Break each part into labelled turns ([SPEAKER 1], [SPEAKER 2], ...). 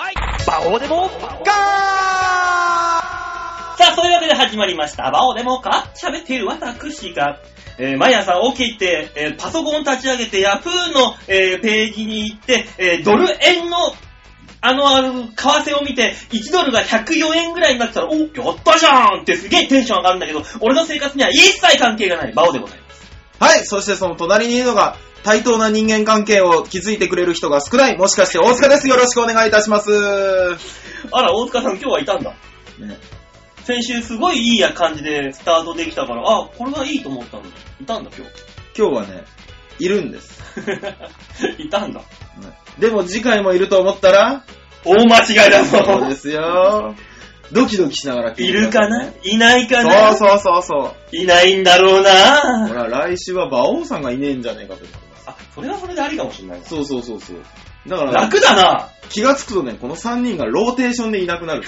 [SPEAKER 1] バオでもガー
[SPEAKER 2] さあ、そういうわけで始まりました。バオでもか喋っている私が、えー毎朝起きて、えーパソコン立ち上げて、ヤフーの、えーページに行って、えードル円の、あの、あの為替を見て、1ドルが104円ぐらいになってたら、おやったじゃんってすげえテンション上がるんだけど、俺の生活には一切関係がない、バオでございます。
[SPEAKER 1] はい、そしてその隣にいるのが、対等な人間関係を築いてくれる人が少ない、もしかして大塚です。よろしくお願いいたします。
[SPEAKER 2] あら、大塚さん今日はいたんだ。
[SPEAKER 1] ね
[SPEAKER 2] 先週すごいいいや感じでスタートできたから、あ、これはいいと思ったのに。いたんだ、今
[SPEAKER 1] 今日はね、いるんです。
[SPEAKER 2] 日。 いたんだ。
[SPEAKER 1] ねでも次回もいると思ったら、
[SPEAKER 2] 大間違いだ
[SPEAKER 1] そう
[SPEAKER 2] ぞ
[SPEAKER 1] で。すよ。 ドキドキしながら聞
[SPEAKER 2] い
[SPEAKER 1] て
[SPEAKER 2] る
[SPEAKER 1] くだ
[SPEAKER 2] か
[SPEAKER 1] さい
[SPEAKER 2] な
[SPEAKER 1] ね
[SPEAKER 2] いないかな
[SPEAKER 1] そうそうそうそう。
[SPEAKER 2] いないんだろう
[SPEAKER 1] ほ
[SPEAKER 2] な
[SPEAKER 1] ら、来週は馬王さんがいねえんじゃねえかと思ってます。
[SPEAKER 2] あ、それはそれでありかもしれないな
[SPEAKER 1] そうそうそうそう。だから、
[SPEAKER 2] 楽だな
[SPEAKER 1] 気がつくとね、この3人がローテーションでいなくな る。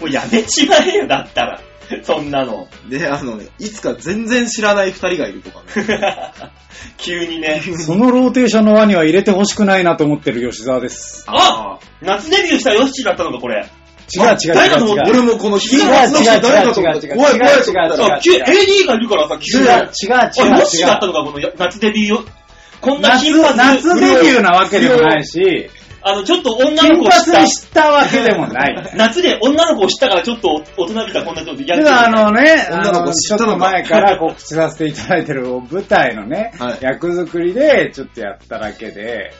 [SPEAKER 2] もうやめちまえよ、だったら。そんなの。
[SPEAKER 1] で、あの、いつか全然知らない2人がいるとかね。
[SPEAKER 2] 急に ね。
[SPEAKER 3] そのローテーションの輪には入れてほしくないなと思ってる吉沢です。
[SPEAKER 2] あ夏デビューしたヨッシーだったのか、これ。
[SPEAKER 3] 違う違う
[SPEAKER 2] 誰だと
[SPEAKER 3] 違う
[SPEAKER 2] 思
[SPEAKER 3] 違
[SPEAKER 2] っ
[SPEAKER 3] う。
[SPEAKER 2] て
[SPEAKER 1] 俺もこの
[SPEAKER 3] 違
[SPEAKER 1] 金
[SPEAKER 3] う違う
[SPEAKER 1] 髪の人誰かと思った
[SPEAKER 3] 違う違う
[SPEAKER 1] 怖い怖いと思っ
[SPEAKER 3] 違
[SPEAKER 1] た
[SPEAKER 3] う違う違う
[SPEAKER 1] ら。
[SPEAKER 2] あ、急 AD がいるからさ、急
[SPEAKER 3] 違う
[SPEAKER 2] に。
[SPEAKER 3] 違
[SPEAKER 2] あ、
[SPEAKER 3] う違う
[SPEAKER 2] ヨッシーだった
[SPEAKER 3] 違
[SPEAKER 2] のか、
[SPEAKER 3] う。
[SPEAKER 2] この夏デビューよ。こんな
[SPEAKER 3] 夏
[SPEAKER 2] 金髪
[SPEAKER 3] 夏デビューなわけでもないし、
[SPEAKER 2] あの、ちょっと女の
[SPEAKER 3] 金
[SPEAKER 2] 子を知った
[SPEAKER 3] 髪に。したわけでもない。
[SPEAKER 2] 夏で女の子を知ったから、ちょっと大人びたこんなちょっとや
[SPEAKER 3] で
[SPEAKER 2] る
[SPEAKER 3] はあのね、
[SPEAKER 1] 女
[SPEAKER 3] あ
[SPEAKER 1] の子
[SPEAKER 3] の、
[SPEAKER 1] 知
[SPEAKER 3] ち
[SPEAKER 1] っ
[SPEAKER 3] ょった
[SPEAKER 1] のか
[SPEAKER 3] と前から告知させていただいてる舞台のね
[SPEAKER 1] はい、
[SPEAKER 3] 役作りでちょっとやっただけで、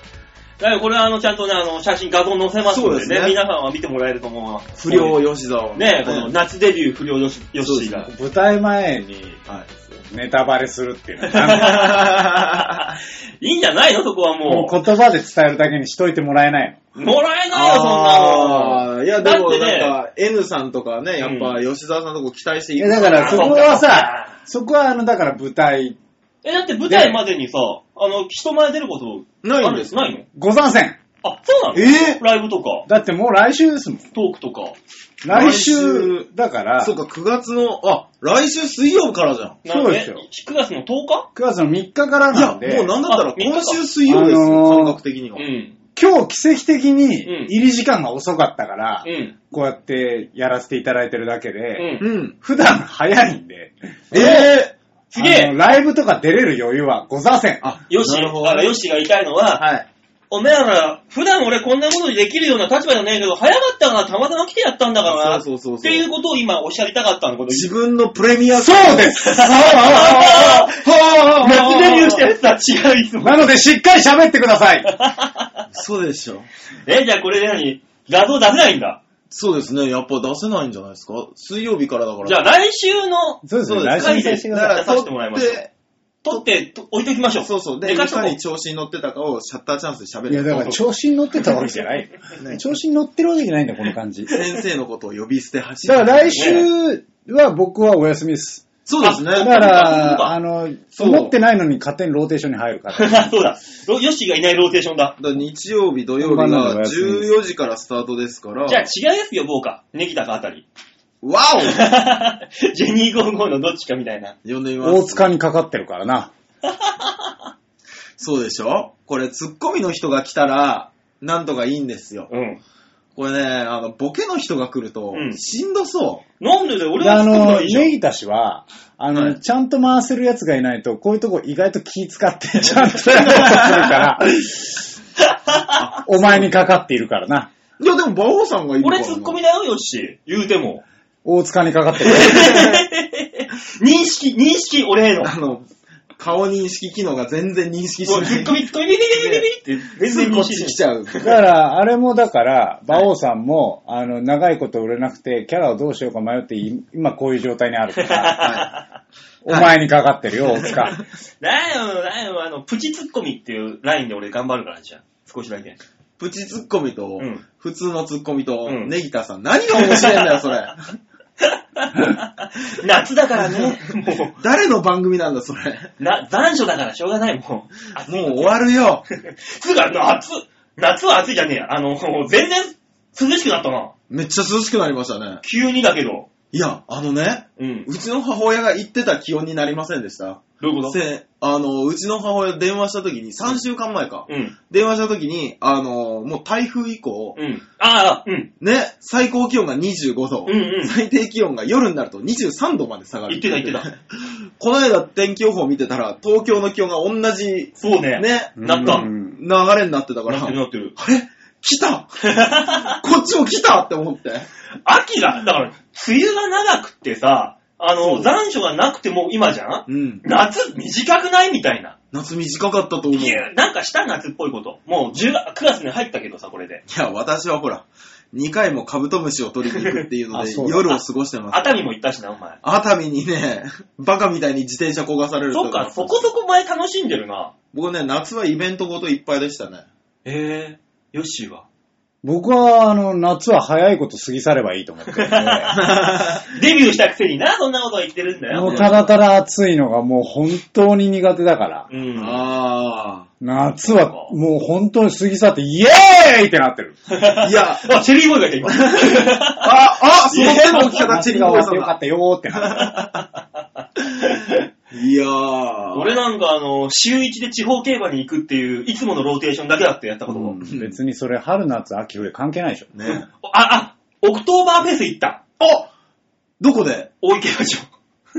[SPEAKER 2] だからこれはあの、ちゃんとね、あの、写真、画像載せますんで
[SPEAKER 1] そう
[SPEAKER 2] ね、
[SPEAKER 1] ですね
[SPEAKER 2] 皆さんは見てもらえると思うわ
[SPEAKER 1] 不良吉沢を
[SPEAKER 2] ね、この夏デビュー不良よし、よ
[SPEAKER 1] そうで
[SPEAKER 2] し
[SPEAKER 1] す
[SPEAKER 2] が。
[SPEAKER 1] ね
[SPEAKER 3] 舞台前に
[SPEAKER 1] はい。
[SPEAKER 3] ネタバレするっていうの は、
[SPEAKER 2] いいんじゃないのそこはも
[SPEAKER 3] もう言葉で伝えるだけにしといてもらえないの。
[SPEAKER 2] う。もらえないよ、そんなの。
[SPEAKER 1] あーいや、でも
[SPEAKER 2] だってね
[SPEAKER 1] なんか、N さんとかね、やっぱ吉沢さんのとこ期待してい
[SPEAKER 3] い
[SPEAKER 1] い
[SPEAKER 3] や、だからそこはさ、そこはあの、だから舞台、
[SPEAKER 2] え、だって舞台までにさ、あの、人前出ること、
[SPEAKER 1] ないんです
[SPEAKER 2] あるない
[SPEAKER 3] ご参戦
[SPEAKER 2] のあ、そうなの
[SPEAKER 1] え
[SPEAKER 2] ライブとか、
[SPEAKER 3] だってもう来週ですもん。
[SPEAKER 2] トークとか。
[SPEAKER 3] 来
[SPEAKER 1] 来
[SPEAKER 3] 週、だから、
[SPEAKER 1] そう
[SPEAKER 3] 9
[SPEAKER 1] か、9月の、あ、来週水曜からじゃん。
[SPEAKER 2] なん
[SPEAKER 3] そうですよ
[SPEAKER 2] え9月の10日
[SPEAKER 3] 月の3日から
[SPEAKER 1] いや、
[SPEAKER 3] なんで、
[SPEAKER 1] もうなんだったら
[SPEAKER 2] あ三日か
[SPEAKER 1] 今週水曜ですよ、
[SPEAKER 3] あのー
[SPEAKER 1] 感覚的には。
[SPEAKER 2] ん。
[SPEAKER 3] 今日奇跡的に
[SPEAKER 2] うん
[SPEAKER 3] 入り時間が遅かったから、
[SPEAKER 2] うん。
[SPEAKER 3] こうやってやらせていただいてるだけで、
[SPEAKER 2] うん。
[SPEAKER 1] うん。
[SPEAKER 3] 普段早いんで、
[SPEAKER 1] ええ
[SPEAKER 2] すげえ
[SPEAKER 3] あのライブとか出れる余裕はござせん。
[SPEAKER 1] あ、
[SPEAKER 2] よし、
[SPEAKER 1] なるほ
[SPEAKER 2] あ
[SPEAKER 1] ど
[SPEAKER 2] の、よしが言いたいのは、
[SPEAKER 1] はい。
[SPEAKER 2] おめえら、普段俺こんなことできるような立場じゃねえけど、早かったな、たまたま来てやったんだからな。
[SPEAKER 1] そうそうそうそう
[SPEAKER 2] っていうことを今おっしゃりたかったの、この。
[SPEAKER 1] 自分のプレミア
[SPEAKER 3] そうです
[SPEAKER 2] あ
[SPEAKER 1] は
[SPEAKER 2] 夏デビューしたやつは違う、いつも。
[SPEAKER 3] なのでしっかり喋ってください
[SPEAKER 1] そうでしょ。
[SPEAKER 2] え、じゃあこれで何画像出せないんだ。
[SPEAKER 1] そうですね。やっぱ出せないんじゃないですか水曜日からだから。
[SPEAKER 2] じゃあ来週の、
[SPEAKER 3] そうです
[SPEAKER 1] そうで
[SPEAKER 3] ね、来
[SPEAKER 1] す
[SPEAKER 3] 週にさせてください。
[SPEAKER 2] 出させてもらいましょう
[SPEAKER 1] で
[SPEAKER 2] 撮ってと置いときましょう。
[SPEAKER 1] そうそう。で、
[SPEAKER 2] で
[SPEAKER 1] い
[SPEAKER 2] かしと
[SPEAKER 1] か
[SPEAKER 2] こう
[SPEAKER 1] に調子に乗ってたかをシャッターチャンスで喋
[SPEAKER 3] いや、だか
[SPEAKER 1] る
[SPEAKER 3] ら。調子に乗ってたわけじゃない。調子に乗ってるわけじゃないんだよ、この感じ。だ
[SPEAKER 1] 先生のことを呼び捨て走る。
[SPEAKER 3] から来週は僕はお休みです。
[SPEAKER 1] そうですね。
[SPEAKER 2] あそ
[SPEAKER 3] だか、
[SPEAKER 2] うから
[SPEAKER 3] あの、
[SPEAKER 1] そう
[SPEAKER 3] 持ってないのに勝手にローテーションに入るから。
[SPEAKER 2] そうだ。ロヨッシーがいないローテーションだ。
[SPEAKER 1] だから日曜日、土曜日
[SPEAKER 3] 本番なのが
[SPEAKER 1] が
[SPEAKER 3] お休みです
[SPEAKER 1] 14時からスタートですから。
[SPEAKER 2] じゃあ違うやつ呼ぼうか。ネギタかあたり。
[SPEAKER 1] わ
[SPEAKER 2] ジェニー55のどっちかみたいな。
[SPEAKER 1] お呼んでみます。
[SPEAKER 3] 大塚にかかってるからな。
[SPEAKER 1] そうでしょこれ、ツッコミの人が来たら、なんとかいいんですよ。
[SPEAKER 2] うん。
[SPEAKER 1] これね、あの、ボケの人が来ると
[SPEAKER 2] う、ん
[SPEAKER 1] しんどそ
[SPEAKER 2] なんでだよ、俺
[SPEAKER 3] で、
[SPEAKER 2] は
[SPEAKER 3] あ
[SPEAKER 2] 作った
[SPEAKER 3] の、
[SPEAKER 2] らいいじゃん
[SPEAKER 3] ネ。ギタ氏は、あの、
[SPEAKER 1] はい
[SPEAKER 3] ちゃんと回せるやつがいないと、こういうとこ意外と気使 って、ちゃんとやろうとするから、お前にかかっているからな。
[SPEAKER 1] う。いや、でも、馬王さんがいるから
[SPEAKER 2] 俺
[SPEAKER 1] な。
[SPEAKER 2] ツッコミだよ、ヨッシー。言うても。
[SPEAKER 3] 大塚にかかってるから。
[SPEAKER 2] 認識、認識、俺への。
[SPEAKER 1] あの、顔認識機能が全然認識し
[SPEAKER 2] もう
[SPEAKER 1] な
[SPEAKER 2] ツッ
[SPEAKER 1] い。
[SPEAKER 2] コミ、ツッコミ、ビビビビビビって、全
[SPEAKER 1] す
[SPEAKER 2] 然
[SPEAKER 1] ぐこ
[SPEAKER 2] 認
[SPEAKER 1] っち
[SPEAKER 2] 識し
[SPEAKER 1] 来
[SPEAKER 2] て
[SPEAKER 1] ちゃう。
[SPEAKER 3] だから、あれもだから、馬王さんも、あの、長いこと売れなくて、キャラをどうしようか迷って、い今こういう状態にあるから、
[SPEAKER 1] は
[SPEAKER 3] お前にかかってるよ、大塚。
[SPEAKER 2] ない。だよ、だよ、あの、プチツッコミっていうラインで俺頑張るから、じゃあ。少しだけ。
[SPEAKER 1] い。プチツッコミと
[SPEAKER 2] うん、
[SPEAKER 1] 普通のツッコミと
[SPEAKER 2] う、ん
[SPEAKER 1] ネギタさん、何が面白いんだよ、それ。
[SPEAKER 2] 夏だからね、も
[SPEAKER 1] 誰の番組なんだ、それ。
[SPEAKER 2] う、な、残暑だからしょうがない、もう。暑
[SPEAKER 1] もう終わるよ。
[SPEAKER 2] つうか、夏、夏は暑いじゃねえや。あの、全然涼しくなったな。
[SPEAKER 1] めっちゃ涼しくなりましたね。
[SPEAKER 2] 急にだけど。
[SPEAKER 1] いや、あのね、
[SPEAKER 2] うん。
[SPEAKER 1] うちの母親が言ってた気温になりませんでした。
[SPEAKER 2] どういうこと
[SPEAKER 1] せあの、うちの母親電話した時に、3週間前か。
[SPEAKER 2] うん。
[SPEAKER 1] 電話した時に、あの、もう台風以降、
[SPEAKER 2] うん。ああ、うん。
[SPEAKER 1] ね、最高気温が25度、
[SPEAKER 2] うんうん。
[SPEAKER 1] 最低気温が夜になると23度まで下がる。
[SPEAKER 2] 言ってた言ってた。
[SPEAKER 1] この間天気予報見てたら、東京の気温が同じ、
[SPEAKER 2] そうね。
[SPEAKER 1] ね、
[SPEAKER 2] なった
[SPEAKER 3] うん
[SPEAKER 1] 流れになってたか
[SPEAKER 2] な
[SPEAKER 1] ら、
[SPEAKER 2] っ
[SPEAKER 1] あ
[SPEAKER 2] てる
[SPEAKER 1] れ
[SPEAKER 2] なってる。
[SPEAKER 1] 来た こっちも来たって思って。
[SPEAKER 2] 秋が、だから、梅雨が長くってさ、あの、残暑がなくてもう今じゃん
[SPEAKER 1] うん。
[SPEAKER 2] 夏短くないみたいな。
[SPEAKER 1] 夏短かったと思う。
[SPEAKER 2] いや、なんかした夏っぽいこと。もう10が、9月に入ったけどさ、これで。
[SPEAKER 1] いや、私はほら、2回もカブトムシを取りに行くっていうの
[SPEAKER 3] あ
[SPEAKER 1] で、
[SPEAKER 3] そうだ
[SPEAKER 1] 夜を過ごしてます。
[SPEAKER 2] 熱海も行ったしな、お前。
[SPEAKER 1] 熱海にね、バカみたいに自転車焦がされると
[SPEAKER 2] そっか、そこそこ前楽しんでるな。
[SPEAKER 1] 僕ね、夏はイベントごといっぱいでしたね。
[SPEAKER 2] えー、ヨッシーは。
[SPEAKER 3] 僕は、あの、夏は早いこと過ぎ去ればいいと思ってるんで、
[SPEAKER 2] デビューしたくせにな、そんなこと言ってるんだ
[SPEAKER 3] も
[SPEAKER 2] よ。
[SPEAKER 3] うただただ暑いのがもう本当に苦手だから、
[SPEAKER 2] うん。
[SPEAKER 1] あ
[SPEAKER 3] 夏はもう本当に過ぎ去って、イエーイってなってる。
[SPEAKER 1] あ。い や、
[SPEAKER 2] あ、チェリーボーイがいた、今。
[SPEAKER 1] あ、あ、その手の置き方、チ
[SPEAKER 3] 夏
[SPEAKER 1] リ
[SPEAKER 3] が
[SPEAKER 1] ボ
[SPEAKER 3] 終
[SPEAKER 1] ーイ
[SPEAKER 3] わっ
[SPEAKER 1] さ
[SPEAKER 3] て
[SPEAKER 1] ん
[SPEAKER 3] よか
[SPEAKER 1] だ
[SPEAKER 3] ったよーってなってる。
[SPEAKER 1] いやー。
[SPEAKER 2] 俺なんかあの、週一で地方競馬に行くっていう、いつものローテーションだけだってやったことも。
[SPEAKER 1] ん
[SPEAKER 3] 別にそれ春夏秋冬関係ないでしょ。
[SPEAKER 1] ね。
[SPEAKER 2] あ、あ、オクトーバーフェス行った。
[SPEAKER 1] あどこで
[SPEAKER 2] 大池競馬場。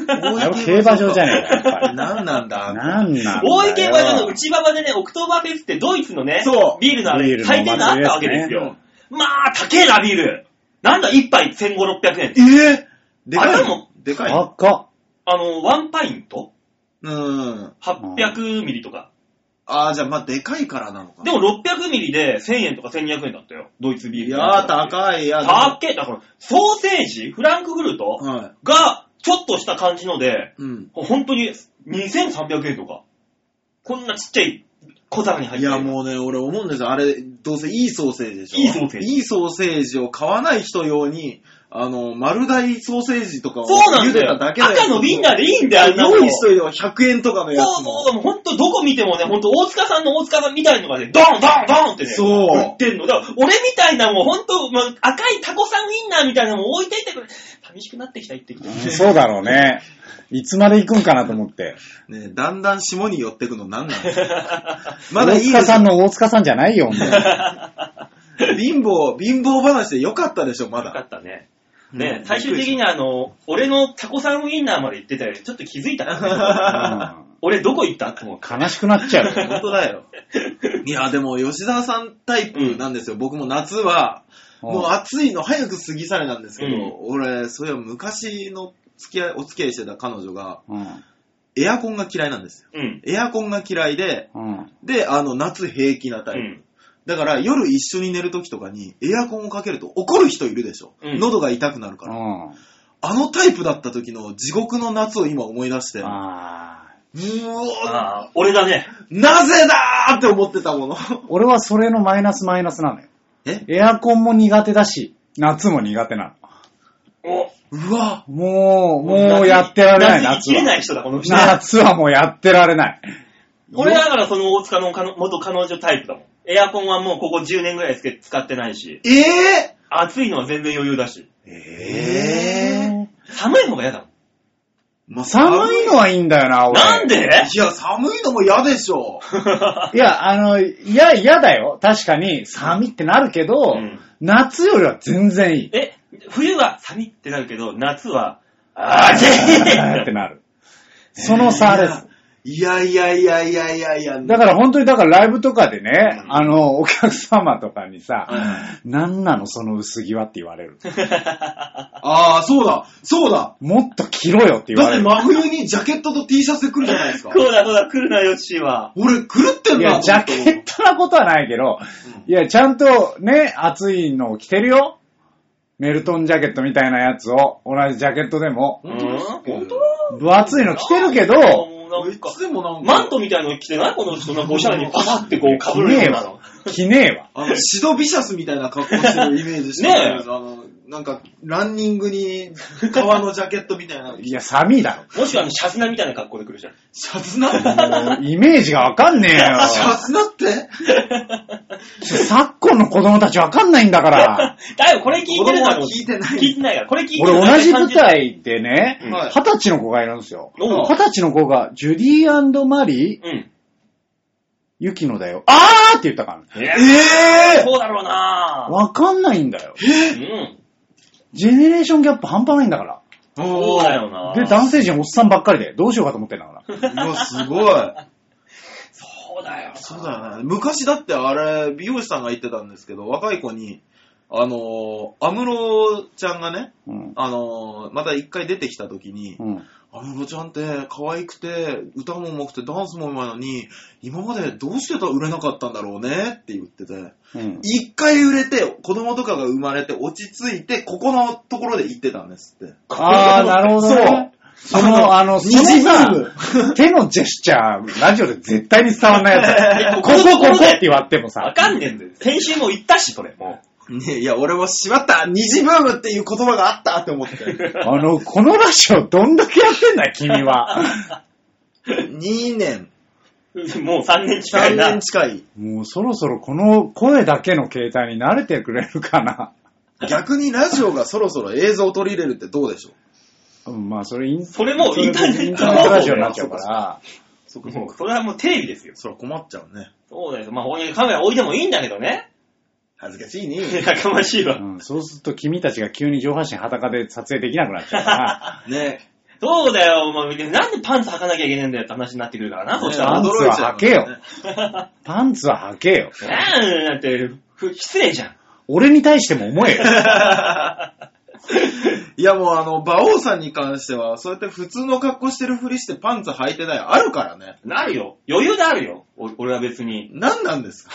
[SPEAKER 3] あれは競馬場じゃねえか、やっぱり。
[SPEAKER 1] 何なんだ
[SPEAKER 3] なんなんだよ。
[SPEAKER 2] 大池競馬場の内馬場でね、オクトーバーフェスってドイツのね、
[SPEAKER 1] そう
[SPEAKER 2] ビールのあ
[SPEAKER 3] ビ
[SPEAKER 2] れ
[SPEAKER 3] ー、ルの
[SPEAKER 2] 大抵のあったわけですよ。まあ、高えな、ビール。なんだ、一杯1500、600円。
[SPEAKER 1] えぇで
[SPEAKER 2] あ
[SPEAKER 1] か
[SPEAKER 2] れ
[SPEAKER 1] い
[SPEAKER 2] も
[SPEAKER 1] のでかいの
[SPEAKER 3] 赤っ。
[SPEAKER 2] あの、ワンパイント
[SPEAKER 1] うん。
[SPEAKER 2] 800ミリとか。
[SPEAKER 1] あー、じゃあ、まあ、でかいからなのか
[SPEAKER 2] で
[SPEAKER 1] な。
[SPEAKER 2] も600ミリで1000円とか1200円だったよ。ドイツビー
[SPEAKER 1] い
[SPEAKER 2] ル。
[SPEAKER 1] やー、高い。いや、でも
[SPEAKER 2] 高え。だから、ソーセージ、フランクフルト
[SPEAKER 1] はい。
[SPEAKER 2] が、ちょっとした感じので、
[SPEAKER 1] うん。
[SPEAKER 2] 本当に2300円とか。こんなちっちゃい小皿に入っ
[SPEAKER 1] い
[SPEAKER 2] てる
[SPEAKER 1] や、もうね、俺思うんですよ。あれ、どうせいいソーセージでしょ。
[SPEAKER 2] いいソーセージ
[SPEAKER 1] いいソーセージを買わない人用に、あの、丸大ソーセージとかを
[SPEAKER 2] そうなん
[SPEAKER 1] 茹
[SPEAKER 2] だ
[SPEAKER 1] で
[SPEAKER 2] よ。
[SPEAKER 1] ただけだよ。
[SPEAKER 2] 赤のウィンナーでいいんだよ、あんなの。
[SPEAKER 1] 用意しといては100円とかのや
[SPEAKER 2] そう
[SPEAKER 1] つも。
[SPEAKER 2] そう、もうほんとどこ見てもね、ほんと大塚さんの大塚さんみたいのがね、ドンドンドンってね、
[SPEAKER 1] そう
[SPEAKER 2] 売ってんの。だから俺みたいなもうほんと、まあ、赤いタコさんウィンナーみたいなのも置いていってくれ。寂しくなってきた、行ってきた。
[SPEAKER 3] うんそうだろうね。いつまで行くんかなと思って。
[SPEAKER 1] ねだんだん下に寄ってくの何なんですか ま
[SPEAKER 3] ま
[SPEAKER 1] だ
[SPEAKER 3] だ
[SPEAKER 1] いいで
[SPEAKER 3] 大
[SPEAKER 1] すよ
[SPEAKER 3] 塚さんの大塚さんじゃないよ、お前
[SPEAKER 1] 貧乏、貧乏話でよかったでしょ、ま
[SPEAKER 2] よ か
[SPEAKER 1] だ。
[SPEAKER 2] ったね。ね
[SPEAKER 1] う、ん
[SPEAKER 2] 最終的にあの、俺のタコさんウィンナーまで行ってたより、ちょっと気づい たからね
[SPEAKER 3] う
[SPEAKER 2] 俺どこ行ったって思う。
[SPEAKER 3] ん悲しくなっちゃうよ。
[SPEAKER 1] 本当だよ。いや、でも、吉沢さんタイプなんですよ。僕も夏は、もう暑いの早く過ぎ去れなんですけど、
[SPEAKER 2] うん
[SPEAKER 1] 俺、そういえば昔の付き合い、お付き合いしてた彼女が、
[SPEAKER 3] うん。
[SPEAKER 1] エアコンが嫌いなんですよ。
[SPEAKER 2] うん。
[SPEAKER 1] エアコンが嫌いで、
[SPEAKER 3] うん。
[SPEAKER 1] で、あの、夏平気なタイ
[SPEAKER 2] う
[SPEAKER 1] プ。
[SPEAKER 2] ん。
[SPEAKER 1] だから、夜一緒に寝るときとかに、エアコンをかけると怒る人いるでしょ。
[SPEAKER 2] うん
[SPEAKER 1] 喉が痛くなるから。
[SPEAKER 3] うん。
[SPEAKER 1] あのタイプだった時の地獄の夏を今思い出して、うお
[SPEAKER 3] あ
[SPEAKER 1] ー
[SPEAKER 2] ああ、俺だね。
[SPEAKER 1] なぜだーって思ってたもの。
[SPEAKER 3] ー俺はそれのマイナスマイナスなのよ。
[SPEAKER 1] え
[SPEAKER 3] エアコンも苦手だし、夏も苦手な
[SPEAKER 2] お
[SPEAKER 1] うわ
[SPEAKER 3] の。もう、もうやってられな
[SPEAKER 2] 夏
[SPEAKER 3] い、夏
[SPEAKER 2] に切れな
[SPEAKER 3] は。
[SPEAKER 2] い人だ、この人。
[SPEAKER 3] 夏はもうやってられない。
[SPEAKER 2] 俺だからその大塚の彼女元彼女タイプだもん。エアコンはもうここ10年ぐらい使ってないし、
[SPEAKER 1] ええ
[SPEAKER 2] 暑いのは全然余裕だし、
[SPEAKER 1] えー
[SPEAKER 2] 寒い方が嫌だもん。
[SPEAKER 1] まあ
[SPEAKER 3] 寒いのはいいんだよな、俺。
[SPEAKER 2] なんで
[SPEAKER 1] いや、寒いのも嫌でしょ。
[SPEAKER 3] いや、あの、いや、嫌だよ。確かに、寒いってなるけど、
[SPEAKER 2] うん
[SPEAKER 3] 夏よりは全 然いい。
[SPEAKER 2] え、冬は寒いってなるけど、夏は、 あー
[SPEAKER 3] っ
[SPEAKER 2] ぜ
[SPEAKER 3] てなる。その差です。
[SPEAKER 1] いやいやいやいやいやいや。
[SPEAKER 3] だから本当に、だからライブとかでね
[SPEAKER 2] う、ん
[SPEAKER 3] あの、お客様とかに
[SPEAKER 1] うん
[SPEAKER 3] さ、なんなのその薄着はって言わ れる。
[SPEAKER 1] ああ、そうだ、そうだ。
[SPEAKER 3] もっと着ろよって言
[SPEAKER 1] だっ
[SPEAKER 3] わ
[SPEAKER 1] て
[SPEAKER 3] れる。
[SPEAKER 1] 真冬にジャケットと T シャツで来るじゃないですか。
[SPEAKER 2] そうだそうだ、来るな、ヨッシーは。
[SPEAKER 1] 俺、狂ってん
[SPEAKER 3] い
[SPEAKER 1] な
[SPEAKER 3] や、
[SPEAKER 1] と
[SPEAKER 3] ジ
[SPEAKER 1] 思った
[SPEAKER 3] ャケ
[SPEAKER 1] もん
[SPEAKER 3] ットなことはないけど、いや、ちゃんとね、暑いのを着てるよ。メルトンジャケットみたいなやつを、同じジャケットでも、
[SPEAKER 1] 本当ですか
[SPEAKER 2] うん
[SPEAKER 3] 分厚いの着てるけど、
[SPEAKER 2] もうなん
[SPEAKER 1] い
[SPEAKER 2] か
[SPEAKER 1] つでもなんか、
[SPEAKER 2] マントみたいの着てないこの人、なんかおしゃれにパサってこう被
[SPEAKER 3] 着
[SPEAKER 2] る
[SPEAKER 3] ね
[SPEAKER 2] よ
[SPEAKER 3] え
[SPEAKER 2] うなの
[SPEAKER 3] わ。。着ねえわ。
[SPEAKER 1] あの、シドビシャスみたいな格好してるイメージしてる。
[SPEAKER 2] ねえ
[SPEAKER 1] あの、なんか、ランニングに、革のジャケットみたい なの着
[SPEAKER 3] い
[SPEAKER 1] て、
[SPEAKER 3] や、寒いだ
[SPEAKER 2] もしくはあの、シャツナみたいな格好で来るじゃん。
[SPEAKER 1] シャツなシ
[SPEAKER 3] ろ。もうイメージがわかんねえ よ。
[SPEAKER 1] ャツなって
[SPEAKER 3] 昨今の子供たちわかんないんだから。
[SPEAKER 2] だよ、これ聞いてるだろ。
[SPEAKER 1] 子供は聞いてない
[SPEAKER 2] 聞いてないから。これ聞いてる
[SPEAKER 3] 俺同じ舞台でね、
[SPEAKER 1] うん
[SPEAKER 3] 二十歳の子がいるんですよ。
[SPEAKER 2] おう
[SPEAKER 3] 二十歳の子が、ジュディーマリー、
[SPEAKER 2] うん。
[SPEAKER 3] ユキノだよ。あーって言ったからね。
[SPEAKER 2] え
[SPEAKER 1] え
[SPEAKER 2] そうだろうな
[SPEAKER 3] わかんないんだよ。
[SPEAKER 2] うん。
[SPEAKER 3] ジェネレーションギャップ半端ないんだか
[SPEAKER 1] ぇー
[SPEAKER 2] そうだ
[SPEAKER 1] よ。
[SPEAKER 2] よな
[SPEAKER 3] ら。で、男性陣おっさんばっかりで、どうしようかと思ってんだから。
[SPEAKER 1] うわ、すごい。
[SPEAKER 2] そうだよ。
[SPEAKER 1] そうだよね。昔だってあれ、美容師さんが言ってたんですけど、若い子に、あのー、安室ちゃんがね、
[SPEAKER 3] うん。
[SPEAKER 1] あのー、また一回出てきた時に、
[SPEAKER 3] うん。
[SPEAKER 1] 安室ちゃんって可愛くて、歌も上手くて、ダンスも上手いのに、今までどうしてた売れなかったんだろうねって言ってて、
[SPEAKER 3] うん。
[SPEAKER 1] 一回売れて、子供とかが生まれて落ち着いて、ここのところで行ってたんですって。
[SPEAKER 3] あー、なるほどね。 その、あの、その
[SPEAKER 1] 虹
[SPEAKER 3] さ
[SPEAKER 1] ブーム、
[SPEAKER 3] 手のジェスチャー、ラジオで絶対に伝わんないやつ。 ここ、ここって言われても
[SPEAKER 2] わ
[SPEAKER 3] さ、
[SPEAKER 2] かんねえんだよ。先週も言ったし、それ。も
[SPEAKER 1] ねいや、俺もしまった虹ブームっていう言葉があったって思って。
[SPEAKER 3] あの、このラジオどんだけやってんだよ、君 は。
[SPEAKER 1] 2年、
[SPEAKER 2] う。もう3年近い
[SPEAKER 1] 3
[SPEAKER 2] な
[SPEAKER 1] 年。近い。
[SPEAKER 3] もうそろそろこの声だけの携帯に慣れてくれるかな。
[SPEAKER 1] 逆にラジオがそろそろ映像を取り入れるってどうでしょう
[SPEAKER 3] うん、まあそれイン
[SPEAKER 2] それもうインターネット
[SPEAKER 3] インターネットラジオになっちゃうから。
[SPEAKER 1] そ
[SPEAKER 2] もう、それはもうテレビですよ。
[SPEAKER 1] そら困っちゃうね。
[SPEAKER 2] そうだよ。まあ、俺カメラ置いてもいいんだけどね。
[SPEAKER 1] 恥ずかしいね。
[SPEAKER 2] やかましいわ。
[SPEAKER 3] うん、そうすると君たちが急に上半身裸で撮影できなくなっちゃうから。
[SPEAKER 1] ね
[SPEAKER 2] そうだよ。まあ、でもなんでパンツ履かなきゃいけねえんだよって話になってくるからな、そした
[SPEAKER 3] パ
[SPEAKER 2] ら。
[SPEAKER 3] ン
[SPEAKER 2] ね
[SPEAKER 3] ツは履けよ。パンツは履けよ。
[SPEAKER 2] え、だって、ふ失礼じゃん。
[SPEAKER 3] 俺に対しても思えよ。
[SPEAKER 1] いやもうあの、馬王さんに関しては、そうやって普通の格好してるふりしてパンツ履いてない、あるからね。
[SPEAKER 2] なるよ。余裕であるよ。お俺は別に。
[SPEAKER 1] 何なんです か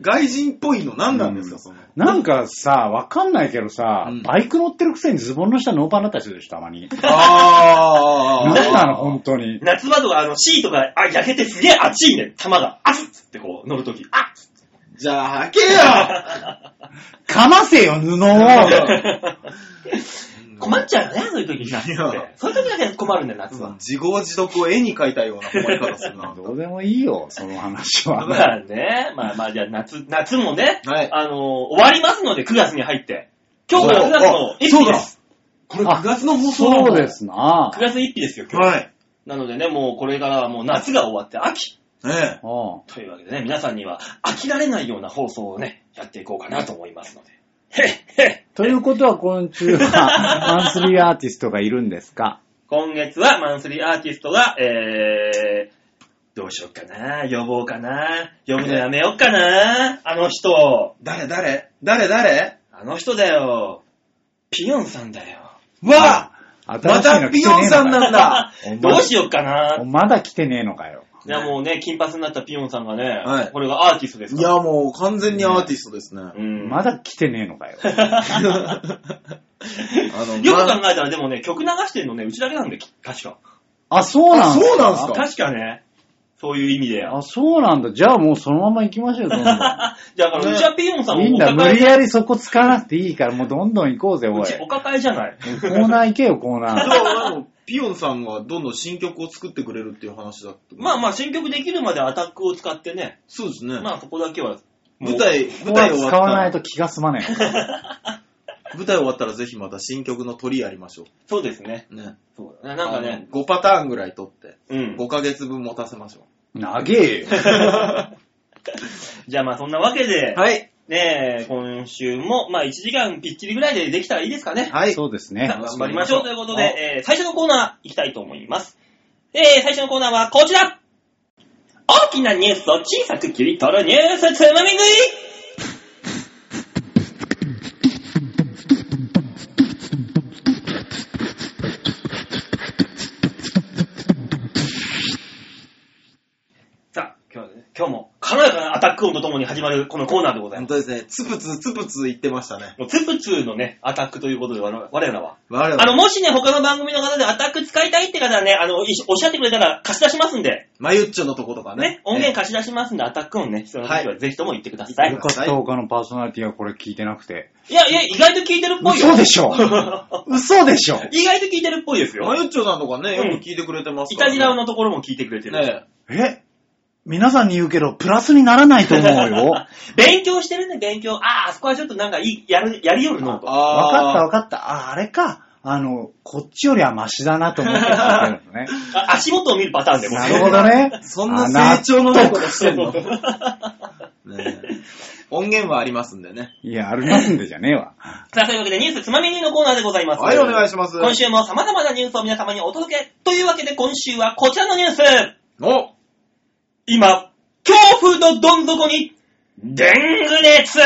[SPEAKER 1] 外人っぽいの何なんですか、その。
[SPEAKER 3] なんかさ、わかんないけどさ、
[SPEAKER 1] うん
[SPEAKER 3] バイク乗ってるくせにズボンの下ノーパンだったりするでしょ、たまに。
[SPEAKER 1] あ
[SPEAKER 3] なんなの、本当に。
[SPEAKER 2] 夏場とか、あの、シートが、あ、焼けてすげえ熱いね。玉が、熱っつってこう、乗るとき。あっつって
[SPEAKER 1] じゃあ履け よ
[SPEAKER 3] かませよ、布を。
[SPEAKER 2] 困っちゃうよね、そういうときになっ
[SPEAKER 1] いや
[SPEAKER 2] て。そういうときだけ困るんだよ、夏
[SPEAKER 1] うん
[SPEAKER 2] は。
[SPEAKER 1] 自業自得を絵に描いたような困り方するな。
[SPEAKER 3] どうでもいいよ、その話
[SPEAKER 1] うん
[SPEAKER 3] は。
[SPEAKER 2] まあね、まあまあ、じゃあ夏、夏もね、
[SPEAKER 1] はい
[SPEAKER 2] あのー終わりますので、9月に入って。今日
[SPEAKER 1] そ
[SPEAKER 2] が
[SPEAKER 1] う
[SPEAKER 2] 9月の一
[SPEAKER 1] そ
[SPEAKER 2] 日
[SPEAKER 1] うだ
[SPEAKER 2] です。
[SPEAKER 1] これ
[SPEAKER 3] あ
[SPEAKER 1] 9月の放送なの
[SPEAKER 3] そうですな
[SPEAKER 2] 9。月1日ですよ、今日。
[SPEAKER 1] はい。
[SPEAKER 2] なのでね、もうこれからはもう夏が終わって秋。
[SPEAKER 1] ね
[SPEAKER 3] うん
[SPEAKER 2] というわけでね、皆さんには飽きられないような放送をね、やっていこうかなと思いますので。へっへっ
[SPEAKER 3] ということは、今週は、マンスリーアーティストがいるんですか
[SPEAKER 2] 今月はマンスリーアーティストが、えー、どうしよっかな呼ぼうかな呼ぶのやめよっかなあの人。
[SPEAKER 1] 誰誰誰誰
[SPEAKER 2] あの人だよ。ピヨンさんだよ。
[SPEAKER 1] わ
[SPEAKER 3] 新
[SPEAKER 1] ま
[SPEAKER 3] しい
[SPEAKER 1] た
[SPEAKER 3] の来
[SPEAKER 1] ピ
[SPEAKER 3] てね
[SPEAKER 1] ヨン
[SPEAKER 3] え
[SPEAKER 1] さん
[SPEAKER 3] のか
[SPEAKER 1] なんだ
[SPEAKER 2] どうしよっかな
[SPEAKER 3] よ。まだ来てねえのかよ。
[SPEAKER 2] いやもうね、金髪になったピヨンさんがね、
[SPEAKER 1] はい
[SPEAKER 2] これがアーティストです
[SPEAKER 1] い
[SPEAKER 2] から。
[SPEAKER 1] や、もう完全にアーティストですね。
[SPEAKER 2] うん、
[SPEAKER 3] まだ来てねえのかよ。
[SPEAKER 1] あの
[SPEAKER 2] よく
[SPEAKER 1] ま
[SPEAKER 2] 考えたらでもね、曲流してるのね、うちだけなんで、き確か。
[SPEAKER 3] あ、そうなん
[SPEAKER 1] あそうなんすか
[SPEAKER 2] 確かね。そういう意味で。
[SPEAKER 3] あ、そうなんだ。じゃあもうそのまま行きましょう、どんどん。
[SPEAKER 2] じゃあ、あのうちはピヨンさんも
[SPEAKER 3] いいん
[SPEAKER 2] お
[SPEAKER 3] だ、無
[SPEAKER 2] 抱え
[SPEAKER 3] 理やりそこ使わなくていいから、もうどんどん行こうぜ、お
[SPEAKER 2] う
[SPEAKER 3] い。
[SPEAKER 2] ちお抱えじゃない。
[SPEAKER 3] コーナー行けよ、コ ーナー。
[SPEAKER 1] あ、でもピヨンさんがどんどん新曲を作ってくれるっていう話だって。
[SPEAKER 2] まあま
[SPEAKER 1] あ。
[SPEAKER 2] あ、新曲できるまでアタックを使ってね、
[SPEAKER 1] そうですね。
[SPEAKER 2] まあそこだけは、
[SPEAKER 1] 舞台、
[SPEAKER 3] コー
[SPEAKER 1] 舞
[SPEAKER 3] ナ
[SPEAKER 1] 台
[SPEAKER 3] ー
[SPEAKER 1] 終
[SPEAKER 3] 使
[SPEAKER 1] わっ
[SPEAKER 3] わない
[SPEAKER 1] た
[SPEAKER 3] と気が済まねえ。
[SPEAKER 1] ら、舞台終わったらぜひまた新曲の取りやりましょ
[SPEAKER 2] そうですね。
[SPEAKER 1] う。ね。
[SPEAKER 2] そうだねなんかね、
[SPEAKER 1] あの。5パターンぐらい取って、
[SPEAKER 2] うん。
[SPEAKER 1] 5ヶ月分持たせましょ
[SPEAKER 3] 長えよ。
[SPEAKER 2] じゃあまあそんなわけで
[SPEAKER 1] う。、はい。
[SPEAKER 2] ねえ、今週も、まあ1時間ぴっちりぐらいでできたらいいですかね。
[SPEAKER 1] はい。
[SPEAKER 3] そうです
[SPEAKER 2] さ
[SPEAKER 3] ね
[SPEAKER 2] あ。頑張りましょうということで、
[SPEAKER 1] はい
[SPEAKER 2] えー最初のコーナー行きたいと思います。えー最初のコーナーはこちら大きなニュースを小さく切り取るニュースつまみ食いさあ、今日はね今日も軽やかなアタック音とともに始まるこのコーナーでございま
[SPEAKER 1] 本
[SPEAKER 2] す。
[SPEAKER 1] 当ですね。つぷつ、つぷつ言ってましたね。
[SPEAKER 2] もうツプツーのね、アタックということで、我々我々は。
[SPEAKER 1] 我々
[SPEAKER 2] あの、もしね、他の番組の方でアタック使いたいって方はね、あの、いおっしゃってくれたら貸し出しますんで、
[SPEAKER 1] マユッチョのとことかね
[SPEAKER 2] ね。、音源貸し出しますんで、アタック音ね、必要な時はぜひとも言ってください。
[SPEAKER 1] はい
[SPEAKER 3] よかった、他のパーソナリティがこれ聞いてなくて。
[SPEAKER 2] いやいや、意外と聞いてるっぽいよ。
[SPEAKER 3] 嘘でしょ嘘でしょ
[SPEAKER 2] 意外と聞いてるっぽいですよ
[SPEAKER 1] マ。ユッチョさんとかね、よ
[SPEAKER 2] うん
[SPEAKER 1] く聞いてくれてます
[SPEAKER 2] イ
[SPEAKER 1] から、
[SPEAKER 2] タ
[SPEAKER 1] ね。
[SPEAKER 2] ジラのところも聞いてくれてる。
[SPEAKER 1] ね
[SPEAKER 3] え皆さんに言うけど、プラスにならないと思 うよ。
[SPEAKER 2] 勉強してるね、勉強。ああ、あそこはちょっとなんかいい、やる、やりよるのと。
[SPEAKER 3] わかったわ
[SPEAKER 1] あ
[SPEAKER 3] かった。あ、あれか。あの、こっちよりはマシだなと思って聞いてるのね。
[SPEAKER 2] あ足元を見るパターンでもう
[SPEAKER 3] なるほどね。
[SPEAKER 1] そんな成長のないことしてんの
[SPEAKER 2] あ納得
[SPEAKER 1] ねえ音源はありますんでね。
[SPEAKER 3] いや、ありますんでじゃねえわ。
[SPEAKER 2] さあ、というわけでニュースつまみにのコーナーでございます。
[SPEAKER 1] はい、お願い
[SPEAKER 2] し
[SPEAKER 1] します。
[SPEAKER 2] 今週も様々なニュースを皆様にお届け。というわけで今週はこちらのニュース。
[SPEAKER 1] お
[SPEAKER 2] 今、恐怖のどん底に、デング熱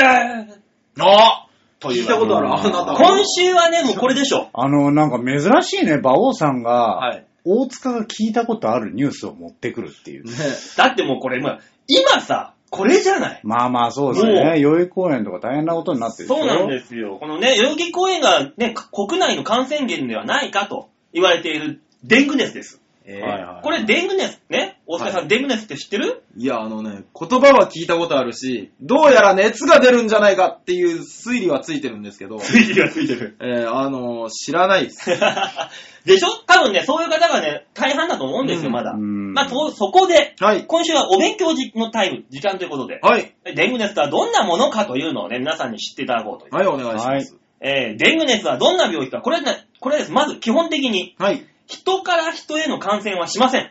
[SPEAKER 1] あ聞いたことある。
[SPEAKER 3] うん
[SPEAKER 1] あなた。
[SPEAKER 2] 今週はね、もうこれでしょ。
[SPEAKER 3] あの、なんか珍しいね、馬王さんが、
[SPEAKER 1] はい。
[SPEAKER 3] 大塚が聞いたことあるニュースを持ってくるっていう。
[SPEAKER 1] ね
[SPEAKER 2] だってもうこれ、まあ今さ、これじゃない。
[SPEAKER 3] まあまあ、そうですね。
[SPEAKER 2] もう
[SPEAKER 3] 代々木公園とか大変なことになってるでし
[SPEAKER 2] そ
[SPEAKER 3] ょ
[SPEAKER 2] うなんですよ。このね、代々木公園がね、国内の感染源ではないかと言われているデング熱です。
[SPEAKER 1] ええ
[SPEAKER 3] はいはい
[SPEAKER 2] これデング熱ね、大塚さん、
[SPEAKER 1] はい
[SPEAKER 2] デング熱って知ってる
[SPEAKER 1] いや、あのね、言葉は聞いたことあるし、どうやら熱が出るんじゃないかっていう推理はついてるんですけ ど、
[SPEAKER 2] いてるついてる。
[SPEAKER 1] えー、あのー知らないです。
[SPEAKER 2] でしょ多分ね、そういう方がね、大半だと思うんですよ、
[SPEAKER 1] うん
[SPEAKER 2] まだ。
[SPEAKER 3] うん
[SPEAKER 2] まあ、とそこで、
[SPEAKER 1] はい。
[SPEAKER 2] 今週はお勉強じのタイム、時間ということで、
[SPEAKER 1] はい。
[SPEAKER 2] デング熱とはどんなものかというのをね、皆さんに知っていただこうという。
[SPEAKER 1] はい、お願いします。
[SPEAKER 2] えー、デング熱はどんな病気か、これね、これです。まず基本的に、
[SPEAKER 1] はい。
[SPEAKER 2] 人から人への感染はしません。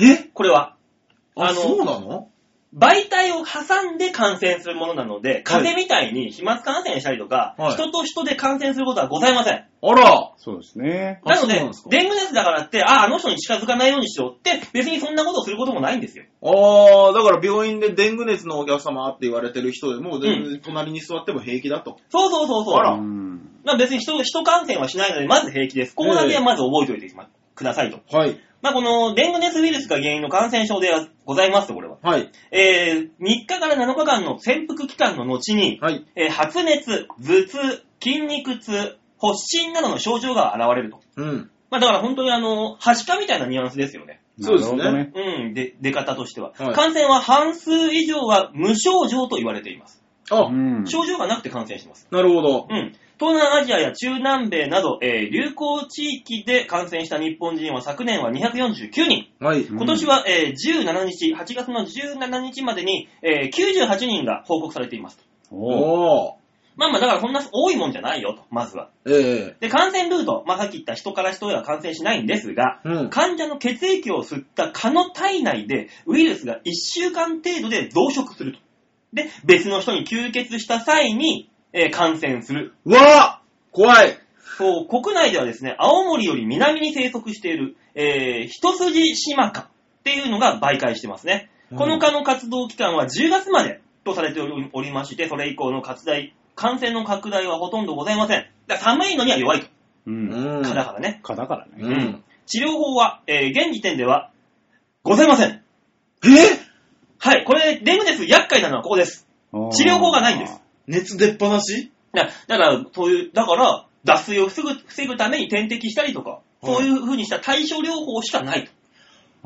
[SPEAKER 1] え
[SPEAKER 2] これは。
[SPEAKER 1] あ
[SPEAKER 2] あの
[SPEAKER 1] そうなの
[SPEAKER 2] 媒体を挟んで感染するものなので、風邪みたいに飛沫感染したりとか、
[SPEAKER 1] はい
[SPEAKER 2] 人と人で感染することはございません。
[SPEAKER 1] あら
[SPEAKER 3] そうですね。
[SPEAKER 1] あ
[SPEAKER 2] なの
[SPEAKER 1] そう
[SPEAKER 2] で
[SPEAKER 1] なんですか
[SPEAKER 2] デング熱だからって、ああ、あの人に近づかないようにしようって、別にそんなことをすることもないんですよ。
[SPEAKER 1] ああ、だから病院でデング熱のお客様って言われてる人でも、全然隣に座っても平気だと。
[SPEAKER 2] そうそうそうそう。
[SPEAKER 1] あら
[SPEAKER 3] うん
[SPEAKER 2] まあ別に人人感染はしないので、まず平気です。ここだけはまず覚えておいてくださいと。
[SPEAKER 1] はい。
[SPEAKER 2] まあこのデング熱ウイルスが原因の感染症ではございますと、これは。
[SPEAKER 1] はい。
[SPEAKER 2] えー、3日から7日間の潜伏期間の後に、
[SPEAKER 1] はい。
[SPEAKER 2] えー発熱、頭痛、筋肉痛、発疹などの症状が現れると。
[SPEAKER 1] うん。
[SPEAKER 2] まあだから本当にあの、はしかみたいなニュアンスですよね。
[SPEAKER 1] そうですね
[SPEAKER 3] なるほど
[SPEAKER 2] うん、で、出方としては。
[SPEAKER 1] はい
[SPEAKER 2] 感染は半数以上は無症状と言われています。
[SPEAKER 1] あ、
[SPEAKER 3] うん
[SPEAKER 2] 症状がなくて感染してます。
[SPEAKER 1] なるほど。
[SPEAKER 2] うん。東南アジアや中南米など、えー流行地域で感染した日本人は昨年は249人。
[SPEAKER 1] はい。
[SPEAKER 3] うん
[SPEAKER 2] 今年は、えー17日、8月の17日までに、えー98人が報告されています。
[SPEAKER 3] おう
[SPEAKER 1] おー。
[SPEAKER 2] まあまあ、だからそんな多いもんじゃないよと、まずは。
[SPEAKER 1] え
[SPEAKER 2] で、感染ルート、まあさっき言った人から人へは感染しないんですが、
[SPEAKER 1] えうん。
[SPEAKER 2] 患者の血液を吸った蚊の体内でウイルスが1週間程度で増殖すると。で、別の人に吸血した際に、えー感染する。
[SPEAKER 1] うわー怖い。
[SPEAKER 2] そう、国内ではですね、青森より南に生息している、えー、一筋島蚊っていうのが媒介してますね。この蚊の活動期間は10月までとされておりおりまして、それ以降の活大感染の拡大はほとんどございません。だから寒いのには弱いと。
[SPEAKER 3] う。
[SPEAKER 1] うんん。
[SPEAKER 2] 蚊だからね。
[SPEAKER 3] 蚊だからね。
[SPEAKER 1] うん。
[SPEAKER 2] 治療法は、えー現時点では、ございません。
[SPEAKER 1] え
[SPEAKER 2] はい、これ、デングです。厄介なのはここです。治療法がないんです。
[SPEAKER 1] 熱出っ放し
[SPEAKER 2] だだから、そういう、だから、脱水を防ぐ防ぐために点滴したりとか、そういう風にした対症療法しかないと。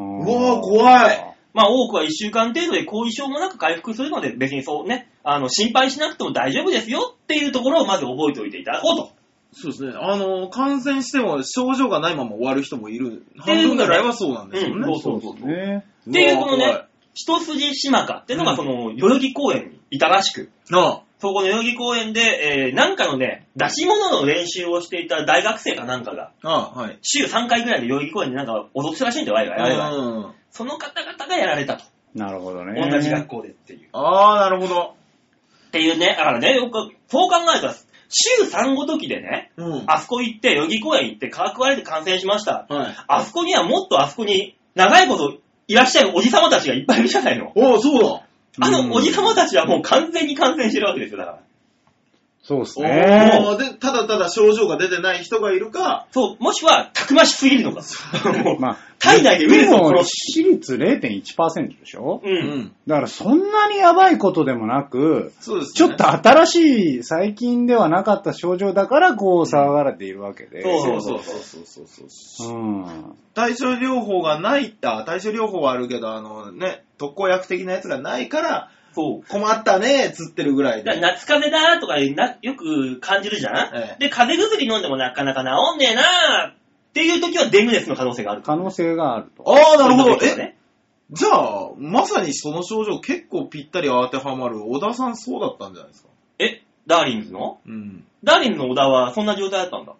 [SPEAKER 3] う
[SPEAKER 1] うわー怖い。
[SPEAKER 2] まあ、多くは1週間程度で後遺症もなく回復するので、別にそうね、あの、心配しなくても大丈夫ですよっていうところをまず覚えておいていただこうと。
[SPEAKER 1] そうですね。あの、感染しても症状がないまま終わる人もいる。
[SPEAKER 2] て
[SPEAKER 1] 半
[SPEAKER 2] いう
[SPEAKER 1] 分
[SPEAKER 2] ぐ
[SPEAKER 1] ぐ
[SPEAKER 2] ら
[SPEAKER 1] ら
[SPEAKER 2] い
[SPEAKER 1] いはそうなんですよ
[SPEAKER 2] うん
[SPEAKER 1] ね。
[SPEAKER 2] そうそうそう
[SPEAKER 3] ですね。
[SPEAKER 2] っていうこのね
[SPEAKER 1] わー
[SPEAKER 2] 一筋島かっていうのが、その、代々木公園にいたらしく、
[SPEAKER 1] 怖い
[SPEAKER 2] そこの代々木公園で、えーなんかのね、出し物の練習をしていた大学生かなんかが、
[SPEAKER 1] なあ、ああ、はい。
[SPEAKER 2] 週3回ぐらいで代々木公園でなんか踊ってたらしいんだよ、ワイワイワイワイ。
[SPEAKER 1] うん
[SPEAKER 2] その方々がやられたと。
[SPEAKER 3] なるほどね。
[SPEAKER 2] 同じ学校でっていう。
[SPEAKER 1] ああ、なるほど。
[SPEAKER 2] っていうね、だからね、よくそう考えたら、週3ごときでね、
[SPEAKER 1] うん。
[SPEAKER 2] あそこ行って、代々木公園行って、科学割で感染しました。
[SPEAKER 1] はい。
[SPEAKER 2] あそこにはもっとあそこに、長いこといらっしゃるおじさまたちがいっぱいいるじゃないの。
[SPEAKER 1] おお、そうだ。
[SPEAKER 2] あのおじさま
[SPEAKER 3] だ。
[SPEAKER 2] たちはもう完全に感染してるわけですよ、だから。
[SPEAKER 3] そうです
[SPEAKER 1] も
[SPEAKER 3] ね。
[SPEAKER 1] うで、ただただ症状が出てない人がいるか、
[SPEAKER 2] そう、もしくは、たくましすぎる のか。もう
[SPEAKER 3] まあ、
[SPEAKER 2] 体内でウイルスを
[SPEAKER 3] でも
[SPEAKER 2] 殺す。
[SPEAKER 3] 死率0.1%でしょ
[SPEAKER 2] う。。
[SPEAKER 1] うん
[SPEAKER 3] だからそんなにやばいことでもなく、
[SPEAKER 1] そうです、ね。
[SPEAKER 3] ちょっと新しい最近ではなかった症状だからこう騒がれているわけで。
[SPEAKER 2] そう
[SPEAKER 1] そうそうそうそうそうそうそう。
[SPEAKER 3] うん。
[SPEAKER 1] 対症療法がないあ対症療法はあるけど、あのね、特効薬的なやつがないから、
[SPEAKER 2] そう。
[SPEAKER 1] 困ったね、つってるぐらい
[SPEAKER 2] だから
[SPEAKER 1] で。
[SPEAKER 2] 夏風邪だとかな、よく感じるじゃん、
[SPEAKER 1] ええ
[SPEAKER 2] で、風邪薬飲んでもなかなか治んねえなっていう時はデング熱の可能性がある。
[SPEAKER 3] 可能性があると。
[SPEAKER 1] ああ、なるほど。
[SPEAKER 2] そういう時は
[SPEAKER 1] え、
[SPEAKER 2] ね
[SPEAKER 1] じゃあ、まさにその症状結構ぴったり当てはまる。小田さんそうだったんじゃないですか。
[SPEAKER 2] え、ダーリンズの
[SPEAKER 1] うん。
[SPEAKER 2] ダーリンズの小田はそんな状態だったんだ。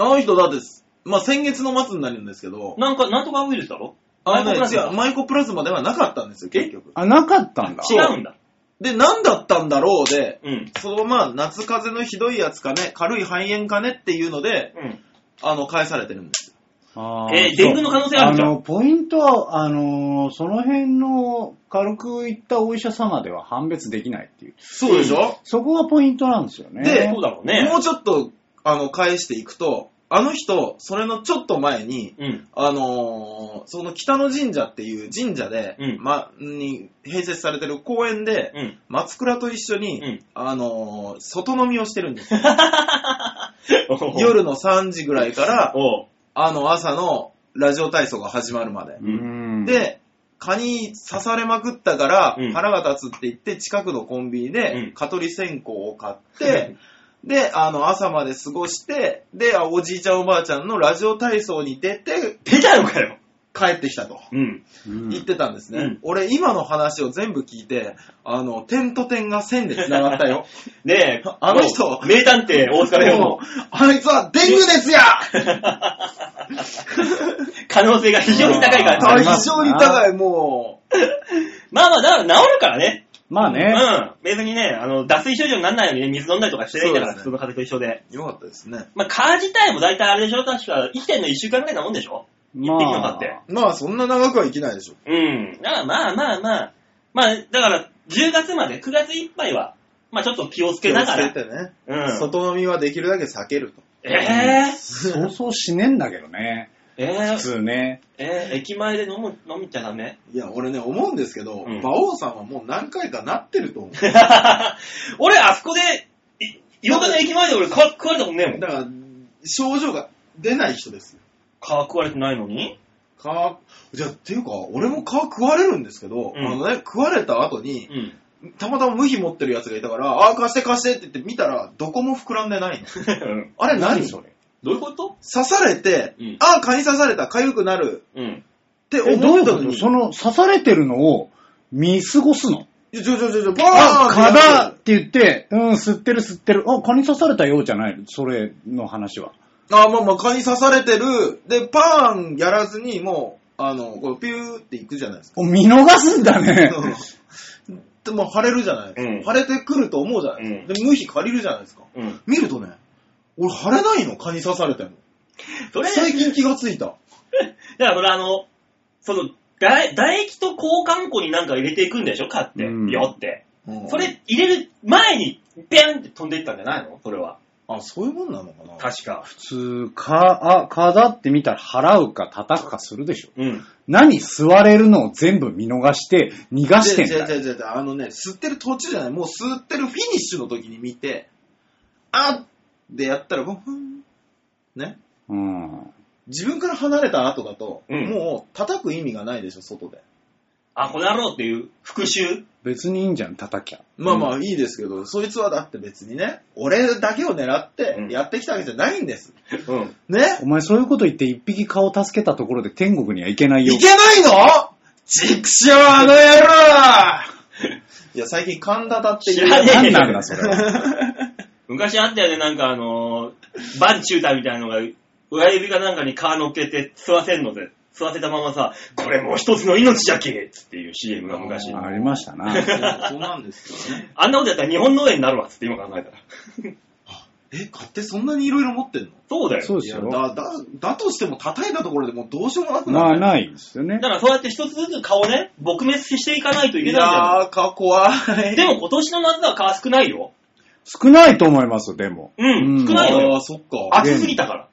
[SPEAKER 1] あの人だって、まあ、先月の末になるんですけど、
[SPEAKER 2] なんか、なんとかウイルスだろ
[SPEAKER 1] あのね、
[SPEAKER 2] マイコプラズマ
[SPEAKER 1] 違う、マイコプラズマではなかったんですよ、結局。
[SPEAKER 3] あ、なかったんだ。
[SPEAKER 2] 違うんだ。
[SPEAKER 1] で、何だったんだろうで、
[SPEAKER 2] うん。
[SPEAKER 1] そのまあ、夏風邪のひどいやつかね、軽い肺炎かねっていうので、
[SPEAKER 2] うん。
[SPEAKER 1] あの、返されてるんですよ。
[SPEAKER 3] あ
[SPEAKER 2] えー
[SPEAKER 3] そう
[SPEAKER 2] デングの可能性あるじゃん
[SPEAKER 3] あの、ポイントは、あのーその辺の軽く言ったお医者様では判別できないっていう。
[SPEAKER 1] そうでしょ、
[SPEAKER 3] そこがポイントなんですよね。
[SPEAKER 1] で
[SPEAKER 2] そうだろうね
[SPEAKER 1] も。うちょっと、あの、返していくと、あの人、それのちょっと前に、
[SPEAKER 2] うん。
[SPEAKER 1] あのーその北の神社っていう神社で、
[SPEAKER 2] うん
[SPEAKER 1] ま、に併設されてる公園で、
[SPEAKER 2] うん。
[SPEAKER 1] 松倉と一緒に、
[SPEAKER 2] うん
[SPEAKER 1] あのー外飲みをしてるんですよ。
[SPEAKER 2] おう
[SPEAKER 1] 夜の3時ぐらいから、
[SPEAKER 2] おう
[SPEAKER 1] あの、朝のラジオ体操が始まるまで。
[SPEAKER 3] うん、
[SPEAKER 1] で、蚊に刺されまくったから
[SPEAKER 2] うん、
[SPEAKER 1] 腹が立つって言って、近くのコンビニ
[SPEAKER 2] うん
[SPEAKER 1] で、蚊取り線香を 買って、で、あの、朝まで過ごして、で、あおじいちゃんおばあちゃんのラジオ体操に出て、
[SPEAKER 2] 出たのかよ。
[SPEAKER 1] 帰ってきたと。
[SPEAKER 2] うん。
[SPEAKER 3] うん
[SPEAKER 1] 言ってたんですね、
[SPEAKER 2] うん
[SPEAKER 1] 俺今の話を全部聞いてあの点と点が線で繋がっ たよ
[SPEAKER 2] ねえ、
[SPEAKER 1] あの人
[SPEAKER 2] 名探偵大塚レ
[SPEAKER 1] も
[SPEAKER 2] オ
[SPEAKER 1] うあいつはデングですや
[SPEAKER 2] 可能性が非常に高いか
[SPEAKER 3] あー
[SPEAKER 2] ら。
[SPEAKER 3] あり
[SPEAKER 1] 非
[SPEAKER 3] ますな
[SPEAKER 1] 常に高いも
[SPEAKER 2] まあまあ、だから治るからね。
[SPEAKER 3] まあね、
[SPEAKER 2] うん。別にね、あの、脱水症状にならないようにね、水飲んだりとかしてないんだから、
[SPEAKER 1] そう
[SPEAKER 2] 普
[SPEAKER 1] です
[SPEAKER 2] 通
[SPEAKER 1] ね
[SPEAKER 2] の風邪と一緒で。
[SPEAKER 1] うよかったですね
[SPEAKER 2] まあ、蚊自体も大体あれでしょ確か、生きてんの1週間ぐらいなもんでしょ
[SPEAKER 3] ま
[SPEAKER 2] 一匹のだ
[SPEAKER 3] あ
[SPEAKER 2] って、
[SPEAKER 1] まあそんな長くは生きないでしょ
[SPEAKER 2] うん。だからまあまあまあ、まあ、だから、10月まで、9月いっぱいは、まあちょっと気をつけなが
[SPEAKER 1] 気を
[SPEAKER 2] ら
[SPEAKER 1] つ。けてね、
[SPEAKER 2] うん。
[SPEAKER 1] 外飲みはできるだけ避けると
[SPEAKER 2] えぇ、
[SPEAKER 3] そうそうしねえんだけどね、
[SPEAKER 2] え
[SPEAKER 3] 普
[SPEAKER 2] ぇ、
[SPEAKER 3] 通ね。
[SPEAKER 2] えー、駅前で飲む、飲みちゃダメ
[SPEAKER 1] いや俺ね思うんですけど、
[SPEAKER 2] うん
[SPEAKER 1] 馬王さんはもう何回かなってると 思うだ
[SPEAKER 2] 俺、あそこで、い、色の駅前で俺、蚊食われたことねえもん。
[SPEAKER 1] から症状が出ない人ですよ
[SPEAKER 2] 蚊食われてないのに
[SPEAKER 1] 蚊じゃあっていうか俺も蚊食われるんですけど、
[SPEAKER 2] うん
[SPEAKER 1] あのね食われた後に、
[SPEAKER 2] うん。
[SPEAKER 1] たまたま無比持ってるやつがいたから、ああ、貸して貸してって言って見たら、どこも膨らんで ないの。あれ何
[SPEAKER 3] それ。
[SPEAKER 2] どういうこと
[SPEAKER 1] 刺されて、
[SPEAKER 2] うん
[SPEAKER 1] ああ、蚊に刺された、痒くなる
[SPEAKER 2] うん。
[SPEAKER 1] って
[SPEAKER 3] え、どう
[SPEAKER 1] 思
[SPEAKER 3] い
[SPEAKER 1] っ
[SPEAKER 3] う
[SPEAKER 1] た
[SPEAKER 3] こ
[SPEAKER 1] の
[SPEAKER 3] と
[SPEAKER 1] に。
[SPEAKER 3] その刺されてるのを見過ごすの
[SPEAKER 1] ちょちょちょちょ、バ
[SPEAKER 3] あ、
[SPEAKER 1] ーン
[SPEAKER 3] 蚊
[SPEAKER 1] ってや
[SPEAKER 3] だって言って、うん、吸ってる吸ってる。あ、蚊に刺されたようじゃないそれの話は。
[SPEAKER 1] つああ、まあまあ、蚊に刺されてる。で、パーンやらずに、もう、あの、こうピューっていくじゃな いですか。
[SPEAKER 3] お見逃すんだね。
[SPEAKER 1] うんでも、腫れるじゃない、
[SPEAKER 2] うん
[SPEAKER 1] 腫れてくると思うじゃないですか。で、無比借りるじゃないですか。
[SPEAKER 2] うん。
[SPEAKER 1] 見るとね、俺腫れないの、蚊に刺されてるの。
[SPEAKER 2] それ、
[SPEAKER 1] 最近気がついた。
[SPEAKER 2] だから、あの、その、唾唾液と交換庫になんか入れていくんでしょ買って。
[SPEAKER 3] うん
[SPEAKER 2] よって。
[SPEAKER 1] うん
[SPEAKER 2] それ入れる前に、ペンって飛んでいったんじゃないのそれは。
[SPEAKER 1] あ、そういうもんなのかな
[SPEAKER 2] 確か。
[SPEAKER 3] 普通、か、あ、かだって見たら払うか叩くかするでしょ。
[SPEAKER 2] うん。
[SPEAKER 3] 何吸われるのを全部見逃して逃がしてん
[SPEAKER 1] 違う
[SPEAKER 3] だ
[SPEAKER 1] 違
[SPEAKER 3] よ。
[SPEAKER 1] う違う違うあのね、吸ってる途中じゃない、もう吸ってるフィニッシュの時に見て、あっでやったら、ふん。ね。
[SPEAKER 3] うん。
[SPEAKER 1] 自分から離れた後だと、
[SPEAKER 2] うん
[SPEAKER 1] もう叩く意味がないでしょ、外で。
[SPEAKER 2] アホだろうっていう復讐。
[SPEAKER 3] 別にいいんじゃん、叩きゃ。
[SPEAKER 1] まあまあいいですけど、そいつはだって別にね、俺だけを狙って
[SPEAKER 2] うん
[SPEAKER 1] やってきたわけじゃないんです。
[SPEAKER 2] うん。
[SPEAKER 1] ね
[SPEAKER 3] お前そういうこと言って一匹顔助けたところで天国には行けないよ
[SPEAKER 1] い。けないのチクショーあの野郎 いや、最近神田だっていう。
[SPEAKER 2] 知らねえ
[SPEAKER 3] 何なんだ、それは。
[SPEAKER 2] 昔あったよね、なんかあのー、バンチューターみたいなのが、親指かなんかに皮乗っけて吸わせんので、吸わせたままさ、これもう一つの命じゃけつっていう CM が昔。
[SPEAKER 3] ありまし たな。
[SPEAKER 1] そうそうなんですよね。
[SPEAKER 2] あんなことやったら日本農園になるわ、つって今考えたら。
[SPEAKER 1] え、買ってそんなに色々持ってんの
[SPEAKER 2] そうだよ。
[SPEAKER 3] そうで
[SPEAKER 1] い
[SPEAKER 3] す
[SPEAKER 1] や
[SPEAKER 3] よ。
[SPEAKER 1] だだだとしても叩いたところでもうどうしようもなくな
[SPEAKER 3] まあ、
[SPEAKER 1] る、
[SPEAKER 3] ないですよね
[SPEAKER 2] だ。からそうやって一つずつ顔ね、撲滅していかないとい
[SPEAKER 1] い
[SPEAKER 2] けないじゃん。
[SPEAKER 1] やー、か怖い。
[SPEAKER 2] でも今年の夏は蚊は少ないよ。
[SPEAKER 3] 少ないと思いますよ、でも。
[SPEAKER 2] うん、
[SPEAKER 3] うん
[SPEAKER 2] 少ないの
[SPEAKER 1] あ
[SPEAKER 2] よ。
[SPEAKER 1] あ、そっか。
[SPEAKER 2] 暑すぎたから。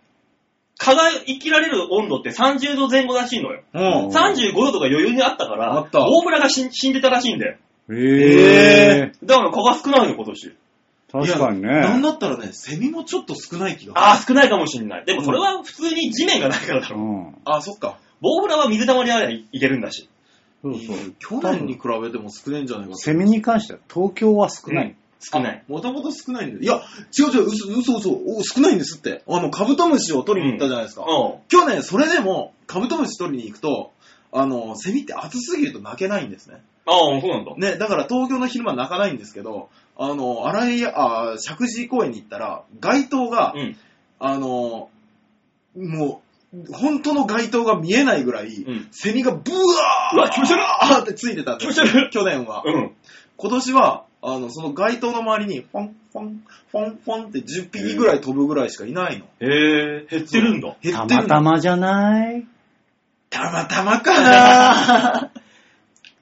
[SPEAKER 2] 輝きられる温度って30度前後らしいのよ。
[SPEAKER 1] うん。
[SPEAKER 2] 35度とか余裕にあったから、
[SPEAKER 1] あった
[SPEAKER 2] 大村が死ん死んでたらしいんだよ。
[SPEAKER 3] ええ
[SPEAKER 2] だから蚊が少ないの今年。
[SPEAKER 3] 確かに
[SPEAKER 1] いやなん
[SPEAKER 3] ね。
[SPEAKER 1] だったらね、セミもちょっと少ない気が。
[SPEAKER 2] ああ、少ないかもしんない。でもそれは普通に地面がないからだ
[SPEAKER 3] う
[SPEAKER 2] ろ。
[SPEAKER 3] ん。
[SPEAKER 1] ああ、そっか。
[SPEAKER 2] 大村は水溜まりあればいけるんだし。
[SPEAKER 3] そうそう。
[SPEAKER 1] 去年に比べても少ないんじゃないかと
[SPEAKER 3] セミに関しては東京は少ない。
[SPEAKER 2] 少ない。
[SPEAKER 1] もともと少ないんで。いや、違う違う、嘘嘘嘘お少ないんですって。あの、カブトムシを取りに行ったじゃないですか。
[SPEAKER 2] う
[SPEAKER 1] 去年、それでも、カブトムシ取りに行くと、あの、セミって暑すぎると泣けないんです
[SPEAKER 2] ん。
[SPEAKER 1] ね。
[SPEAKER 2] ああ、そうなんだ。
[SPEAKER 1] ね、だから東京の昼間泣かないんですけど、あの、荒井、あ、石神井公園に行ったら、街灯が、
[SPEAKER 2] うん。
[SPEAKER 1] あの、もう、本当の街灯が見えないぐらい、
[SPEAKER 2] うん
[SPEAKER 1] セミがブワー
[SPEAKER 2] うわ気持ち悪い
[SPEAKER 1] ーってついてたんです
[SPEAKER 2] 気
[SPEAKER 1] よ
[SPEAKER 2] 持ち悪い
[SPEAKER 1] 去年は。
[SPEAKER 2] うん。
[SPEAKER 1] 今年は、あの、その街灯の周りに、フォン、フォン、フォン、フォンって10匹ぐらい飛ぶぐらいしかいないの。
[SPEAKER 2] へえ、減ってるんだ。
[SPEAKER 1] 減
[SPEAKER 3] た
[SPEAKER 1] ってる
[SPEAKER 3] ま
[SPEAKER 1] の
[SPEAKER 3] た。まじゃない
[SPEAKER 1] たまたまかな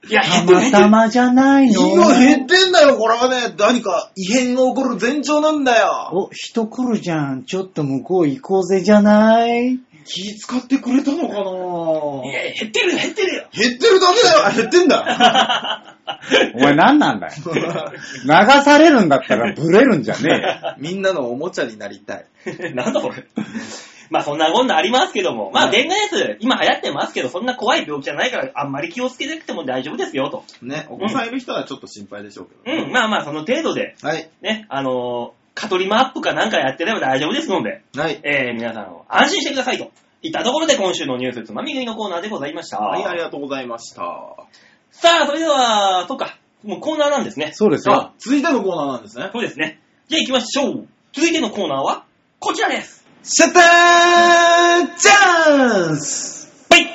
[SPEAKER 1] い
[SPEAKER 2] や、減
[SPEAKER 3] た
[SPEAKER 2] ってる減
[SPEAKER 3] ま
[SPEAKER 2] ってる
[SPEAKER 3] たまじゃ ない
[SPEAKER 1] いや
[SPEAKER 3] の、
[SPEAKER 1] 減ってんだよ、これはね。何か異変が起こる前兆なんだよ。
[SPEAKER 3] お、人来るじゃん。ちょっと向こう行こうぜじゃない
[SPEAKER 1] 気使ってくれたのかない
[SPEAKER 2] や、減ってる減ってるよ。
[SPEAKER 1] 減ってるだけだよ。あ減ってんだ。
[SPEAKER 3] お前何なんだよ。流されるんだったらブレるんじゃ ね
[SPEAKER 1] みんなのおもちゃになりたい。
[SPEAKER 2] なんだこれ。 まあそんなこんなありますけども、まあ伝外熱、今流行ってますけど、そんな怖い病気じゃないから、あんまり気をつけなくても大丈夫ですよ、と。
[SPEAKER 1] ね、お子さんいる人はちょっと心配でしょうけど
[SPEAKER 2] う
[SPEAKER 1] ね。
[SPEAKER 2] ん、まあまあその程度で、
[SPEAKER 1] はい。
[SPEAKER 2] ね、あのー、カトリマアップかなんかやってれば大丈夫ですので、
[SPEAKER 1] はい。
[SPEAKER 2] えー、皆さんを安心してくださいと。いったところで今週のニュースつまみ食いのコーナーでございました。
[SPEAKER 1] はい、ありがとうございました。
[SPEAKER 2] さあ、それでは、そうか、もうコーナーなんです
[SPEAKER 3] え。
[SPEAKER 2] ね。
[SPEAKER 3] そうですよ
[SPEAKER 1] あ。、続いてのコーナーなんですね。
[SPEAKER 2] そうですね。じゃあ行きましょう。続いてのコーナーは、こちらです。
[SPEAKER 1] シャッターチャンス
[SPEAKER 2] はい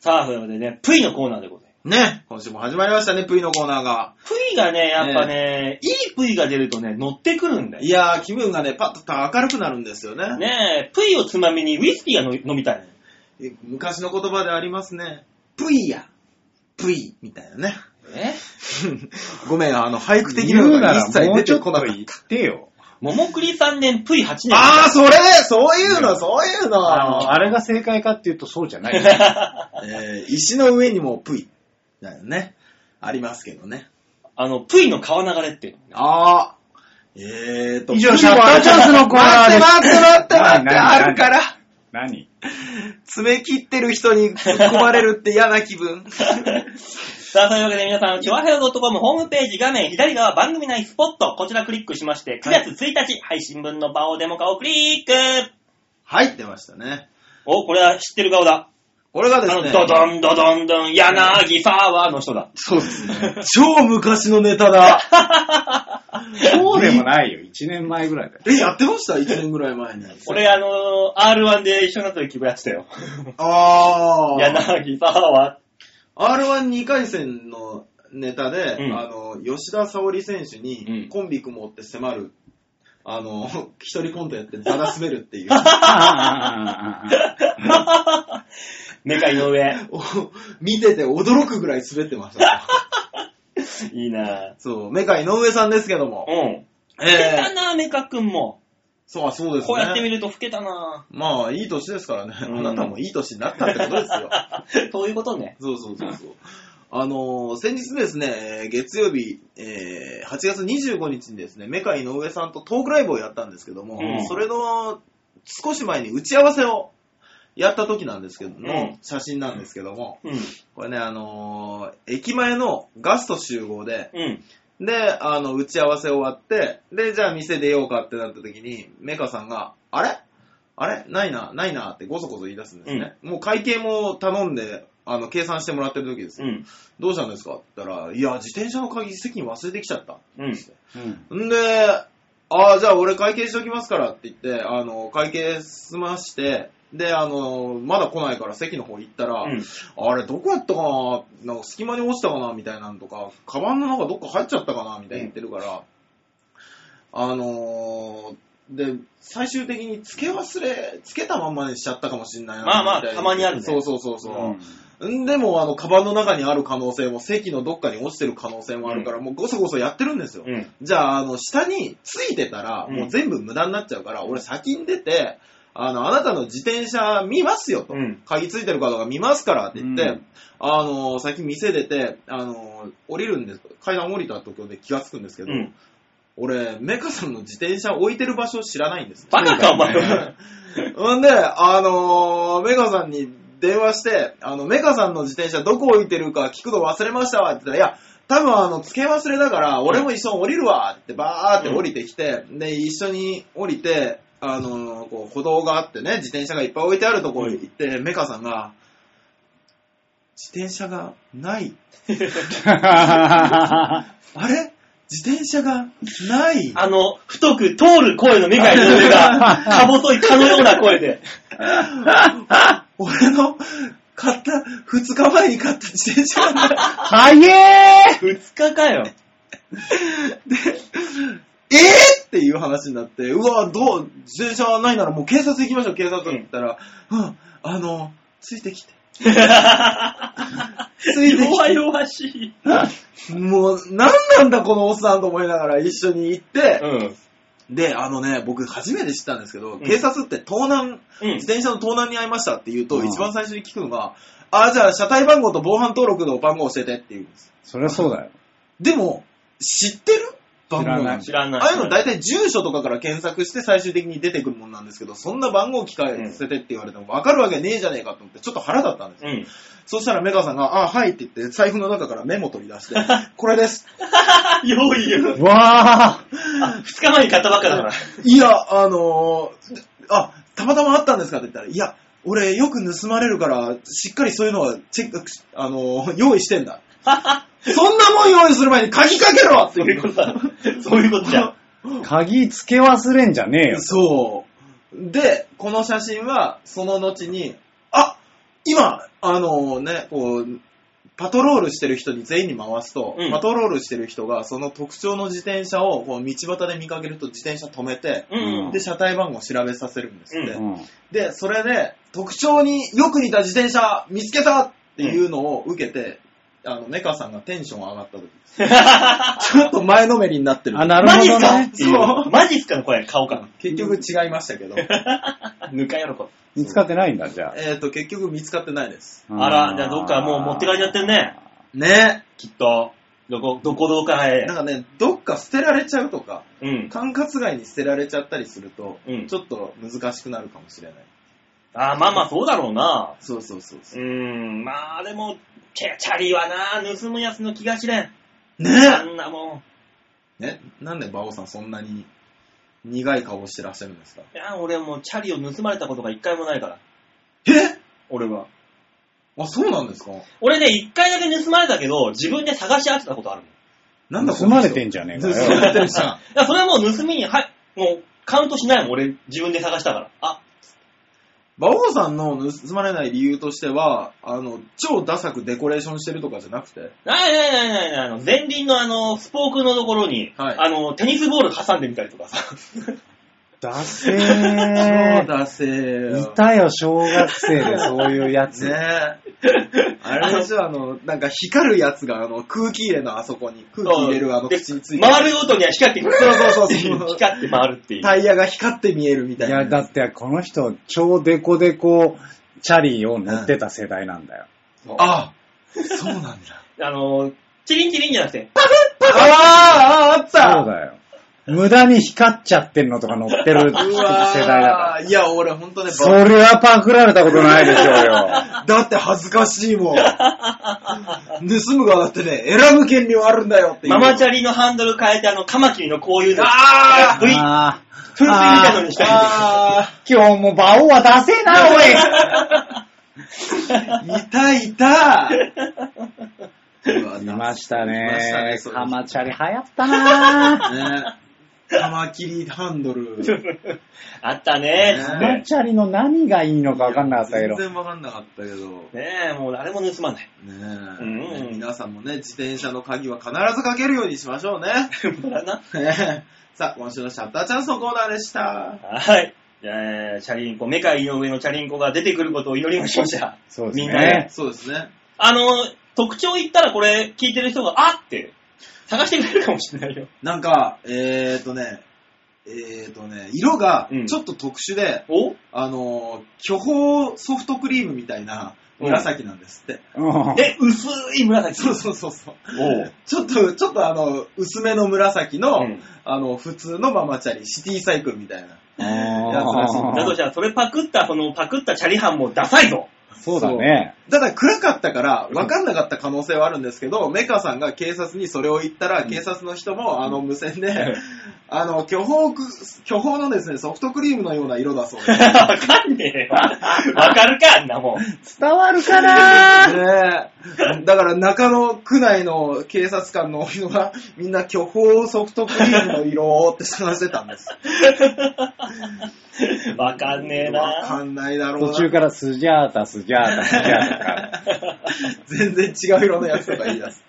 [SPEAKER 2] さあ、それでね、プイのコーナーでございます。
[SPEAKER 1] ね、今週も始まりましたね、プイのコーナーが。
[SPEAKER 2] プイがね、やっぱね、いいプイが出るとね、乗ってくるんだ
[SPEAKER 1] い
[SPEAKER 2] よ。
[SPEAKER 1] やー、気分がね、パッと明るくなるんですよね。
[SPEAKER 2] ねえ、プイをつまみにウイスキーがの飲みたい。
[SPEAKER 1] 昔の言葉でありますね。プイや、プイ、みたいなね。
[SPEAKER 2] え
[SPEAKER 1] ごめん、あの、俳句的
[SPEAKER 3] 言
[SPEAKER 1] な
[SPEAKER 3] う
[SPEAKER 1] の
[SPEAKER 3] な
[SPEAKER 1] が
[SPEAKER 3] ら
[SPEAKER 1] 一切
[SPEAKER 3] もう
[SPEAKER 1] 出
[SPEAKER 3] ちょ
[SPEAKER 1] て
[SPEAKER 3] っ
[SPEAKER 1] ことなかっ
[SPEAKER 3] 言
[SPEAKER 1] た。
[SPEAKER 3] ってよ。
[SPEAKER 2] 桃栗3年、プイ8年。
[SPEAKER 1] あー、それそういうの、そういうの
[SPEAKER 3] あの、あれが正解かっていうとそうじ ゃないよ。
[SPEAKER 1] えー石の上にもプイ、だよね。ありますけどね。
[SPEAKER 2] あの、プイの川流れっていうの。
[SPEAKER 1] あー。えーと、
[SPEAKER 3] 以上シャッターチャンスのコーナーで す
[SPEAKER 1] 待って待って待って待って、
[SPEAKER 3] 何何
[SPEAKER 1] あるから。
[SPEAKER 3] 何
[SPEAKER 1] 爪切ってる人に突っ込まれるって嫌な気 分。
[SPEAKER 2] さあ、というわけで皆さん、チワヘオ .com ホームページ画面左側番組内スポット、こちらクリックしまして、9月1日、配信分の場をデモ化をクリック
[SPEAKER 1] はい、出ましたね。
[SPEAKER 2] お、これは知ってる顔だ。
[SPEAKER 1] これが
[SPEAKER 2] あ
[SPEAKER 1] です
[SPEAKER 2] の、
[SPEAKER 1] ね、
[SPEAKER 2] ドドンドドンドン、柳沢の人だ。
[SPEAKER 3] そうですね。
[SPEAKER 1] 超昔のネタだ。
[SPEAKER 3] そうでもないよ。1年前ぐら いだよ。
[SPEAKER 1] え、やってました ?1 年ぐらい 前に。
[SPEAKER 2] 俺、あのー、R1 で一緒になった時もやってたよ。
[SPEAKER 1] あー。
[SPEAKER 2] 柳沢は。
[SPEAKER 1] R12 回戦のネタで、
[SPEAKER 2] うん
[SPEAKER 1] あの、吉田沙保里選手
[SPEAKER 2] うん
[SPEAKER 1] にコンビ組もうって迫る、あの、一人コントやってザラ滑るっていう。
[SPEAKER 2] メカ井上。
[SPEAKER 1] お見てて驚くぐらい滑ってました。
[SPEAKER 2] いいなぁ。
[SPEAKER 1] そう、メカ井上さんですけども。
[SPEAKER 2] うん。老け
[SPEAKER 1] え
[SPEAKER 2] た
[SPEAKER 1] ー、
[SPEAKER 2] なぁ、メカ君も。
[SPEAKER 1] そう、そうですね。
[SPEAKER 2] こうやって見ると老けたな
[SPEAKER 1] まあ、いい年ですからね。
[SPEAKER 2] うん
[SPEAKER 1] あなたもいい年になったってことですよ。
[SPEAKER 2] ぁ。そういうことね。
[SPEAKER 1] そうそうそうそう。あのー先日ですね、えー月曜日、えー8月25日にですね、メカ井上さんとトークライブをやったんですけども、
[SPEAKER 2] うん
[SPEAKER 1] それの少し前に打ち合わせをやった時なんですけど、
[SPEAKER 2] うん
[SPEAKER 1] の写真なんですけども、
[SPEAKER 2] うん。
[SPEAKER 1] これね、あのー駅前のガスト集合で、
[SPEAKER 2] うん。
[SPEAKER 1] で、あの、打ち合わせ終わって、で、じゃあ店出ようかってなった時に、メカさんが、あれあれないな、ないなってごそごそ言い出すんですね。もう会計も頼んで、あの、計算してもらってる時です
[SPEAKER 2] う
[SPEAKER 1] よ。
[SPEAKER 2] ん。
[SPEAKER 1] どうしたんですかって言ったら、いや、自転車の鍵席に忘れてきちゃった。
[SPEAKER 2] うん。
[SPEAKER 3] うん
[SPEAKER 1] んで、ああ、じゃあ俺会計しておきますからって言って、あの、会計済まして、で、あの、まだ来ないから席の方行ったら、
[SPEAKER 2] うん
[SPEAKER 1] あれどこやったかななんか隙間に落ちたかなみたいなのとか、カバンの中どっか入っちゃったかなみたいに言ってるから、あのーで、最終的につけ忘れ、つけたまんまにしちゃったかもしんないな
[SPEAKER 2] まあまあ
[SPEAKER 1] みいな
[SPEAKER 2] たまにあるね
[SPEAKER 1] そうそうそうそう。
[SPEAKER 3] うん
[SPEAKER 1] んでも、あの、カバンの中にある可能性も、席のどっかに落ちてる可能性もあるから、もうごそごそやってるんですよ。
[SPEAKER 2] うん。
[SPEAKER 1] じゃあ、あの、下についてたら、
[SPEAKER 2] うん
[SPEAKER 1] もう全部無駄になっちゃうから、俺先に出て、あの、あなたの自転車見ますよと。
[SPEAKER 2] うん
[SPEAKER 1] 鍵ついてるかどうか見ますからって言って、
[SPEAKER 3] うん
[SPEAKER 1] あの、先店出て、あの、降りるんです、階段降りたところで気がつくんですけど、
[SPEAKER 2] うん。
[SPEAKER 1] 俺、メカさんの自転車置いてる場所を知らないんですね。
[SPEAKER 2] バカか、お前は。
[SPEAKER 1] ほんで、あのーメカさんに電話して、あの、メカさんの自転車どこ置いてるか聞くの忘れましたわって言ったら、いや、多分あの、付け忘れだから、俺も一緒に降りるわってバーって降りてきて、で、一緒に降りて、あのーこう、歩道があってね、自転車がいっぱい置いてあるところに行って、メカさんが、自転車がない。あれ自転車がない。
[SPEAKER 2] あの、太く通る声のメガの上 が、か細いかのような声で。
[SPEAKER 1] 俺の買った、2日前に買った自転車がない。
[SPEAKER 3] 早え
[SPEAKER 2] 二日か よ。
[SPEAKER 1] で、えー、っていう話になって、うわ、どう、自転車ないならもう警察行きましょう、警察って言ったら、うん、あの、ついてきて。ついて
[SPEAKER 2] 弱
[SPEAKER 1] き
[SPEAKER 2] 々しい。
[SPEAKER 1] て。もう、なんなんだこのおっさんと思いながら一緒に行って、
[SPEAKER 2] うん。
[SPEAKER 1] で、あのね、僕初めて知ったんですけど、
[SPEAKER 2] ん
[SPEAKER 1] 警察って盗難、
[SPEAKER 2] うん
[SPEAKER 1] 自。転車の盗難に遭いましたって言うと、
[SPEAKER 3] うん
[SPEAKER 1] 一番最初に聞くのが、あ、じゃあ車体番号と防犯登録の番号教えてって言うんです。
[SPEAKER 3] そりゃそうだよ。
[SPEAKER 1] でも、知ってる番号
[SPEAKER 3] 知らない
[SPEAKER 2] 知らない。
[SPEAKER 1] ああいうの大体住所とかから検索して最終的に出てくるもんなんですけど、そんな番号聞かせてって言われても分かるわけねえじゃねえかと思って、ちょっと腹だったんですよ。
[SPEAKER 2] うん。
[SPEAKER 1] そしたらメカさんが、ああ、はいって言って、財布の中からメモ取り出 して、これです。
[SPEAKER 2] 用意よ。
[SPEAKER 3] わあ
[SPEAKER 2] あ、二日前に買ったばっかだから。
[SPEAKER 1] いや、あのーあ、たまたまあったんですかって言ったら、いや、俺よく盗まれるから、しっかりそういうのはチェックし、あのー用意して んだ。そんなもん用意する前に鍵かけろって
[SPEAKER 2] そういうことだ。そういうことじゃん。
[SPEAKER 3] 鍵つけ忘れんじゃねえよ。
[SPEAKER 1] そう。で、この写真は、その後に、あ今、あのね、こう、パトロールしてる人に全員に回すと、
[SPEAKER 2] うん
[SPEAKER 1] パトロールしてる人が、その特徴の自転車を、こう、道端で見かけると自転車止めて、
[SPEAKER 2] うん。
[SPEAKER 1] で、車体番号を調べさせるんですって。
[SPEAKER 2] う
[SPEAKER 3] うん
[SPEAKER 1] で、それで、特徴によく似た自転車見つけたっていうのを受けて、あの、メカさんがテンション上がった時です。 ちょっと前のめりになってる。
[SPEAKER 3] あ、なる
[SPEAKER 2] マジっ
[SPEAKER 3] ほ
[SPEAKER 2] す
[SPEAKER 3] ど
[SPEAKER 2] かっ
[SPEAKER 3] ね。
[SPEAKER 2] ていう。マジっすかの声、顔か。
[SPEAKER 1] 結局違いましたけど。
[SPEAKER 2] ぬか喜ぶ。
[SPEAKER 3] 見つかってないんだ、じゃあ。
[SPEAKER 1] えっ、と、結局見つかってないです。
[SPEAKER 2] あら、じゃあどっかもう持ってかれちゃってんね。
[SPEAKER 1] ね
[SPEAKER 2] きっと。どこ、どこどこかへ
[SPEAKER 1] なん。かね、どっか捨てられちゃうとか、
[SPEAKER 2] うん。
[SPEAKER 1] 管轄外に捨てられちゃったりすると、
[SPEAKER 2] うん
[SPEAKER 1] ちょっと難しくなるかもしれない。
[SPEAKER 2] あーまあまあ、そうだろうな。
[SPEAKER 1] そうそうそうそう
[SPEAKER 2] ーん、まあでも、チェチャリはな、盗むやつの気がしれん。
[SPEAKER 1] う。
[SPEAKER 2] あ
[SPEAKER 1] ね
[SPEAKER 2] んなもん。
[SPEAKER 1] えね、なんで馬王さんそんなに苦い顔してらっしゃるんですか
[SPEAKER 2] いや、俺もうチャリを盗まれたことが一回もないから。
[SPEAKER 1] え
[SPEAKER 2] 俺は。
[SPEAKER 1] あ、そうなんですか
[SPEAKER 2] 俺ね、一回だけ盗まれたけど、自分で探し当てたことあるの。
[SPEAKER 1] なんだ
[SPEAKER 3] 盗まれてんじゃねえかよ
[SPEAKER 1] 盗まれてるじゃん。
[SPEAKER 2] いや、それはもう盗みに、はい、もうカウントしないもん、俺、自分で探したから。あ、
[SPEAKER 1] 馬王さんの盗まれない理由としては、あの、超ダサくデコレーションしてるとかじゃなくて、
[SPEAKER 2] ないないないないない、あの、前輪のあの、スポークのところに、
[SPEAKER 1] はい
[SPEAKER 2] あの、テニスボール挟んでみたりとかさ。
[SPEAKER 3] だせ
[SPEAKER 1] 超
[SPEAKER 3] ー。
[SPEAKER 1] ダセー。
[SPEAKER 3] いたよ、小学生でそういうや つ。
[SPEAKER 1] ねえ。あれでしょ、あの、なんか光るやつが、あの、空気入れのあそこに、空気入れるあの
[SPEAKER 2] で
[SPEAKER 1] 口についてる。
[SPEAKER 2] 回るごとには光ってくる。
[SPEAKER 1] そうそうそうそう
[SPEAKER 2] 光って回るっていう。
[SPEAKER 1] タイヤが光って見えるみたい
[SPEAKER 3] い
[SPEAKER 1] な。
[SPEAKER 3] や、だってこの人、超デコデコチャリを乗ってた世代なんだよ。
[SPEAKER 2] そうあ
[SPEAKER 1] あそうなんだ。
[SPEAKER 2] の、チリンチリンじゃなくて、
[SPEAKER 1] あーあ、あっ
[SPEAKER 3] そうだよ。無駄に光っちゃってんのとか乗ってる
[SPEAKER 1] う
[SPEAKER 3] 世代だ
[SPEAKER 1] わー
[SPEAKER 3] から。
[SPEAKER 1] いや、俺ほんとね、
[SPEAKER 3] それはパクられたことないでしょうよ。
[SPEAKER 1] だって恥ずかしいもん。盗む側だってね、選ぶ権利はあるんだよっていう。
[SPEAKER 2] ママチャ
[SPEAKER 1] リ。
[SPEAKER 2] リのハンドル変えて、あの、カマキリのこういうの、
[SPEAKER 1] あ
[SPEAKER 2] ブイッ、
[SPEAKER 3] あー
[SPEAKER 2] 噴水みたいなのにしたりとか。
[SPEAKER 1] あ
[SPEAKER 3] 今日も馬王は出せえな、おい
[SPEAKER 1] ーいたいたうわ
[SPEAKER 3] いました
[SPEAKER 1] いました
[SPEAKER 3] ね
[SPEAKER 1] ね。それ
[SPEAKER 3] カマチャリ流行ったな
[SPEAKER 1] ね玉切りハンドル。
[SPEAKER 2] あったね、つ
[SPEAKER 1] ね
[SPEAKER 2] っ
[SPEAKER 3] マ
[SPEAKER 2] て
[SPEAKER 3] マチャリの何がいいのか分かんなかったけど
[SPEAKER 1] 全。然わかんなかったけど。ね
[SPEAKER 2] ねえ、もう誰も盗まない。
[SPEAKER 1] え、
[SPEAKER 2] うん
[SPEAKER 1] 皆さんもね、自転車の鍵は必ずかけるようにしましょうね。
[SPEAKER 2] 本当だな。
[SPEAKER 1] ねえさあ、今週のシャッターチャンスのコーナーでした。
[SPEAKER 2] はい。じゃあ、チャリンコ、メカ井上のチャリンコが出てくることを祈りましょう、じゃあ。
[SPEAKER 3] そうです
[SPEAKER 2] みんなで
[SPEAKER 3] ね。
[SPEAKER 1] そうですね。
[SPEAKER 2] あの、特徴言ったらこれ聞いてる人が、あって、探してくれるかもしれないよ。
[SPEAKER 1] なんか、えーとね、えーとね、色が
[SPEAKER 2] うん
[SPEAKER 1] ちょっと特殊で、
[SPEAKER 2] お
[SPEAKER 1] あのー、巨峰ソフトクリームみたいな紫なんですって。
[SPEAKER 3] うん
[SPEAKER 2] え、薄い紫。
[SPEAKER 1] そうそうそうそう。
[SPEAKER 2] おう。
[SPEAKER 1] ちょっと、ちょっとあの、薄めの紫の、
[SPEAKER 2] うん
[SPEAKER 1] あの、普通のママチャリ、シティサイクルみたいな。
[SPEAKER 3] あー
[SPEAKER 2] だとしたら、それパクった、そのパクったチャリ班もダサいぞ。
[SPEAKER 3] そうだね。
[SPEAKER 1] ただ暗かったから分かんなかった可能性はあるんですけど、メカさんが警察にそれを言ったら、警察の人もあの無線で、 あの巨峰く、巨峰のですね、ソフトクリームのような色だそうです。ね
[SPEAKER 2] わかんねえよ。わかるか、あんなもん。
[SPEAKER 3] 伝わるかな
[SPEAKER 1] えだから中野区内の警察官の人がみんな巨峰ソフトクリームの色って探してたんです。
[SPEAKER 2] わかんねえ
[SPEAKER 1] わ
[SPEAKER 2] な。
[SPEAKER 1] かんないだろうな。
[SPEAKER 3] 途中からスジャータ、スジャータ、スジャータから。
[SPEAKER 1] 全然違う色のやつとか言い出す。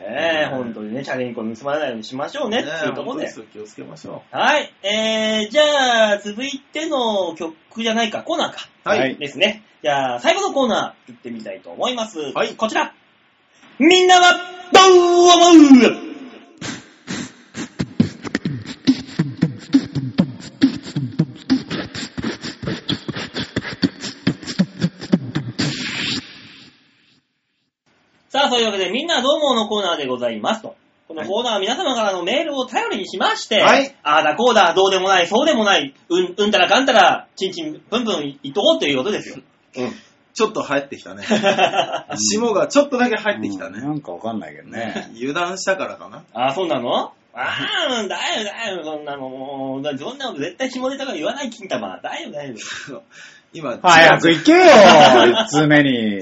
[SPEAKER 2] ねえ、本当にね、チャリンコ盗まれないようにしましょうね、
[SPEAKER 1] ね
[SPEAKER 2] っていうとこ
[SPEAKER 1] 本
[SPEAKER 2] ろ
[SPEAKER 1] 当
[SPEAKER 2] で
[SPEAKER 1] で。す気をつけましょ
[SPEAKER 2] はい。えー、じゃあ、続いての曲じゃないか、コーナーか。
[SPEAKER 1] う。 はい。
[SPEAKER 3] はい
[SPEAKER 2] ですね。じゃあ、最後のコーナー、行ってみたいと思います。
[SPEAKER 1] はい
[SPEAKER 2] こちら。みんなは、どう思うさあ、そういうわけで、みんなどうものコーナーでございますと。このコーナーは皆様からのメールを頼りにしまして、
[SPEAKER 1] はい
[SPEAKER 2] ああだこうだ、どうでもない、そうでもない、うん、うんたらかんたら、ちんちん、ぶんぶんいっとこうということですよ。
[SPEAKER 1] ちょっと入って きたね。霜がちょっとだけ入ってきた
[SPEAKER 3] うん
[SPEAKER 1] ね。
[SPEAKER 3] なんかわかんないけどね。
[SPEAKER 1] 油断したからかな。
[SPEAKER 2] あ、そうなのああ、だよだよ、そんなの、もう、だそんなの絶対下ネタから言わない、金玉。だよだよ。
[SPEAKER 1] 今、
[SPEAKER 3] 早く行け よ一通目に。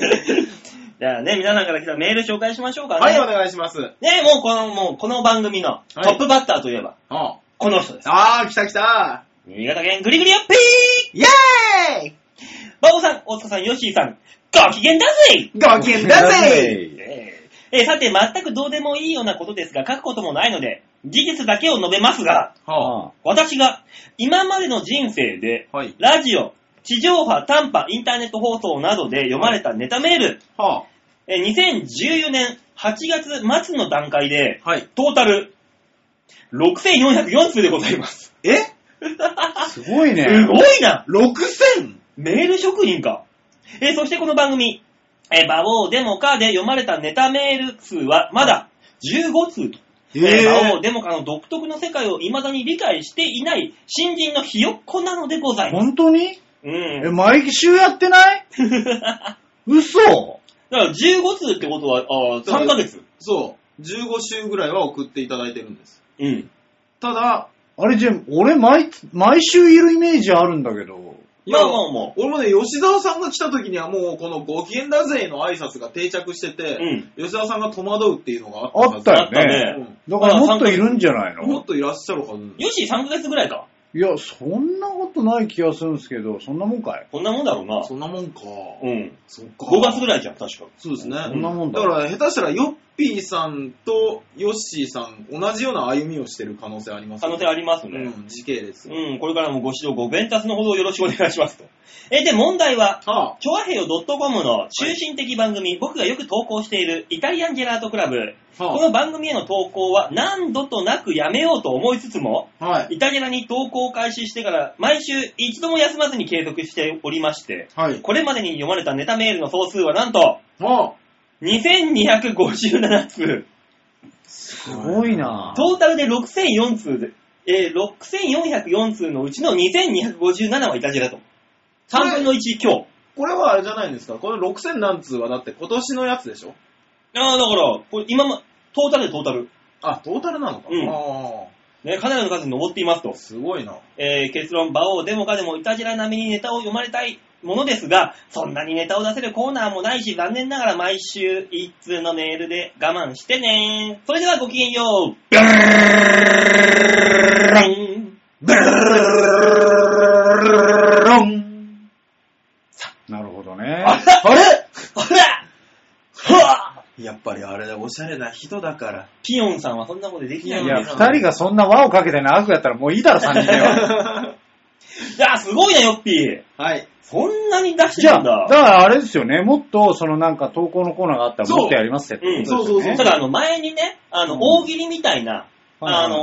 [SPEAKER 2] じゃあね、皆さんから来たメール紹介しましょうかね。
[SPEAKER 1] はい、お願いします。
[SPEAKER 2] ね、もうこの、もうこの番組のトップバッターといえば、
[SPEAKER 1] あ
[SPEAKER 2] この人です。
[SPEAKER 1] あー、来た来た
[SPEAKER 2] 新潟県グリグリアッピー
[SPEAKER 1] イェーイ
[SPEAKER 2] バオさん、大塚さん、ヨッシーさん、ご機嫌だぜ
[SPEAKER 1] ご 機嫌だぜ
[SPEAKER 2] えーえーさて、全くどうでもいいようなことですが、書くこともないので、事実だけを述べますが、
[SPEAKER 1] は
[SPEAKER 3] あ
[SPEAKER 2] 私が今までの人生で、
[SPEAKER 1] あ、はい。
[SPEAKER 2] ラジオ、地上波、短波、インターネット放送などで読まれたネタメール、
[SPEAKER 1] は
[SPEAKER 2] えー2014年8月末の段階で、
[SPEAKER 1] あ、はい。
[SPEAKER 2] トータル6404通でございます。
[SPEAKER 1] え
[SPEAKER 3] あすごいね。
[SPEAKER 2] すごいな
[SPEAKER 1] ?6000!
[SPEAKER 2] メール職人か。えーそしてこの番組、えー、馬王デモカで読まれたネタメール数はまだ15通と。えー馬王デモカの独特の世界を未だに理解していない新人のひよっこなのでございます。
[SPEAKER 3] 本当に
[SPEAKER 2] うん
[SPEAKER 3] え、。毎週やってない嘘
[SPEAKER 2] だから15通ってことは、あー3ヶ月。
[SPEAKER 1] そう。15週ぐらいは送っていただいてるんです。
[SPEAKER 2] うん。
[SPEAKER 1] ただ、
[SPEAKER 3] あれじゃ、俺毎、毎週いるイメージあるんだけど。
[SPEAKER 1] い
[SPEAKER 2] ま
[SPEAKER 1] や
[SPEAKER 2] あまあまあ。
[SPEAKER 1] 俺もね、吉沢さんが来た時にはもう、このご機嫌だぜの挨拶が定着してて、
[SPEAKER 2] うん。
[SPEAKER 1] 吉沢さんが戸惑うっていうのがあ
[SPEAKER 3] あ
[SPEAKER 1] っ
[SPEAKER 3] ったた
[SPEAKER 2] よ
[SPEAKER 1] は
[SPEAKER 3] よ
[SPEAKER 2] ね
[SPEAKER 3] ね。
[SPEAKER 1] ず
[SPEAKER 3] だからもっといるんじゃない
[SPEAKER 1] うんも
[SPEAKER 3] の
[SPEAKER 1] っといらっしゃるはず。
[SPEAKER 2] よし、3ヶ月ぐらいか。
[SPEAKER 3] いや、そんなことない気がするんですけど、そんなもんかい
[SPEAKER 2] こんなもんだろうな。
[SPEAKER 1] そんなもんか。
[SPEAKER 2] うん。
[SPEAKER 1] そっか。
[SPEAKER 2] 5月ぐらいじゃん、確か。
[SPEAKER 1] そうですね。
[SPEAKER 3] そんなもんだ。
[SPEAKER 1] だから下手したらヨッピーさんとヨッシーさん同じような歩みをしてる可能性あります
[SPEAKER 2] 可
[SPEAKER 1] よ
[SPEAKER 2] 能性ありますね。
[SPEAKER 1] うん、時系列。
[SPEAKER 2] うん、これからもご指導、ご弁達のほどよろしくお願いしますと。え、で、問題は、
[SPEAKER 1] はあ、
[SPEAKER 2] チョアヘヨ .com の中心的番組、僕がよく投稿しているイタリアンジェラートクラブ。こ
[SPEAKER 1] は
[SPEAKER 2] の番組への投稿は何度となくやめようと思いつつも、
[SPEAKER 1] あ、は い、
[SPEAKER 2] イタジェラに投稿を開始してから毎週一度も休まずに継続しておりまして、
[SPEAKER 1] はい。
[SPEAKER 2] これまでに読まれたネタメールの総数はなんと、
[SPEAKER 1] はあ、
[SPEAKER 2] 2257通。
[SPEAKER 1] す
[SPEAKER 3] すごい。な
[SPEAKER 2] トータルで6004通で、えー6404通のうちの2257はいたじらと。3分の1強。
[SPEAKER 1] これはあれじゃないんですかこの6000何通はだって今年のやつでしょ
[SPEAKER 2] ああ、だから、これ今ま、トータルでトータル。
[SPEAKER 1] あ、トータルなのか。
[SPEAKER 2] うん
[SPEAKER 1] あ
[SPEAKER 2] ね、かなりの数に上っていますと
[SPEAKER 1] あ、。すごいな。
[SPEAKER 2] えー結論、馬王デモカでもいたじら並みにネタを読まれたい。ものですが、そんなにネタを出せるコーナーもないし、残念ながら毎週一通のメールで我慢してね。それではごきげんよう。ブルーン
[SPEAKER 1] ブルロン。
[SPEAKER 3] なるほどね。
[SPEAKER 2] あら
[SPEAKER 1] あれ
[SPEAKER 2] ほらはぁ
[SPEAKER 1] やっぱりあれだ、おしゃれな人だから。
[SPEAKER 2] ピヨンさんはそんなことできない
[SPEAKER 3] い
[SPEAKER 2] の
[SPEAKER 3] や、
[SPEAKER 2] で
[SPEAKER 3] 二人がそんな輪をかけて長くやったらもういいだろ、三人目は。
[SPEAKER 2] いや、すごいな、ヨッピー。
[SPEAKER 1] はい。
[SPEAKER 2] そんなに出して
[SPEAKER 3] じ
[SPEAKER 2] る
[SPEAKER 3] ゃあ、
[SPEAKER 2] ん
[SPEAKER 3] だ
[SPEAKER 2] だ。
[SPEAKER 3] からあれですよね、もっとそのなんか投稿のコーナーがあったら
[SPEAKER 1] そう
[SPEAKER 3] もっとやりますって。
[SPEAKER 2] うん
[SPEAKER 1] そうそうそう。
[SPEAKER 2] ただ、あの、前にね、あの
[SPEAKER 3] う、ん
[SPEAKER 2] 大喜利みたいな、
[SPEAKER 3] はいはい
[SPEAKER 2] あの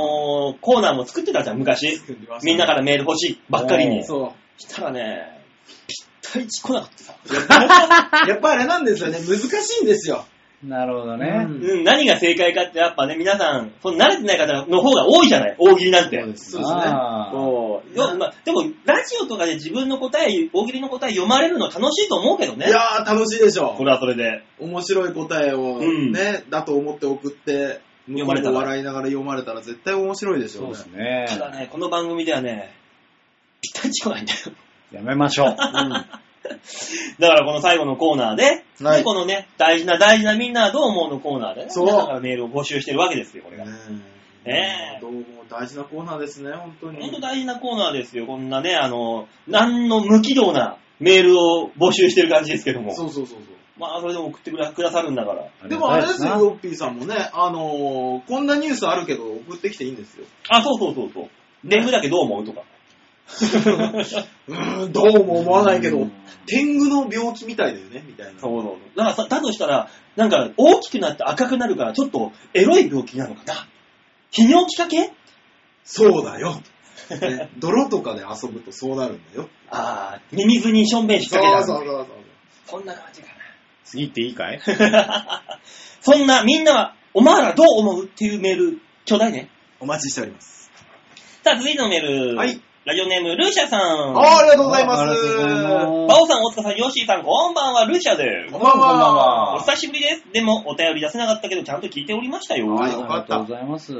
[SPEAKER 2] ー、コーナーも作ってたじゃん、昔。みんなからメール欲しいばっかり
[SPEAKER 3] お
[SPEAKER 2] に。
[SPEAKER 3] ー
[SPEAKER 2] そ
[SPEAKER 1] そう
[SPEAKER 2] したらね、ぴったり来なかったさ。
[SPEAKER 1] う。やっぱあれなんですよね、難しいんですよ。
[SPEAKER 3] なるほどね
[SPEAKER 1] う。ん
[SPEAKER 2] うん、何が正解かってやっぱね、皆さん、その慣れてない方の方が多いじゃない、大喜利なんて。
[SPEAKER 1] そうですね
[SPEAKER 3] あー
[SPEAKER 2] そうよまあでも、ラジオとかで自分の答え、大喜利の答え読まれるの楽しいと思うけどね。
[SPEAKER 1] いやー、楽しいでし
[SPEAKER 2] こ
[SPEAKER 1] ょ。
[SPEAKER 2] れはそれで。
[SPEAKER 1] 面白い答えを
[SPEAKER 2] うん
[SPEAKER 1] ね、だと思って送って、向
[SPEAKER 2] 読
[SPEAKER 1] こ
[SPEAKER 2] ま
[SPEAKER 1] う
[SPEAKER 2] れた
[SPEAKER 1] も
[SPEAKER 2] ら
[SPEAKER 1] 笑いながら読まれたら絶対面白いでし
[SPEAKER 3] そ
[SPEAKER 1] ょ
[SPEAKER 3] う
[SPEAKER 1] うね
[SPEAKER 3] です。ね。
[SPEAKER 2] ただね、この番組ではね、ぴったり来ないんだよ。
[SPEAKER 3] やめましょう。
[SPEAKER 2] だからこの最後のコーナーで、
[SPEAKER 1] はい
[SPEAKER 2] でこのね、大事な大事なみんなはどう思うのコーナーでね、
[SPEAKER 1] そう
[SPEAKER 2] だからメールを募集してるわけですよ、これが。
[SPEAKER 1] ね
[SPEAKER 2] ね
[SPEAKER 1] えどうも大事なコーナーですね、本当に。
[SPEAKER 2] 本当大事なコーナーですよ、こんなね、あの、何の無軌道なメールを募集してる感じですけども。
[SPEAKER 1] そうそうそうそう。
[SPEAKER 2] まあ、それでも送ってくだくださるんだから。
[SPEAKER 1] でもあれですよ、
[SPEAKER 3] あ
[SPEAKER 1] ヨッピーさんもね、あのー、こんなニュースあるけど送ってきていいんですよ。
[SPEAKER 2] あ、そうそうそうそう。デングだけどう思うとか。
[SPEAKER 1] うーん、どうも思わないけ
[SPEAKER 3] う
[SPEAKER 1] ど
[SPEAKER 3] ん、
[SPEAKER 1] 天狗の病気みたいだよね、みたいな。
[SPEAKER 2] そうそうそう。だからさ、だとしたら、なんか大きくなって赤くなるから、ちょっとエロい病気なのかな。泌尿器かけ
[SPEAKER 1] そうだよ。ね泥とかで遊ぶとそうなるんだ よ。
[SPEAKER 2] ああ、ミミズにしょんべんしかけた
[SPEAKER 1] そうそうそう
[SPEAKER 2] そんな感じかな。
[SPEAKER 3] 次行っていいかい
[SPEAKER 2] そんなみんなは、お前らどう思うっていうメール、ちょうだいね。
[SPEAKER 1] お待ちしております。
[SPEAKER 2] さあ、続いてのメール。
[SPEAKER 1] はい。
[SPEAKER 2] ラジオネーム、ルーシャさん。
[SPEAKER 1] あありがとうございます
[SPEAKER 3] ありがとうございます
[SPEAKER 2] バオさん、大塚さん、ヨッシーさん、こんばんは、ルーシャです
[SPEAKER 1] こん。ばんは。
[SPEAKER 2] お久しぶりです。でも、お便り出せなかったけど、ちゃんと聞いておりましたよ。
[SPEAKER 1] はいよ
[SPEAKER 3] あ
[SPEAKER 1] か
[SPEAKER 3] りが
[SPEAKER 1] った
[SPEAKER 3] とうございます。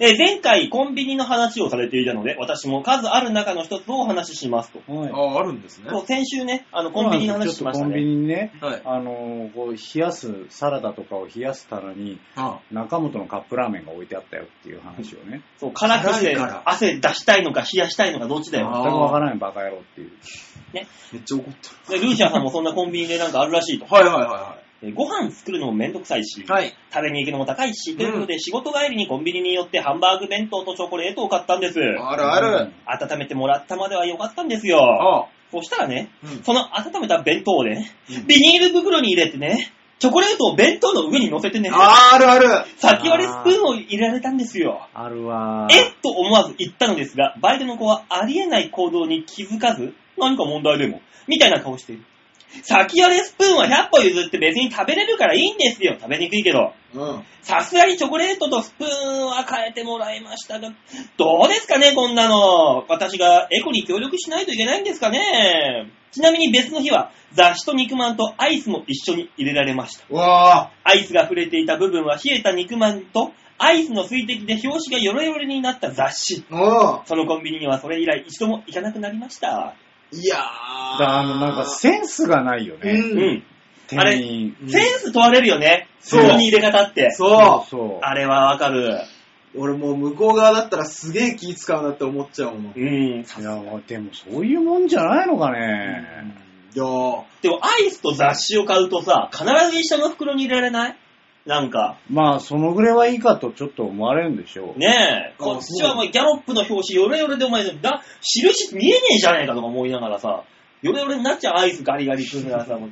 [SPEAKER 2] えー前回、コンビニの話をされていたので、私も数ある中の一つをお話ししますと。
[SPEAKER 3] はい
[SPEAKER 1] ああ、あるんですね。
[SPEAKER 2] そう先週ね、あの、コンビニの話しました
[SPEAKER 3] ちょっとコンビ
[SPEAKER 2] ね。
[SPEAKER 3] ニにね、
[SPEAKER 1] はい。
[SPEAKER 3] あのーこう冷やす、サラダとかを冷やす棚に、
[SPEAKER 1] あ
[SPEAKER 3] 中本のカップラーメンが置いてあったよっていう話をね。
[SPEAKER 2] そう、辛くし
[SPEAKER 1] 辛
[SPEAKER 2] て
[SPEAKER 1] いから、
[SPEAKER 2] 汗出したいのか、冷やしたいのか、どっちだよ。
[SPEAKER 1] あー
[SPEAKER 3] 全くわからないバカ野郎っていう。
[SPEAKER 1] めっちゃ怒って
[SPEAKER 2] でルーシャさんもそんなコンビニでなんかあるらしいと
[SPEAKER 1] る。。はいはいは
[SPEAKER 2] えーご飯作るのもめんどくさいし、
[SPEAKER 1] いはい。はい。
[SPEAKER 2] 食べに行くのも高いし、ということで仕事帰りにコンビニに寄ってハンバーグ弁当とチョコレートを買ったんです。
[SPEAKER 1] あるある。
[SPEAKER 2] 温めてもらったまでは良かったんですよ。
[SPEAKER 1] ああ。
[SPEAKER 2] そしたらね、
[SPEAKER 1] うん
[SPEAKER 2] その温めた弁当をね
[SPEAKER 1] うん、
[SPEAKER 2] ビニール袋に入れてね、チョコレートを弁当の上に乗せてね、
[SPEAKER 1] ああ、あるある。
[SPEAKER 2] 先割りスプーンを入れられたんですよ。
[SPEAKER 3] あるわー。
[SPEAKER 2] えっと思わず言ったのですが、バイトの子はありえない行動に気づかず、何か問題でも、みたいな顔している。先割れスプーンは100歩譲って別に食べれるからいいんですよ。食べにくいけど。
[SPEAKER 1] うん。
[SPEAKER 2] さすがにチョコレートとスプーンは変えてもらいましたが、どうですかね、こんなの。私がエコに協力しないといけないんですかね。ちなみに別の日は、雑誌と肉まんとアイスも一緒に入れられました。
[SPEAKER 1] わあ。
[SPEAKER 2] アイスが触れていた部分は冷えた肉まんと、アイスの水滴で表紙がヨレヨレになった雑誌。
[SPEAKER 1] う
[SPEAKER 2] そのコンビニにはそれ以来一度も行かなくなりました。
[SPEAKER 1] ん。いやー。
[SPEAKER 3] だからあの、なんかセンスがないよ
[SPEAKER 1] う。
[SPEAKER 3] ね。
[SPEAKER 2] うんん。あれ
[SPEAKER 3] 店員。
[SPEAKER 1] うん
[SPEAKER 2] センス問われるよね。
[SPEAKER 1] そう
[SPEAKER 2] 普通に入れ方って。
[SPEAKER 1] そう。
[SPEAKER 3] そう。
[SPEAKER 2] あれはわかる。
[SPEAKER 1] 俺もう向こう側だったらすげえ気使うなって思っちゃうもん。
[SPEAKER 2] うん。
[SPEAKER 3] いや、でもそういうもんじゃないのかね。
[SPEAKER 1] いやー。
[SPEAKER 2] でもアイスと雑誌を買うとさ、必ず一緒の袋に入れられないなんか、
[SPEAKER 3] まあ、そのぐらいはいいかとちょっと思われるんでしょう。
[SPEAKER 2] ねえ。
[SPEAKER 1] あ
[SPEAKER 2] こっちはもうギャロップの表紙ヨレヨレでお前、だ印見えねえじゃねえかとか思いながらさ、ヨレヨレになっちゃうアイスガリガリ食うならさ、もう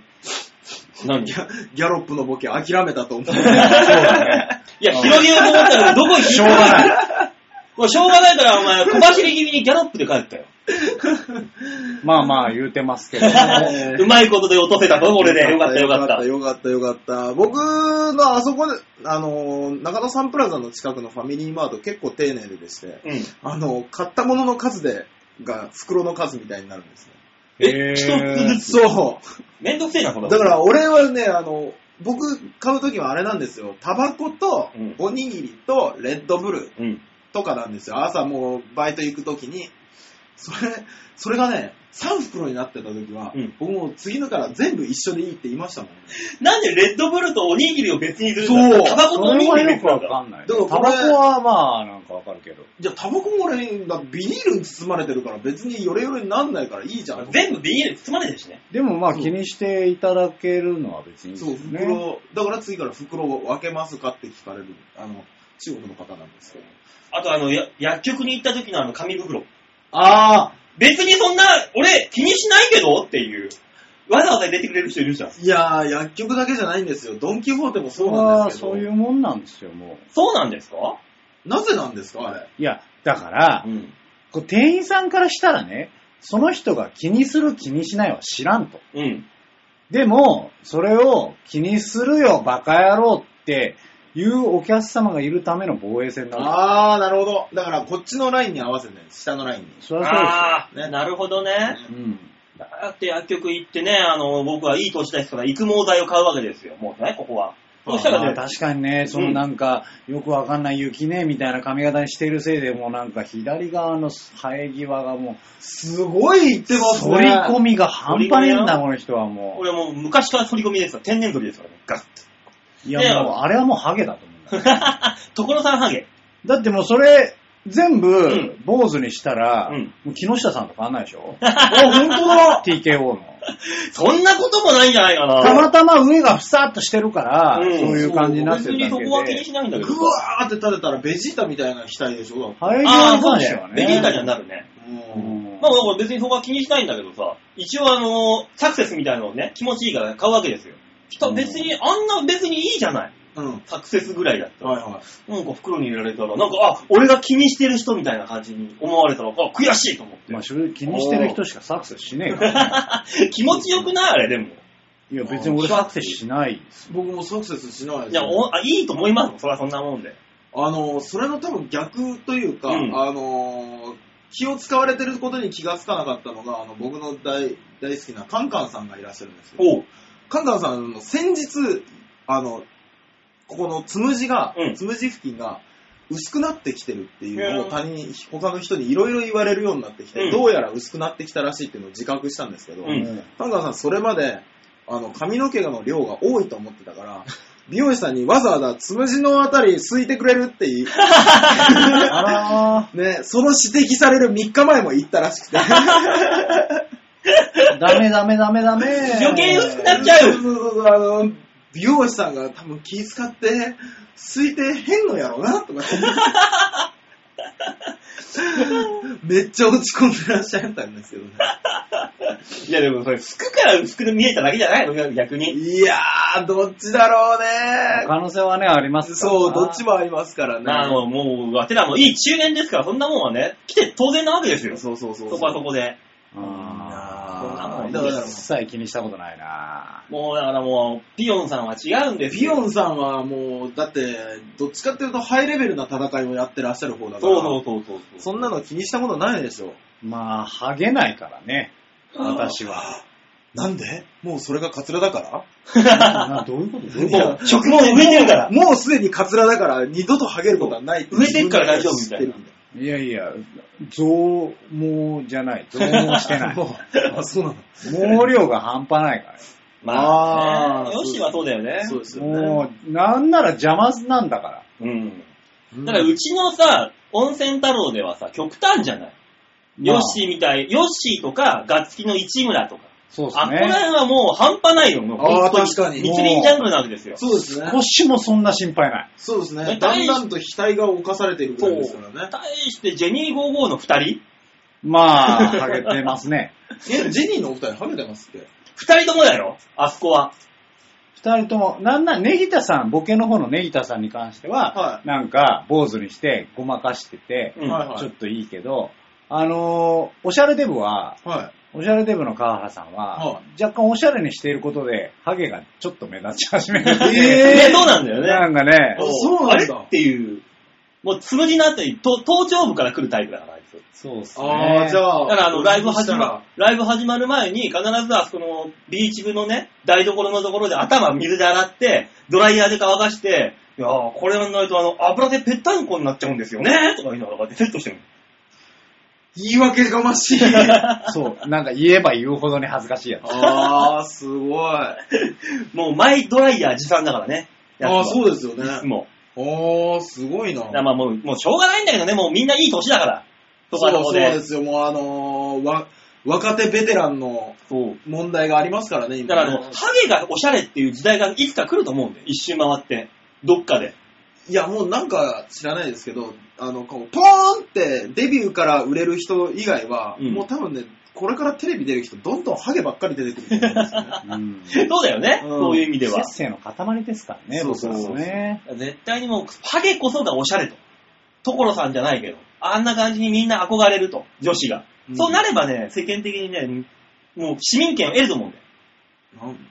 [SPEAKER 2] 何
[SPEAKER 1] ギャギャロップのボケ諦めたと思う。
[SPEAKER 2] いや、広げようと思ったけど、どこにしょうがない。もうしょうがないから、お前、小走り気味にギャロップで帰ったよ。
[SPEAKER 3] まあまあ言うてますけ どね。
[SPEAKER 1] えー
[SPEAKER 2] うまいことで落とせた ぞ、これで。よかった、よかった。はい
[SPEAKER 1] よかった、よかった。僕のあそこで、あのー、中野サンプラザの近くのファミリーマート結構丁寧でして、
[SPEAKER 2] うん。
[SPEAKER 1] あの、買ったものの数で、が袋の数みたいになるんですね。
[SPEAKER 2] え、一つずつ。
[SPEAKER 1] そ
[SPEAKER 2] めんどくせえな、こ
[SPEAKER 1] う。
[SPEAKER 2] の。
[SPEAKER 1] だから俺はね、あの、僕買うときはあれなんですよ。タバコと
[SPEAKER 2] うん、
[SPEAKER 1] おにぎりと、レッドブル
[SPEAKER 2] うん。
[SPEAKER 1] とかなんですよ。朝もうバイト行くときに、それ、それがね、3袋になってた時は、
[SPEAKER 2] うん
[SPEAKER 1] 僕もう次のから全部一緒でいいって言いましたもん、ね。
[SPEAKER 2] なんでレッドブルとおにぎりを別にするんだ
[SPEAKER 1] そう
[SPEAKER 2] タバコとおにぎり別なんだ。
[SPEAKER 3] かんない。
[SPEAKER 1] で
[SPEAKER 3] タ
[SPEAKER 1] も
[SPEAKER 3] バ
[SPEAKER 1] こ
[SPEAKER 3] コ
[SPEAKER 1] れ
[SPEAKER 3] はまあ、なんかわかるけど。
[SPEAKER 1] じゃあ、タバコも俺、ビニールに包まれてるから別にヨレヨレになんないからいいじゃん。
[SPEAKER 2] 全部ビニールに包まれてるしね。
[SPEAKER 3] でもまあ
[SPEAKER 1] そう
[SPEAKER 3] 気にしていただけるのは別にいい
[SPEAKER 1] そう、
[SPEAKER 3] ですね。
[SPEAKER 1] 袋、だから次から袋を分けますかって聞かれる、あの、中国の方なんですけど。
[SPEAKER 2] あとあの、や薬局に行った時のあの紙袋。
[SPEAKER 1] ああ
[SPEAKER 2] 別にそんな、俺気にしないけどっていう。わざわざ入れてくれる人いるじゃん。
[SPEAKER 1] いやー、薬局だけじゃないんですよ。ドン・キホーテもそうな
[SPEAKER 3] あ
[SPEAKER 1] ん
[SPEAKER 3] あ
[SPEAKER 1] ですけど。
[SPEAKER 3] そういうもんなんですよ、もう。
[SPEAKER 2] そうなんですか
[SPEAKER 1] なぜなんですか、あれ。
[SPEAKER 3] いや、だから、
[SPEAKER 2] うん。
[SPEAKER 3] こう店員さんからしたらね、その人が気にする気にしないは知らんと。
[SPEAKER 2] うん。
[SPEAKER 3] でも、それを気にするよ、バカ野郎っていうお客様がいるための防衛戦なんだ。
[SPEAKER 1] ああなるほど。だから、こっちのラインに合わせて、下のラインに。
[SPEAKER 3] そりゃ
[SPEAKER 2] ああ、
[SPEAKER 1] ね
[SPEAKER 2] なるほどね。
[SPEAKER 3] そうですよ。うん。
[SPEAKER 2] だって薬局行ってね、あの、僕はいい年ですから育毛剤を買うわけですよ。もうね、ここは。そしたら
[SPEAKER 3] まあ
[SPEAKER 2] ね、
[SPEAKER 3] 確かにね、そのなんか、よくわかんない雪ね、みたいな髪型にしてるせいで、もうなんか左側の生え際がも
[SPEAKER 1] すごい言って
[SPEAKER 3] う、
[SPEAKER 1] ますね。
[SPEAKER 3] 反り込みが半端ねえ
[SPEAKER 2] 反り込
[SPEAKER 3] んだ、
[SPEAKER 2] みよ
[SPEAKER 3] この人はも
[SPEAKER 2] 俺もう昔から反り込みですから、天然反りですからね。ガッ
[SPEAKER 3] う。いや、もう、あれはもうハゲだと思う んだよ。
[SPEAKER 2] 所さんハゲ。
[SPEAKER 3] だってもうそれ、全部
[SPEAKER 2] ん、
[SPEAKER 3] 坊主にしたら、
[SPEAKER 2] うん
[SPEAKER 3] もう木下さんと変わんないで しょあ、本当だ !TKO の。
[SPEAKER 2] そんなこともないんじゃないかな。
[SPEAKER 3] たまたま上がふさっとしてるから、
[SPEAKER 2] うん
[SPEAKER 3] そういう感じになってるだ
[SPEAKER 2] 別にそこは気
[SPEAKER 3] け
[SPEAKER 2] に
[SPEAKER 3] で。
[SPEAKER 2] しないんだけど。
[SPEAKER 1] ぐわーって立てたらベジータみたいな額でしょ、だっ
[SPEAKER 3] 生え際
[SPEAKER 2] ああ、
[SPEAKER 3] に
[SPEAKER 2] そう
[SPEAKER 3] 関して
[SPEAKER 2] ね
[SPEAKER 3] は。ね。
[SPEAKER 2] ベジータにはなるね。
[SPEAKER 1] て
[SPEAKER 3] う
[SPEAKER 1] うん
[SPEAKER 3] ん
[SPEAKER 2] まあ、だから別にそこは気にしないんだけどさ、一応あの、サクセスみたいなのをね、気持ちいいから買うわけですよ。人別に、あんな別にいいじゃない。
[SPEAKER 1] うん。
[SPEAKER 2] サクセスぐらいだったら。
[SPEAKER 1] はいはい。
[SPEAKER 2] なんか袋に入れられたら、なんか、あ、俺が気にしてる人みたいな感じに思われたら、あ、悔しいと思って。
[SPEAKER 3] まあ、それ気にしてる人しかサクセスしねえから。
[SPEAKER 2] 気持ちよくないあれ、でも。
[SPEAKER 3] いや、別に俺サクセスしない。
[SPEAKER 1] 僕もサクセスしないです
[SPEAKER 2] いや、おあいいと思いますもんそれはそんなもんで。
[SPEAKER 1] あの、それの多分逆というか、
[SPEAKER 2] うん
[SPEAKER 1] あの、気を使われてることに気がつかなかったのが、あの、僕の大、大好きなカンカンさんがいらっしゃるんですけど、
[SPEAKER 2] おう。
[SPEAKER 1] カンカンさんの先日、あの、ここのつむじが、
[SPEAKER 2] うん
[SPEAKER 1] つむじ付近が薄くなってきてるっていう
[SPEAKER 2] へ
[SPEAKER 1] のを
[SPEAKER 2] ー
[SPEAKER 1] 他人、他の人にいろいろ言われるようになってきて、
[SPEAKER 2] うん
[SPEAKER 1] どうやら薄くなってきたらしいっていうのを自覚したんですけど、
[SPEAKER 2] うん
[SPEAKER 1] カンカンさんそれまで、あの、髪の毛の量が多いと思ってたから、美容師さんにわざわざつむじのあたりすいてくれるって言い、
[SPEAKER 3] あら
[SPEAKER 1] ね、その指摘される3日前も言ったらしくて。
[SPEAKER 3] ー、ダメダメダメダメ。
[SPEAKER 2] 余計薄くなっちゃう
[SPEAKER 1] そうそうそうあの、美容師さんが多分気使って、すいて変のやろうな、 とか。めっちゃ落ち込んでらっしゃったんですけどね。
[SPEAKER 2] いや、でもそれ、薄くから薄く見えただけじゃないの逆に。
[SPEAKER 1] いやー、どっちだろうね。
[SPEAKER 3] 可能性はね、ありますから
[SPEAKER 1] そう、どっちもありますからね。
[SPEAKER 2] なあの、もう、わてらもいい中年ですから、そんなもんはね、来て当然なわけですよ。そ
[SPEAKER 1] そうそうそうそう。
[SPEAKER 2] こはそこで。
[SPEAKER 3] あ
[SPEAKER 2] い
[SPEAKER 3] ー
[SPEAKER 2] や
[SPEAKER 1] だ
[SPEAKER 2] ー
[SPEAKER 1] か
[SPEAKER 3] 一
[SPEAKER 1] ら、
[SPEAKER 3] 切気にしたことないな
[SPEAKER 2] もう、だからもう、ピヨンさんは違うんです
[SPEAKER 1] ビ
[SPEAKER 2] よ。
[SPEAKER 1] ヨンさんはもう、だって、どっちかっていうとハイレベルな戦いをやってらっしゃる方だから、
[SPEAKER 2] そうそうそうそうそう。
[SPEAKER 1] そんなの気にしたことないでしょ。
[SPEAKER 3] まあ、ハゲないからね、私は。
[SPEAKER 1] なんでもうそれがカツラだから
[SPEAKER 3] などういうことどういうこ
[SPEAKER 2] もう、食も植えてるから。
[SPEAKER 1] もうすでにカツラだから二度とハゲることはない
[SPEAKER 2] 植えてっから大丈夫みたいな
[SPEAKER 3] といやいや、増毛じゃない。増毛してない。
[SPEAKER 1] な。あ、そうなの。
[SPEAKER 3] 毛量が半端ないからね
[SPEAKER 2] まあ、ね、
[SPEAKER 1] あー
[SPEAKER 2] ヨッシーはそうだよね。
[SPEAKER 1] そうですよね。
[SPEAKER 3] もう、なんなら邪魔なんだから。
[SPEAKER 2] うん。
[SPEAKER 1] うん
[SPEAKER 2] ただ、うちのさ、温泉太郎ではさ、極端じゃない。
[SPEAKER 3] まあ
[SPEAKER 2] ヨッシーみたい、ヨッシーとか、ガッツキの市村とか。
[SPEAKER 3] そうで
[SPEAKER 2] あ、
[SPEAKER 3] す
[SPEAKER 2] ここら
[SPEAKER 3] ね。
[SPEAKER 2] 辺はもう半端ないよ。もう
[SPEAKER 1] あー
[SPEAKER 2] 本当
[SPEAKER 1] 確かに
[SPEAKER 2] 密林ジャングルなわけですよ。
[SPEAKER 1] そうですね。
[SPEAKER 3] 少しもそんな心配ない。
[SPEAKER 1] そうですね
[SPEAKER 2] え。
[SPEAKER 1] だんだんと額が侵されているぐらいですからね。
[SPEAKER 2] 対して、ジェニー55の二人
[SPEAKER 3] まあ、ハゲてますね。
[SPEAKER 1] え、ジェニーのお二人ハゲてますっけ
[SPEAKER 2] 二人ともだよ、あそこは。
[SPEAKER 3] 二人とも、なんなん、ネギタさん、ボケの方のネギタさんに関しては、
[SPEAKER 1] は
[SPEAKER 3] なんか、坊主にして、ごまかしてて、
[SPEAKER 2] うん
[SPEAKER 1] はいはい
[SPEAKER 3] ちょっといいけど、あのーおしゃれデブは、
[SPEAKER 1] は
[SPEAKER 3] おしゃれデブの川原さんは、
[SPEAKER 1] は
[SPEAKER 3] 若干おしゃれにしていることで、ハゲがちょっと目立ち始める。
[SPEAKER 1] えー
[SPEAKER 2] ねそうなんだよね。
[SPEAKER 3] なんかね、
[SPEAKER 1] あそうなんだ
[SPEAKER 2] あれっていう。もう、つむじの後に、と頭頂部から来るタイプだから、あいつ。
[SPEAKER 3] そうっす
[SPEAKER 1] い。
[SPEAKER 3] ね。
[SPEAKER 1] ああ、じゃあ。
[SPEAKER 2] だから、あの、ライブ始
[SPEAKER 1] した
[SPEAKER 2] ま
[SPEAKER 1] ら、
[SPEAKER 2] ライブ始まる前に、必ずあそこの、ビーチ部のね、台所のところで頭水で洗って、ドライヤーで乾かして、いやー、これやんないと、あの、油でぺったんこになっちゃうんですよね、とか言いながら、こうやってセットしてるの。
[SPEAKER 1] 言い訳がましい。あ
[SPEAKER 3] そう、なんか言えば言うほどに恥ずかしいやつ。
[SPEAKER 1] あー、すごい。あ
[SPEAKER 2] もうマイドライヤー持参だからね。
[SPEAKER 1] あー、
[SPEAKER 2] う
[SPEAKER 1] そうですよね。
[SPEAKER 2] も。
[SPEAKER 1] ああ、すごいうな。
[SPEAKER 2] だまあもう、もうしょうがないんだけどね、もうみんないい年だから。と
[SPEAKER 1] そ
[SPEAKER 2] か
[SPEAKER 1] う
[SPEAKER 2] と
[SPEAKER 1] そ
[SPEAKER 2] こ
[SPEAKER 1] うで
[SPEAKER 2] で。
[SPEAKER 1] すよ。もうあのーわ、若手ベテランの
[SPEAKER 2] そう。
[SPEAKER 1] 問題がありますからね、今。
[SPEAKER 2] だからあの、ハゲがおしゃれっていう時代がいつか来ると思うんだよ。一周回って。どっかで。
[SPEAKER 1] いや、もうなんか知らないですけど、あの、こうポーンってデビューから売れる人以外は、
[SPEAKER 2] うん
[SPEAKER 1] もう多分ね、これからテレビ出る人、どんどんハゲばっかり出てくると思うんですよ ね。
[SPEAKER 3] うん。
[SPEAKER 2] そうだよね。
[SPEAKER 1] うん
[SPEAKER 2] そういう意味では。
[SPEAKER 3] 節制の塊ですからね、
[SPEAKER 1] そうそうそう
[SPEAKER 3] 僕らはね。
[SPEAKER 2] 絶対にもう、ハゲこそがおしゃれと。所さんじゃないけど、あんな感じにみんな憧れると、女子が。
[SPEAKER 1] うん
[SPEAKER 2] そうなればね、世間的にね、もう市民権を得ると思うんだよ。
[SPEAKER 1] なん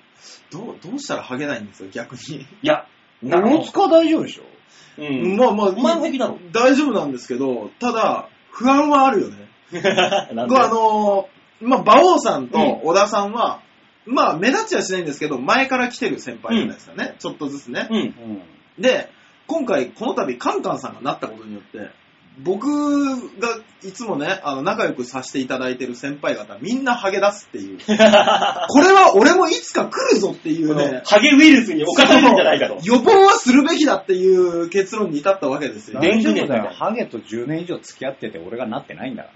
[SPEAKER 1] どうどうしたらハゲないんですか、逆に。
[SPEAKER 2] いや、な
[SPEAKER 3] 大塚は大丈夫でしょ
[SPEAKER 2] うん。
[SPEAKER 1] まあまあ、
[SPEAKER 2] お前も平気だろ
[SPEAKER 1] 大丈夫なんですけど、ただ、不安はあるよね。
[SPEAKER 2] なんで
[SPEAKER 1] 僕はあのーまあ、馬王さんと小田さんは、まあ、目立ちはしないんですけど、前から来てる先輩じゃないですかね。ちょっとずつね。
[SPEAKER 2] うん。
[SPEAKER 3] うん。
[SPEAKER 1] で、今回、この度、カンカンさんがなったことによって、僕がいつもね、あの、仲良くさせていただいてる先輩方、みんなハゲ出すっ ていう。これは俺もいつか来るぞっていう
[SPEAKER 2] こ
[SPEAKER 1] ね
[SPEAKER 2] の、ハゲウイルスに侵されるんじゃないかと。
[SPEAKER 1] 予防はするべきだっていう結論に至ったわけですよ。
[SPEAKER 2] ね
[SPEAKER 3] 大丈夫だ
[SPEAKER 2] 電気ね
[SPEAKER 3] よ。ハゲと10年以上付き合ってて俺がなってないんだか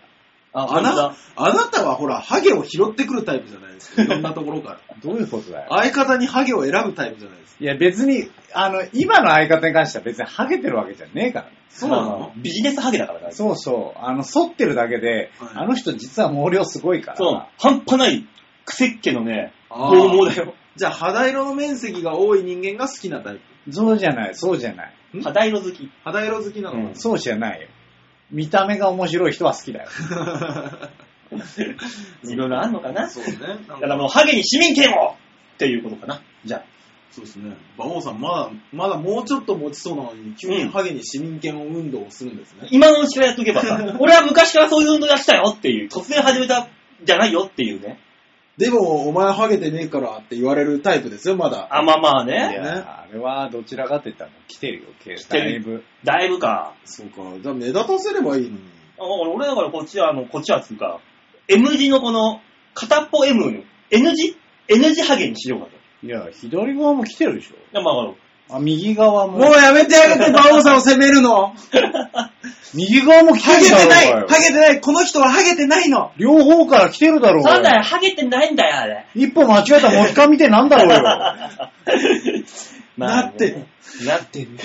[SPEAKER 2] あ
[SPEAKER 1] あな、あなたはほら、ハゲを拾ってくるタイプじゃないで すか。いろんなところから。
[SPEAKER 3] ら。どういうことだよ。
[SPEAKER 1] 相方にハゲを選ぶタイプじゃないですか。
[SPEAKER 3] いや別に、あの、今の相方に関しては別にハゲてるわけじゃねえからね。
[SPEAKER 1] そうなの、
[SPEAKER 2] ビジネスハゲだからだよ
[SPEAKER 3] そうそう。あの、反ってるだけで、
[SPEAKER 1] はい
[SPEAKER 3] あの人実は毛量すごいから。
[SPEAKER 2] そう。半端ない、癖っ気のね、
[SPEAKER 1] あー
[SPEAKER 2] 剛毛だよ。
[SPEAKER 1] じゃあ、肌色の面積が多い人間が好きなタイプ。
[SPEAKER 3] そうじゃない、そうじゃない。
[SPEAKER 1] うん
[SPEAKER 2] 肌色好き。
[SPEAKER 1] 肌色好きなの、
[SPEAKER 2] うん
[SPEAKER 3] そうじゃないよ。見た目が面白い人は好きだよ。
[SPEAKER 2] いろいろあんのかな。
[SPEAKER 1] そうね。な
[SPEAKER 2] だ
[SPEAKER 1] ん
[SPEAKER 2] から
[SPEAKER 1] か
[SPEAKER 2] もう、ハゲに市民権をっていうことかな。じゃあ。
[SPEAKER 1] そうですね。馬王さん、まだ、まだもうちょっと持ちそうなのに、急にハゲに市民権運動をするんですね。
[SPEAKER 2] 今のうちからやっとけばさ、俺は昔からそういう運動やってたよっていう、突然始めたじゃないよっていうね。
[SPEAKER 1] でも、お前ハゲてねえからって言われるタイプですよ、まだ。
[SPEAKER 2] あ、まあまあ
[SPEAKER 3] い
[SPEAKER 2] ね。
[SPEAKER 3] や、あれはどちらかと言ったらもう来てるよ、来
[SPEAKER 2] て
[SPEAKER 3] て
[SPEAKER 2] る
[SPEAKER 3] る。だいぶ。
[SPEAKER 2] だいぶか。
[SPEAKER 1] そうか。じゃあ、目立たせればいいのに。
[SPEAKER 2] あ俺だからこっちは、あの、こっちはつうか、M 字のこの、片っぽ M の、N 字 ?N 字ハゲにしようかと。
[SPEAKER 3] いや、左側も来てるでし
[SPEAKER 2] い
[SPEAKER 3] ょ。
[SPEAKER 2] やまあ、
[SPEAKER 3] あ、右側も。
[SPEAKER 1] もうやめてあげて、馬王さんを責める の。ハ
[SPEAKER 3] 右側も来て
[SPEAKER 1] ゲ
[SPEAKER 3] る
[SPEAKER 1] て
[SPEAKER 3] だろう
[SPEAKER 1] な
[SPEAKER 3] が
[SPEAKER 1] い
[SPEAKER 3] よ
[SPEAKER 1] ハゲてないこの人はハゲてないの
[SPEAKER 3] 両方から来てるだろうが
[SPEAKER 2] そうだよ、ハゲてないんだよ、あれ。
[SPEAKER 3] 一歩間違えたらもう一回見てなんだろう
[SPEAKER 1] なってる。
[SPEAKER 2] なってる。
[SPEAKER 3] よ。ね、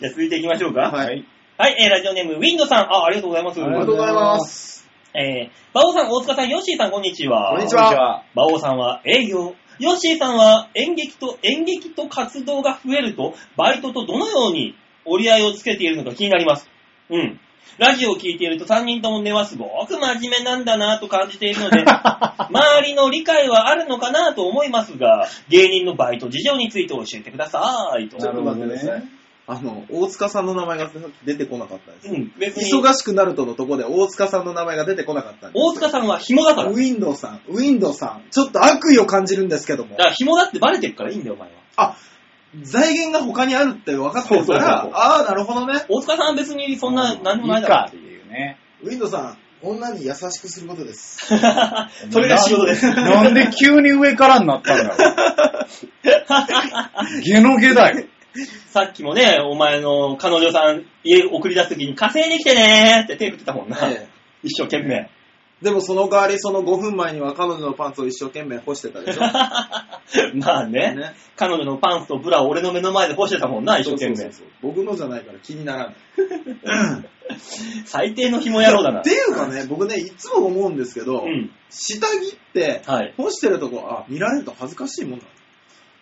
[SPEAKER 2] じゃあ続いていきましょうか。
[SPEAKER 1] はい。
[SPEAKER 2] はい、えー、ラジオネーム、ウィンドさん。あ、ありがとうございます。
[SPEAKER 3] あ
[SPEAKER 1] ありが
[SPEAKER 3] り
[SPEAKER 1] とうございます。
[SPEAKER 2] えー、馬王さん、大塚さん、ヨッシーさん、こんにちは。
[SPEAKER 1] こんにち
[SPEAKER 3] こんに
[SPEAKER 1] は
[SPEAKER 3] ちは。
[SPEAKER 2] 馬王さんは営業。ヨッシーさんは演劇と、演劇と活動が増えると、バイトとどのように折り合いをつけているのか気になります。うん。ラジオを聞いていると3人とも根はすごく真面目なんだなと感じているの で、周りの理解はあるのかなと思いますが、芸人のバイト事情について教えてくださいと。
[SPEAKER 1] ちょっと待ってくださ
[SPEAKER 3] なるほど
[SPEAKER 1] い。あの、大塚さんの名前が出てこなかったです
[SPEAKER 2] う。ん、別に、
[SPEAKER 1] 忙しくなるとのとこで大塚さんの名前が出てこなかったんです。
[SPEAKER 2] 大塚さんは紐だから。
[SPEAKER 1] ウ
[SPEAKER 2] だ
[SPEAKER 1] ィンドウさん、ウィンドウさん、ちょっと悪意を感じるんですけども
[SPEAKER 2] か、ら紐だってバレてるからいいんだよ、お前は。
[SPEAKER 1] 財源が他にあるって分かってるか
[SPEAKER 2] そうそう
[SPEAKER 1] ら、
[SPEAKER 2] そう
[SPEAKER 1] ああ、なるほどね。
[SPEAKER 2] 大塚さんは別にそんな何もない
[SPEAKER 3] いい
[SPEAKER 2] だろ
[SPEAKER 3] か
[SPEAKER 2] う
[SPEAKER 3] っていうね。
[SPEAKER 1] ウィンドウさん、女に優しくすることです。
[SPEAKER 2] それが仕事です。
[SPEAKER 3] なんで急に上からになったんだ ろう。ゲのゲだよ。
[SPEAKER 2] さっきもね、お前の彼女さん家送り出すときに稼いできてねーって手振ってたもんな。
[SPEAKER 1] え
[SPEAKER 2] 一生懸命。
[SPEAKER 1] えでもその代わり、その5分前には彼女のパンツを一生懸命干してたでしょ。
[SPEAKER 2] まあね
[SPEAKER 1] ね
[SPEAKER 2] 彼女のパンツとブラを俺の目の前で干してたもんな、一生懸命。
[SPEAKER 1] そうそうそう僕のじゃないから気にならない。
[SPEAKER 2] 最低の紐野郎だな。
[SPEAKER 1] っていうかね、僕ね、いつも思うんですけど、
[SPEAKER 2] うん。
[SPEAKER 1] 下着って、
[SPEAKER 2] はい。
[SPEAKER 1] 干してるとこ、あ、見られると恥ずかしいもんだ。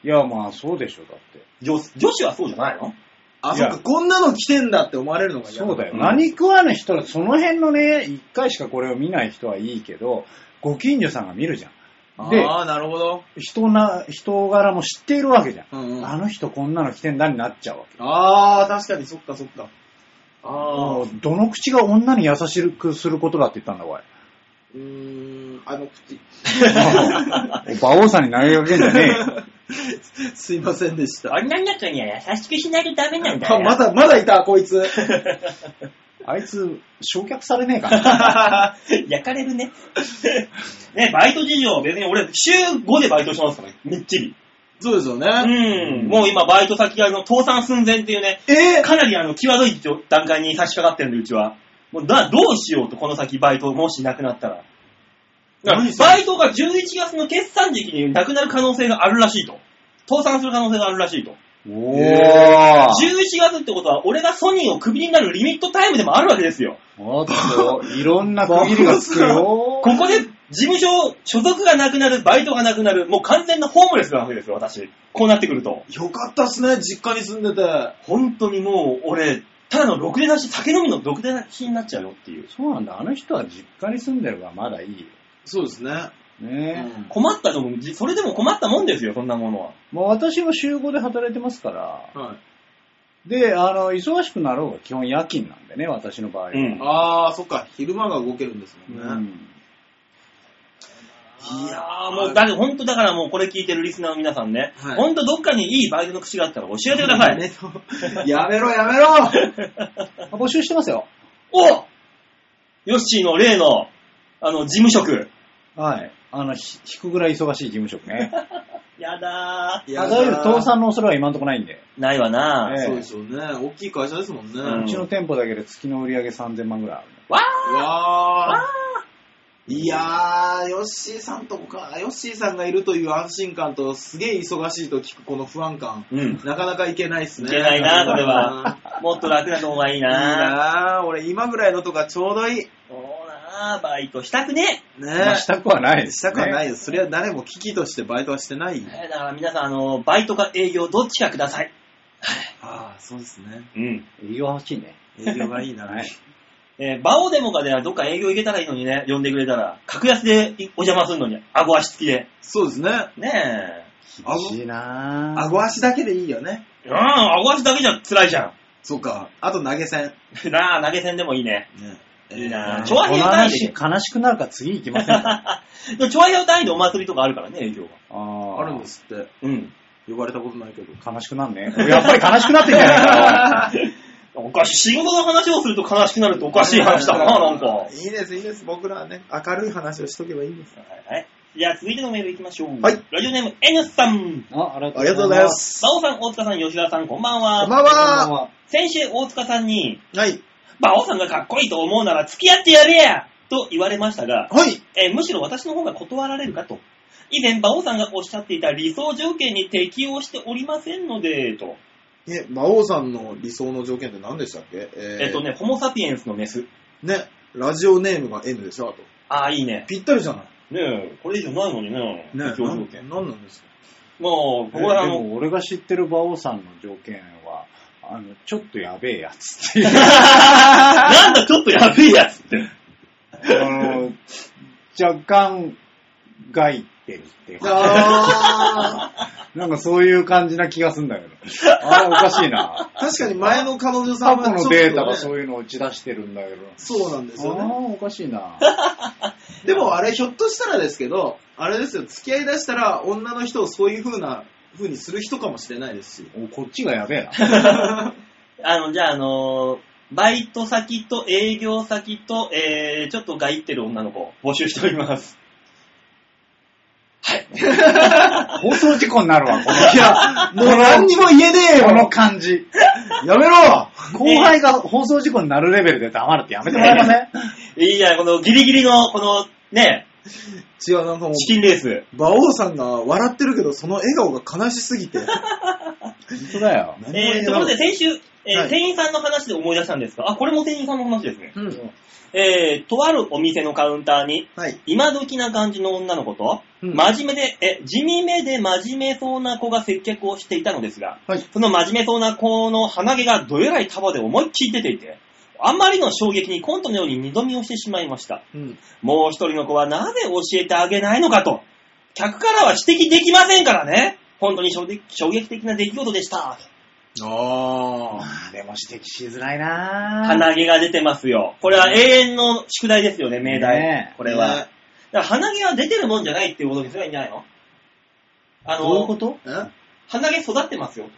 [SPEAKER 3] いや、まあそうでしょ、だって。
[SPEAKER 2] 女女子はそうじゃないの
[SPEAKER 1] あ、
[SPEAKER 3] い
[SPEAKER 1] そっ
[SPEAKER 3] や
[SPEAKER 1] か、こんなの着てんだって思われるのが嫌
[SPEAKER 3] そうだよ。
[SPEAKER 2] うん
[SPEAKER 3] 何食わぬ人は、その辺のね、一回しかこれを見ない人はいいけど、ご近所さんが見るじゃん。で
[SPEAKER 1] ああ、なるほど。
[SPEAKER 3] 人な、人柄も知っているわけじゃん。
[SPEAKER 1] うんうん
[SPEAKER 3] あの人こんなの着てんだになっちゃうわけ。
[SPEAKER 1] ああ、確かに、そっかそっか。ああ、う
[SPEAKER 3] どの口が女に優しくすることだって言ったんだ、おい。
[SPEAKER 1] ーん、あの口、
[SPEAKER 3] 馬王さんに投げかけんじゃね えよ。
[SPEAKER 1] すいませんでした。
[SPEAKER 2] 女の子には優しくしないとダメなんだ
[SPEAKER 1] あ、
[SPEAKER 2] よ。
[SPEAKER 1] まだ、まだいた、こいつ。
[SPEAKER 3] あいつ、焼却されねえかな。
[SPEAKER 2] 焼かれるね。ね、バイト事情、別に俺、週5でバイトしてますからね、みっちり。
[SPEAKER 1] そうですよ
[SPEAKER 2] う
[SPEAKER 1] ね。
[SPEAKER 2] ん、もう今、バイト先があの倒産寸前っていうね、
[SPEAKER 1] えー
[SPEAKER 2] かなりあの、際どい段階に差し掛かってるんで、うちは。もうだ、どうしようと、この先バイト、もしなくなったら。だから
[SPEAKER 1] 何それ
[SPEAKER 2] バイトが11月の決算時期になくなる可能性があるらしいと。倒産する可能性があるらしいと。
[SPEAKER 3] お
[SPEAKER 1] ー
[SPEAKER 2] 11月ってことは、俺がソニーをクビになるリミットタイムでもあるわけですよ。
[SPEAKER 3] おっと、いろんな区切りがつく よ。
[SPEAKER 2] ここで事務所、所属がなくなる、バイトがなくなる、もう完全なホームレスなわけですよ、私。こうなってくると。
[SPEAKER 1] よかったっすね、実家に住んでて。
[SPEAKER 2] 本当にもう、俺、ただのろくでなし、酒飲みのろくでなしになっちゃうよっていう。
[SPEAKER 3] そうなんだ、あの人は実家に住んでるからまだいいよ。
[SPEAKER 1] そうですね。
[SPEAKER 3] ねえ。
[SPEAKER 2] 困ったと思う。じそれでも困ったもんですよ、そんなものは。
[SPEAKER 3] もう私も週5で働いてますから。
[SPEAKER 1] はい。
[SPEAKER 3] で、あの、忙しくなろうが基本夜勤なんでね、私の場合は。
[SPEAKER 2] うん
[SPEAKER 1] あー、そっか、昼間が動けるんですも
[SPEAKER 3] うん
[SPEAKER 1] ね。
[SPEAKER 3] ん
[SPEAKER 2] いやー、もう、だけ本当だからもうこれ聞いてるリスナーの皆さんね、
[SPEAKER 1] はい
[SPEAKER 2] 本当どっかにいいバイトの口があったら教えてください。
[SPEAKER 1] ねやめろ、やめろ
[SPEAKER 3] あ募集してますよ。
[SPEAKER 2] おヨッシーの例の、あの、事務職。
[SPEAKER 3] はい。あの、ひ引くぐらい忙しい事務職 ね。
[SPEAKER 2] やだー。
[SPEAKER 1] い
[SPEAKER 3] あざゆる倒産の恐れは今んとこないんで。
[SPEAKER 2] ないわな
[SPEAKER 3] ええ
[SPEAKER 1] そうでしょうね。大きい会社ですもんね。
[SPEAKER 2] うん
[SPEAKER 3] うちの店舗だけで月の売り上げ3000万ぐらいある。
[SPEAKER 2] わ
[SPEAKER 1] うわー。いやー、ヨッシーさんとこか、ヨッシーさんがいるという安心感と、すげえ忙しいと聞くこの不安感。
[SPEAKER 2] ーうん。
[SPEAKER 1] なかなかいけないっすね。
[SPEAKER 2] いけないなこれは。もっと楽なのがいい
[SPEAKER 1] いい
[SPEAKER 2] な
[SPEAKER 1] なー俺今ぐらいのとかちょうどいい。
[SPEAKER 2] そうなーバイトしたくね
[SPEAKER 3] まあ、
[SPEAKER 1] ね
[SPEAKER 3] したくはないです、
[SPEAKER 1] したくはない
[SPEAKER 3] い。
[SPEAKER 1] よ。それは誰も危機としてバイトはしてないよ。
[SPEAKER 2] えだから皆さん、あの、バイトか営業どっちかください。
[SPEAKER 1] ああ、そうですね。
[SPEAKER 2] うん。
[SPEAKER 3] 営業欲しいね。
[SPEAKER 1] 営業がい いな。
[SPEAKER 3] はい。
[SPEAKER 2] えー、バオデモかではどっか営業行けたらいいのにね、呼んでくれたら、格安でいお邪魔するのに、顎足つきで。
[SPEAKER 1] そうですね。
[SPEAKER 2] ね
[SPEAKER 3] 厳しいなぁ。
[SPEAKER 1] 顎足だけでいいよね。
[SPEAKER 2] え。うん、顎足だけじゃ辛いじゃ
[SPEAKER 1] そうか。あと投げ銭。
[SPEAKER 2] ん。 なあ、投げ銭でもいいね。
[SPEAKER 1] ね
[SPEAKER 2] いいなあ
[SPEAKER 1] え
[SPEAKER 2] ちょ
[SPEAKER 1] ー
[SPEAKER 2] 和平
[SPEAKER 3] この
[SPEAKER 2] 単位
[SPEAKER 3] 話
[SPEAKER 2] で
[SPEAKER 3] 悲しくなるから次行きません か。
[SPEAKER 2] でも、調和表単位でお祭りとかあるからね、営業は。
[SPEAKER 3] あ
[SPEAKER 1] あ
[SPEAKER 3] ー
[SPEAKER 1] るんですって。
[SPEAKER 2] うん。
[SPEAKER 1] 呼ばれたことないけど。
[SPEAKER 3] 悲しくなんね。やっぱり悲しくなってんじ ゃないか。
[SPEAKER 2] おかしい。仕事の話をすると悲しくなるとおかしい話だな、なんか。はい
[SPEAKER 1] いいです、いいです。僕らはね、明るい話をしとけばいいんです。
[SPEAKER 2] はい。じゃあ、続いてのメールいきましょう。
[SPEAKER 1] はい。
[SPEAKER 2] ラジオネーム、N さん。
[SPEAKER 3] あ、あり
[SPEAKER 1] ありがとうございま。す。
[SPEAKER 2] バオさん、大塚さん、吉田さん、こんばんは。
[SPEAKER 1] こんばんは。
[SPEAKER 3] は
[SPEAKER 2] 先週、大塚さんに、
[SPEAKER 1] はい。
[SPEAKER 2] バオさんがかっこいいと思うなら付き合ってやれやと言われましたが、
[SPEAKER 1] はい。
[SPEAKER 2] えーむしろ私の方が断られるかと。以前、馬王さんがおっしゃっていた理想条件に適用しておりませんので、と。
[SPEAKER 1] え、馬王さんの理想の条件って何でしたっけえー
[SPEAKER 2] えっとね、ホモサピエンスのメス。
[SPEAKER 1] ね、ラジオネームが N でしょ、あと。
[SPEAKER 2] ああ、いいね。
[SPEAKER 1] ぴったりじゃない。
[SPEAKER 2] ねえ、これ以上ないのにね、
[SPEAKER 1] ね、
[SPEAKER 2] 適用条
[SPEAKER 1] な
[SPEAKER 2] 件。
[SPEAKER 1] んなんなんですか
[SPEAKER 2] もう、
[SPEAKER 3] え
[SPEAKER 2] ここはあ
[SPEAKER 3] で
[SPEAKER 2] の、
[SPEAKER 3] も俺が知ってる馬王さんの条件は、あの、ちょっとやべえや つっていう。
[SPEAKER 2] なんだ、ちょっとやべえやつって。
[SPEAKER 3] あの、若干、害ってるっていうか、
[SPEAKER 1] あ
[SPEAKER 3] なんかそういう感じな気がすんだけど。あれおかしいな。
[SPEAKER 1] ー確かに前の彼女さ
[SPEAKER 3] 過
[SPEAKER 1] ん
[SPEAKER 3] 去
[SPEAKER 1] は
[SPEAKER 3] のデータが
[SPEAKER 1] そ
[SPEAKER 3] そうういうのを打ち出してるんだけど。
[SPEAKER 1] そうなんですよね。
[SPEAKER 3] ああ、おかしいな。
[SPEAKER 1] でもあれひょっとしたらですけど、あれですよ、付き合いだしたら女の人をそういう風な、風にする人かもしれないですし。
[SPEAKER 3] おこっちがやべえな。
[SPEAKER 2] あの、じゃあ、あのーバイト先と営業先と、えー、ちょっとがいってる女の子、募集しております。
[SPEAKER 3] 放送事故になるわ、この
[SPEAKER 1] いや、もう何にも言えねえ
[SPEAKER 3] この
[SPEAKER 1] よ
[SPEAKER 3] 感じ。
[SPEAKER 1] やめろ
[SPEAKER 3] 後輩が放送事故になるレベルで黙るってやめてもらえま せん
[SPEAKER 2] いいじゃん、このギリギリの、この、ね、
[SPEAKER 1] 違う、なんかもう、
[SPEAKER 2] チキンレース。
[SPEAKER 1] 馬王さんが笑ってるけど、その笑顔が悲しすぎて。
[SPEAKER 3] 本当だよ。
[SPEAKER 2] えー、ところで先週、えー
[SPEAKER 1] はい
[SPEAKER 2] 店員さんの話で思い出したんですが、あ、これも店員さんの話ですね。
[SPEAKER 1] うん。
[SPEAKER 2] えー、とあるお店のカウンターに、
[SPEAKER 1] はい。
[SPEAKER 2] 今時な感じの女の子と、
[SPEAKER 1] うん
[SPEAKER 2] 真面目で、え、地味めで真面目そうな子が接客をしていたのですが、
[SPEAKER 1] はい
[SPEAKER 2] その真面目そうな子の鼻毛がどえらい束で思いっきり出ていて、あんまりの衝撃にコントのように二度見をしてしまいました。
[SPEAKER 1] うん。
[SPEAKER 2] もう一人の子はなぜ教えてあげないのかと。客からは指摘できませんからね。本当に衝撃衝撃的な出来事でした。
[SPEAKER 1] ああ。
[SPEAKER 3] まあでも指摘しづらいな
[SPEAKER 2] 鼻毛が出てますよ。これは永遠の宿題ですよね、命題。
[SPEAKER 3] ねえ
[SPEAKER 2] これは。だから鼻毛は出てるもんじゃないっていうことにすればいいんじゃないのあ
[SPEAKER 3] どういうこ
[SPEAKER 2] の、
[SPEAKER 3] と
[SPEAKER 1] え。あ
[SPEAKER 2] 鼻毛育ってますよとか。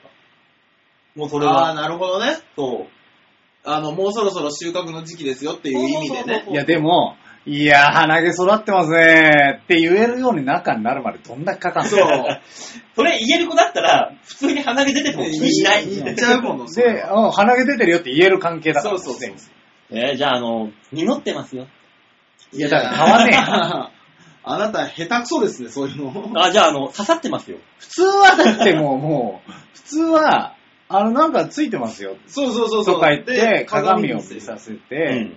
[SPEAKER 2] もうそれ
[SPEAKER 1] あー、
[SPEAKER 2] は。
[SPEAKER 1] なるほどね。
[SPEAKER 2] そう。
[SPEAKER 1] あの、もうそろそろ収穫の時期ですよっていう意味でね。
[SPEAKER 3] いや、でも、いやー、鼻毛育ってますねーって言えるように中になるまでどんだけかかんの
[SPEAKER 1] そう。
[SPEAKER 2] それ言える子だったら、普通に鼻毛出てても気にしない。
[SPEAKER 1] 言っちゃうも の。それ
[SPEAKER 3] で、
[SPEAKER 1] は
[SPEAKER 3] うん鼻毛出てるよって言える関係だか
[SPEAKER 1] そ
[SPEAKER 3] ら。
[SPEAKER 1] うそうそう。
[SPEAKER 2] えーじゃあ、あの、濁ってますよ。
[SPEAKER 1] い
[SPEAKER 3] いや、だから変わねえ よ。
[SPEAKER 1] あなた、下手くそですね、そういうの。
[SPEAKER 2] あ、じゃあ、あの、刺さってますよ。
[SPEAKER 3] 普通はだってもう、もう、普通は、あの、なんかついてますよ。
[SPEAKER 1] そうそうそうそう。
[SPEAKER 3] とか言っ
[SPEAKER 1] で
[SPEAKER 3] て、鏡を見させ
[SPEAKER 2] う
[SPEAKER 3] て、
[SPEAKER 2] ん。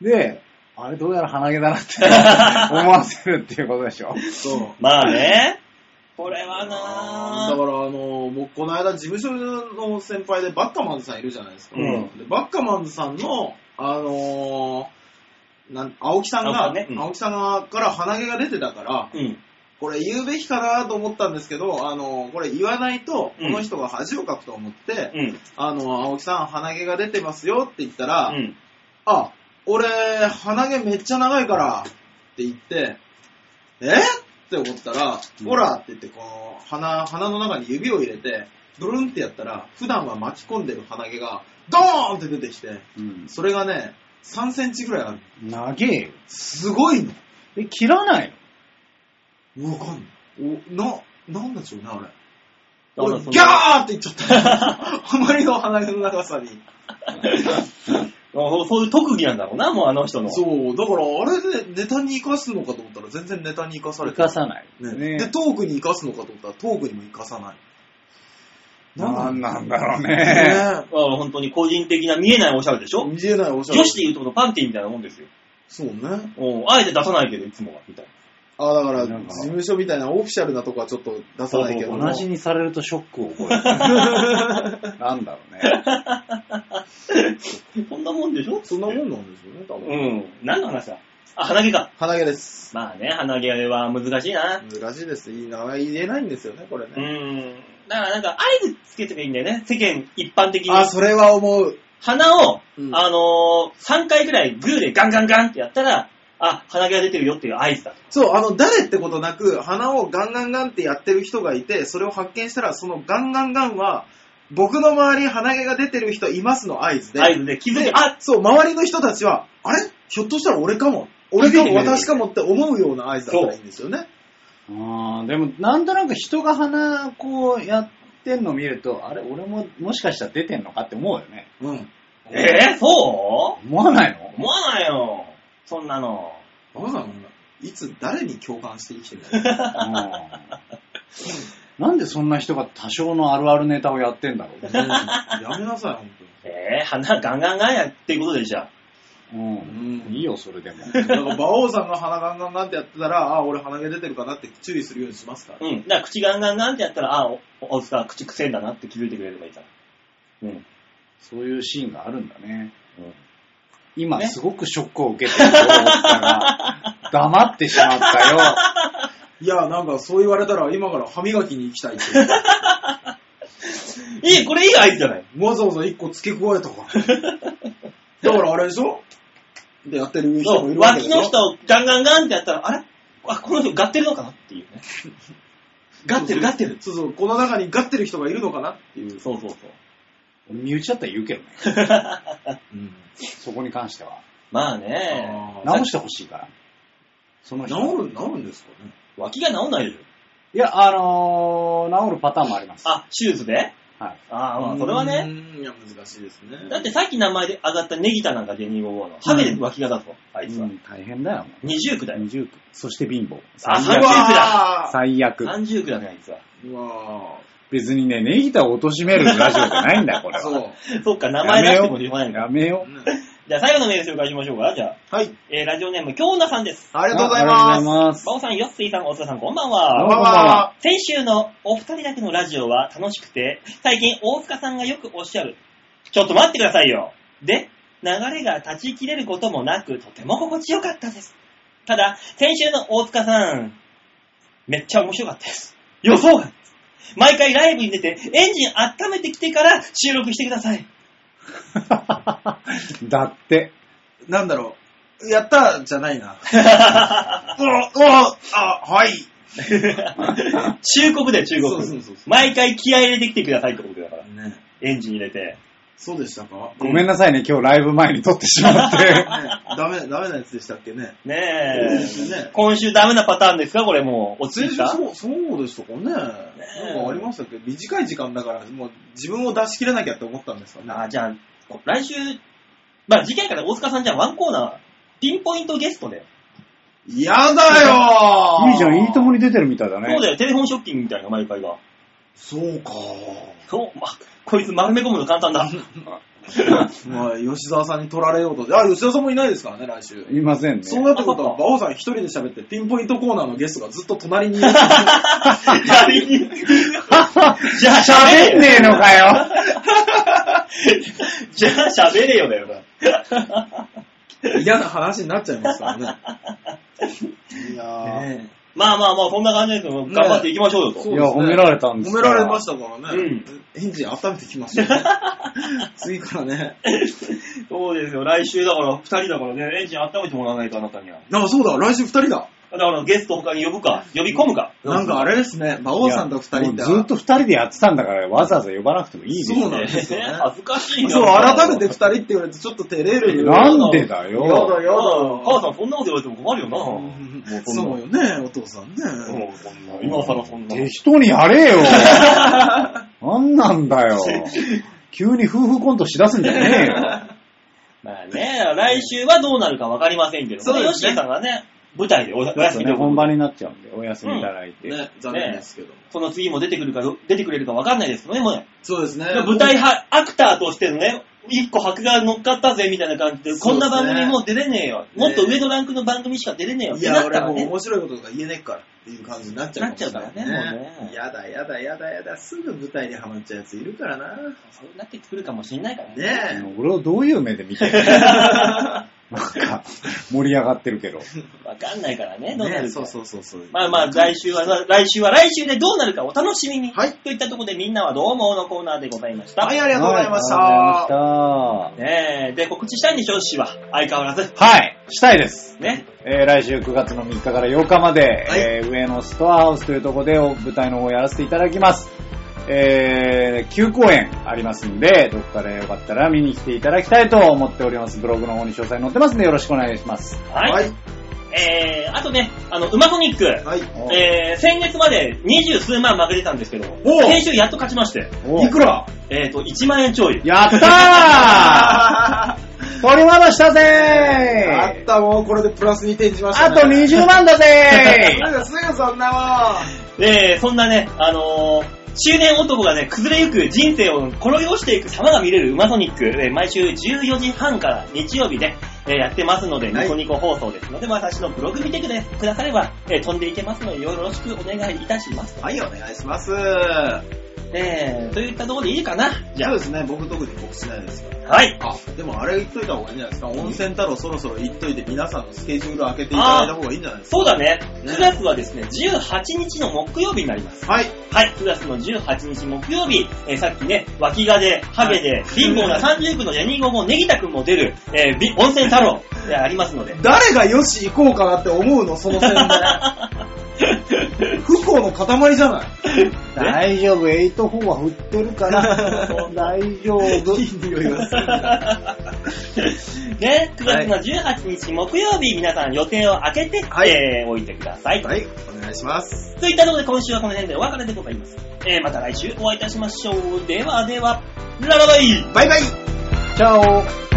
[SPEAKER 3] で、あれどうやら鼻毛だな って思わせるっていうことでしょ。
[SPEAKER 1] そう。
[SPEAKER 2] まあね。これは
[SPEAKER 1] だ
[SPEAKER 2] な
[SPEAKER 1] か
[SPEAKER 2] ぁ。
[SPEAKER 1] ら、あの、僕、この間、事務所の先輩で、バッカマンズさんいるじゃないですか。
[SPEAKER 2] うん
[SPEAKER 1] でバッカマンズさんの、あのーなん青木さんが、
[SPEAKER 2] 青木さんねうん
[SPEAKER 1] 青木さんがから鼻毛が出てたから、
[SPEAKER 2] うん。
[SPEAKER 1] これ言うべきかなと思ったんですけど、あのーこれ言わないと、
[SPEAKER 2] う
[SPEAKER 1] こ
[SPEAKER 2] ん
[SPEAKER 1] の人が恥をかくと思って、
[SPEAKER 2] うん。
[SPEAKER 1] あのー青木さん、鼻毛が出てますよって言ったら、
[SPEAKER 2] うん。
[SPEAKER 1] あ、俺、鼻毛めっちゃ長いからって言って、えって思ったら、
[SPEAKER 3] うん
[SPEAKER 1] ほらって言って、この鼻、鼻の中に指を入れて、ブルンってやったら、普段は巻き込んでる鼻毛が、ドーンって出てきて、
[SPEAKER 3] うん。
[SPEAKER 1] それがね、3センチぐらいある。
[SPEAKER 3] 長えよ。
[SPEAKER 1] すごいの。
[SPEAKER 3] え、切らない
[SPEAKER 1] わかんない。お、な、なんだっちゅうね、あれ。
[SPEAKER 2] だから
[SPEAKER 1] 俺、
[SPEAKER 2] その
[SPEAKER 1] ギャーって言っちゃった。あまりの鼻毛の長さに。
[SPEAKER 2] そうそういう特技なんだろうな、もうあの人の。
[SPEAKER 1] そう、だからあれでネタに活かすのかと思ったら全然ネタに活かされ
[SPEAKER 3] 生
[SPEAKER 1] て
[SPEAKER 3] かさない。
[SPEAKER 1] ね
[SPEAKER 3] ね
[SPEAKER 1] で、トークに生かすのかと思ったら、トークにも生かさない。
[SPEAKER 3] なんなんだろう
[SPEAKER 1] ね
[SPEAKER 3] ね。
[SPEAKER 2] だから本当に個人的な見えないおしゃれでしょ
[SPEAKER 1] 見えないおしゃれ。
[SPEAKER 2] 女子で言うとこのパンティみたいなもんですよ。
[SPEAKER 1] そうね。
[SPEAKER 2] うんあえて出さないけど、いつもは、みたいな。
[SPEAKER 1] あだから、
[SPEAKER 3] なん
[SPEAKER 1] 事
[SPEAKER 3] か
[SPEAKER 1] 務所みたいなオフィシャルなとこはちょっと出さないけども。
[SPEAKER 3] 同じにされるとショックを覚える。 なんだろうね。
[SPEAKER 2] こんなもんでしょ
[SPEAKER 1] そんなもんなんですよね、多
[SPEAKER 2] う
[SPEAKER 1] 分。
[SPEAKER 2] ん。何の話だあ、鼻毛か。
[SPEAKER 1] 鼻毛です。
[SPEAKER 2] まあね、鼻毛は難しいな。
[SPEAKER 1] 難しいです。いい名前言えないんですよね、これ
[SPEAKER 2] う
[SPEAKER 1] ね。
[SPEAKER 2] ん。だからなんか合図つけてもいいんだよね。世間一般的に。
[SPEAKER 1] あ、それは思う。
[SPEAKER 2] 鼻を、
[SPEAKER 1] うん
[SPEAKER 2] あのー、3回ぐらいグーでガンガンガンってやったら、あ、鼻毛が出てるよっていう合図だ。
[SPEAKER 1] そう、あの、誰ってことなく、鼻をガンガンガンってやってる人がいて、それを発見したら、そのガンガンガンは、僕の周り鼻毛が出てる人いますの合図で。
[SPEAKER 2] 合図で気づいて、
[SPEAKER 1] で、
[SPEAKER 2] あ、
[SPEAKER 1] そう、周りの人たちは、あれひょっとしたら俺かも。俺か
[SPEAKER 2] 気づいて
[SPEAKER 1] も、
[SPEAKER 2] くれる
[SPEAKER 1] 私かもって思うような合図だったらいいんですよね。
[SPEAKER 3] あーでも、なんとなく人が鼻、こう、やってんの見ると、あれ、俺も、もしかしたら出てんのかって思うよね。
[SPEAKER 1] うん。
[SPEAKER 2] えー、そう
[SPEAKER 3] 思わないの
[SPEAKER 2] 思わないよ。そんなの。
[SPEAKER 1] バカなのいつ、誰に共感して生きてる の
[SPEAKER 3] うんなんでそんな人が多少のあるあるネタをやってんだろうね。
[SPEAKER 1] やめなさい、本
[SPEAKER 2] えー、鼻ガンガンガンやっていうことでしょ。
[SPEAKER 3] うん
[SPEAKER 1] うん
[SPEAKER 3] いいよ、それでも。
[SPEAKER 1] 当に。だから、馬王さんが鼻ガンガンガンってやってたら、あ、俺鼻毛出てるかなって注意するようにしますから。
[SPEAKER 2] うん。だから口ガンガンガンってやったら、あ、お、おおっさん口くせえんだなって気づいてくれればいいから。うん。
[SPEAKER 3] そういうシーンがあるんだね。
[SPEAKER 2] うん
[SPEAKER 3] 今、
[SPEAKER 2] ね
[SPEAKER 3] すごくショックを受けてると思ったら、黙ってしまったよ。
[SPEAKER 1] いや、なんかそう言われたら、今から歯磨きに行き たいって。
[SPEAKER 2] いい、これいい合図じゃない。
[SPEAKER 1] わざわざ一個付け加えたから。だからあれでしょで、やってる人
[SPEAKER 2] そ、
[SPEAKER 1] もいうるわけで
[SPEAKER 2] 脇
[SPEAKER 1] しょ
[SPEAKER 2] の人をガンガンガンってやったら、あれあ、この人ガってるのかなっていう ね。ガってるガってる。
[SPEAKER 1] そうそう、この中にガってる人がいるのかなっていう。
[SPEAKER 2] そうそうそう。
[SPEAKER 3] 俺、身内だったら言うけどね。
[SPEAKER 1] うん
[SPEAKER 3] そこに関しては。
[SPEAKER 2] まあね、
[SPEAKER 1] あー
[SPEAKER 3] 直してほしいから。その
[SPEAKER 1] 治
[SPEAKER 3] 人。
[SPEAKER 1] る、治るんですかね。
[SPEAKER 2] 脇が治んないでしょ。
[SPEAKER 3] いや、あのー、治るパターンもあります。
[SPEAKER 2] あ、手術で
[SPEAKER 3] はい。
[SPEAKER 2] ああ、まあそれはね。
[SPEAKER 1] うん。いや、難しいですね。
[SPEAKER 2] だってさっき名前で上がったネギタなんか芸人王の、ハゲで脇がだぞ、あいつ
[SPEAKER 3] う
[SPEAKER 2] は。
[SPEAKER 3] ん、大変だよ。
[SPEAKER 2] 二重苦だよ。
[SPEAKER 3] 二十区。そして貧乏。
[SPEAKER 2] あ
[SPEAKER 1] う
[SPEAKER 3] 最悪。
[SPEAKER 1] わー
[SPEAKER 3] 最悪。
[SPEAKER 2] 三重苦だね、あいつは。
[SPEAKER 1] うわ
[SPEAKER 3] 別にね、ネギタを貶としめるラジオじゃないんだよ、こ
[SPEAKER 1] ー
[SPEAKER 3] れは。
[SPEAKER 1] そ う。
[SPEAKER 2] そっか、名前出しても言わないんだ
[SPEAKER 3] や。めよう。
[SPEAKER 1] ね
[SPEAKER 2] じゃあ最後のメール紹介しましょうか。じゃあ、
[SPEAKER 1] はい。
[SPEAKER 2] えー、ラジオネーム、京奈さんです。
[SPEAKER 1] ありがとうござい
[SPEAKER 3] あありがとう
[SPEAKER 1] ます。
[SPEAKER 3] ございます。
[SPEAKER 2] バオさん、ヨッスイさん、大津さん、こんばん
[SPEAKER 3] こ
[SPEAKER 1] こん
[SPEAKER 3] ん
[SPEAKER 2] は。
[SPEAKER 3] ば
[SPEAKER 1] ば
[SPEAKER 3] ん
[SPEAKER 1] ん
[SPEAKER 3] は
[SPEAKER 1] は。
[SPEAKER 2] 先週のお二人だけのラジオは楽しくて、最近大塚さんがよくおっしゃる、ちょっと待ってくださいよ。で、流れが断ち切れることもなく、とても心地よかったです。ただ、先週の大塚さん、めっちゃ面白かったです。予想外です。毎回ライブに出て、エンジン温めてきてから収録してください。
[SPEAKER 3] だって、
[SPEAKER 1] なんだろう。やったーじゃないな。うわ、うわ、あ、はい。
[SPEAKER 2] 忠告だよ、忠告。
[SPEAKER 1] そうそうそうそ
[SPEAKER 2] 毎回気合い入れてきてくださいってことだから。
[SPEAKER 1] う。ね。
[SPEAKER 2] エンジン入れて。
[SPEAKER 1] そうでしたか
[SPEAKER 3] ごめんなさいね、今日ライブ前に撮ってしまって。
[SPEAKER 1] ねダメ、ダメなやつでしたっけね。
[SPEAKER 2] ね
[SPEAKER 1] そうですね
[SPEAKER 2] え。今週ダメなパターンですかこれもう。おつ
[SPEAKER 1] 先
[SPEAKER 2] い
[SPEAKER 1] 週
[SPEAKER 2] た
[SPEAKER 1] そう、そうでしたかね。なんかありましたっけ短い時間だから、もう自分を出し切れなきゃって思ったんですかね。
[SPEAKER 2] あ、じゃあ、こ来週、まあ次回から大塚さんじゃあワンコーナー、ピンポイントゲストで。
[SPEAKER 1] やだよ
[SPEAKER 3] いいじゃん、いいともに出てるみたいだね。
[SPEAKER 2] そうだよ、テレフォンショッキングみたいな、毎回が。
[SPEAKER 1] そうか。
[SPEAKER 2] そう、ま、こいつ丸め込むの簡単 だ。
[SPEAKER 1] まあ、吉沢さんに取られようと。あ、吉沢さんもいないですからね、来週。
[SPEAKER 3] いませんね。
[SPEAKER 1] そうなってことは、
[SPEAKER 2] あ
[SPEAKER 1] 馬王さん一人で喋って、ピンポイントコーナーのゲストがずっと隣にいる。
[SPEAKER 2] 仮にじゃあ喋れ
[SPEAKER 3] 喋ん
[SPEAKER 2] よ
[SPEAKER 3] ねえのかよ。
[SPEAKER 2] じゃあ喋れよだよな。
[SPEAKER 1] 嫌な話になっちゃいますからね。いやー。
[SPEAKER 2] ねえまあまあまあ、そんな感じですよ。頑張っていきましょうよと。
[SPEAKER 1] そ
[SPEAKER 3] いうや、褒められたんで
[SPEAKER 1] 褒
[SPEAKER 3] す
[SPEAKER 1] められま
[SPEAKER 3] し
[SPEAKER 1] したから
[SPEAKER 2] う
[SPEAKER 1] ね
[SPEAKER 2] ん。
[SPEAKER 1] エンジン温めてきました ね。次からね。
[SPEAKER 2] そうですよ。来週だから、二人だからね、エンジン温めてもらわないと、あなたには。
[SPEAKER 1] あ、そうだ、来週二人だ。
[SPEAKER 2] だから、ゲスト他に呼ぶか、呼び込むか。
[SPEAKER 1] なんかあれですね、馬王さんと二人だ。
[SPEAKER 3] ずっと二人でやってたんだから、わざわざ呼ばなくてもいいで
[SPEAKER 1] そ
[SPEAKER 3] す
[SPEAKER 1] うなんですよね
[SPEAKER 2] 恥ずかしいな。
[SPEAKER 1] そう、改めて二人って言われてちょっと照れるよ。
[SPEAKER 3] なんでだよ。
[SPEAKER 1] やだ、や
[SPEAKER 2] 母
[SPEAKER 1] だ。
[SPEAKER 2] さん、そんなこと言われても困るよな。もうそん
[SPEAKER 1] そ
[SPEAKER 2] な
[SPEAKER 1] うよね、お父さ
[SPEAKER 2] も
[SPEAKER 1] んね。
[SPEAKER 2] うそんな今更そんな。
[SPEAKER 3] 適当にやれよ。なんなんだよ。急に夫婦コントしだすんじゃねえよ。
[SPEAKER 2] まあね、来週はどうなるかわかりませんけど、
[SPEAKER 1] そう
[SPEAKER 2] ヨ
[SPEAKER 1] で
[SPEAKER 2] ッ
[SPEAKER 1] す
[SPEAKER 2] シ
[SPEAKER 1] ね
[SPEAKER 2] ーさんがね、舞台でおお休みで、
[SPEAKER 3] 本番になっちゃうんで、お休みいただいて。
[SPEAKER 1] ね、残念ですけども。
[SPEAKER 2] その次も出てくるかど、出てくれるかわかんないですけどね、もうね。
[SPEAKER 1] そうですね。
[SPEAKER 2] 舞台はアクターとしてのね、一個箔が乗っかったぜみたいな感じで、
[SPEAKER 1] そうですね
[SPEAKER 2] こんな番組もう出れねえよ。もっと上のランクの番組しか出れねえよっ
[SPEAKER 1] い
[SPEAKER 2] てな
[SPEAKER 1] や、
[SPEAKER 2] った
[SPEAKER 1] 俺
[SPEAKER 2] ら
[SPEAKER 1] もう
[SPEAKER 2] ね。
[SPEAKER 1] 面白いこととか言えねえからっていう感じになっちゃうもしれ
[SPEAKER 2] なっちゃうからねもうね
[SPEAKER 1] やだやだやだやだ、すぐ舞台にはまっちゃうやついるからな。
[SPEAKER 2] そうなってくるかもしんないからね。
[SPEAKER 1] ね
[SPEAKER 3] 俺をどういう目で見てる なんか、盛り上がってるけど。
[SPEAKER 2] わかんないから
[SPEAKER 1] え。
[SPEAKER 2] ね、どうなるか。
[SPEAKER 1] ねえそうそうそうそう。
[SPEAKER 2] まあまあ、来週は、来週は、来週でどうなるかお楽しみに。
[SPEAKER 1] はい
[SPEAKER 2] といったところで、みんなはどう思うのコーナーでございました。
[SPEAKER 1] はい、ありがとうございました。
[SPEAKER 3] はいありがとうございまし
[SPEAKER 2] ねえ、で、告知したいんでしょ、氏は。相変わらず。
[SPEAKER 3] た。はい、したいです。
[SPEAKER 2] ね。
[SPEAKER 3] えー来週9月の3日から8日まで、
[SPEAKER 1] い
[SPEAKER 3] えー上野ストアハウスというところでお舞台の方をやらせていただきます。えー、9公演ありますんで、どっかでよかったら見に来ていただきたいと思っております。ブログの方に詳細載ってますんで、よろしくお願いします。
[SPEAKER 2] はい。
[SPEAKER 1] はい。
[SPEAKER 2] えー、あとね、あの、ウマソニック。
[SPEAKER 1] はい。
[SPEAKER 2] えー、先月まで二十数万負けてたんですけど、
[SPEAKER 1] おう
[SPEAKER 2] 先週やっと勝ちまして、
[SPEAKER 3] お
[SPEAKER 1] いくら
[SPEAKER 2] えーと、1万円ちょい。
[SPEAKER 3] やったー取り戻したぜー
[SPEAKER 1] あったもうこれでプラス2点しました、
[SPEAKER 3] あ
[SPEAKER 1] ね。
[SPEAKER 3] と20万だぜ
[SPEAKER 1] なんかすぐそんな
[SPEAKER 2] えー、そんなね、あのー、中年男がね、崩れゆく人生を転げ落ちていく様が見れるウマソニック、えー毎週14時半から日曜日で、えーやってますので、
[SPEAKER 1] はい
[SPEAKER 2] ニコニコ放送ですので、私のブログ見てくれくだされば、えー飛んでいけますので、よろしくお願いいたします。
[SPEAKER 1] もん。はい、お願いします。
[SPEAKER 2] えー、といったところでいいかなじゃ
[SPEAKER 1] そうですね、僕特に告知ないですから。
[SPEAKER 2] あ、はい。
[SPEAKER 1] あ、でもあれ言っといた方がいいんじゃないですか。温泉太郎そろそろ言っといて皆さんのスケジュール開けていただいた方がいいんじゃないです
[SPEAKER 2] そうだね。
[SPEAKER 1] ね
[SPEAKER 2] 9月はですね、18日の木曜日になります。
[SPEAKER 1] か。はい。
[SPEAKER 2] はい、9月の18日木曜日、えーさっきね、脇がで、ハゲで、貧乏な三十区のジャニーゴもネギタ君も出る、えーび温泉太郎でありますので。
[SPEAKER 1] 誰がよし行こうかなって思うの、その 宣伝。不幸の塊じゃない。
[SPEAKER 3] 大丈夫、8-4は振ってるから、大丈 夫。
[SPEAKER 1] いい匂いがする。
[SPEAKER 2] ね、9月の18日木曜日、皆さん予定を開けて、
[SPEAKER 1] はい
[SPEAKER 2] えーおいてください。
[SPEAKER 1] はい、お願いします。
[SPEAKER 2] といったところで今週はこの辺でお別れでございます。えーまた来週お会いいたしましょう。ではでは、ララバイ
[SPEAKER 1] バイバイ
[SPEAKER 3] チャオ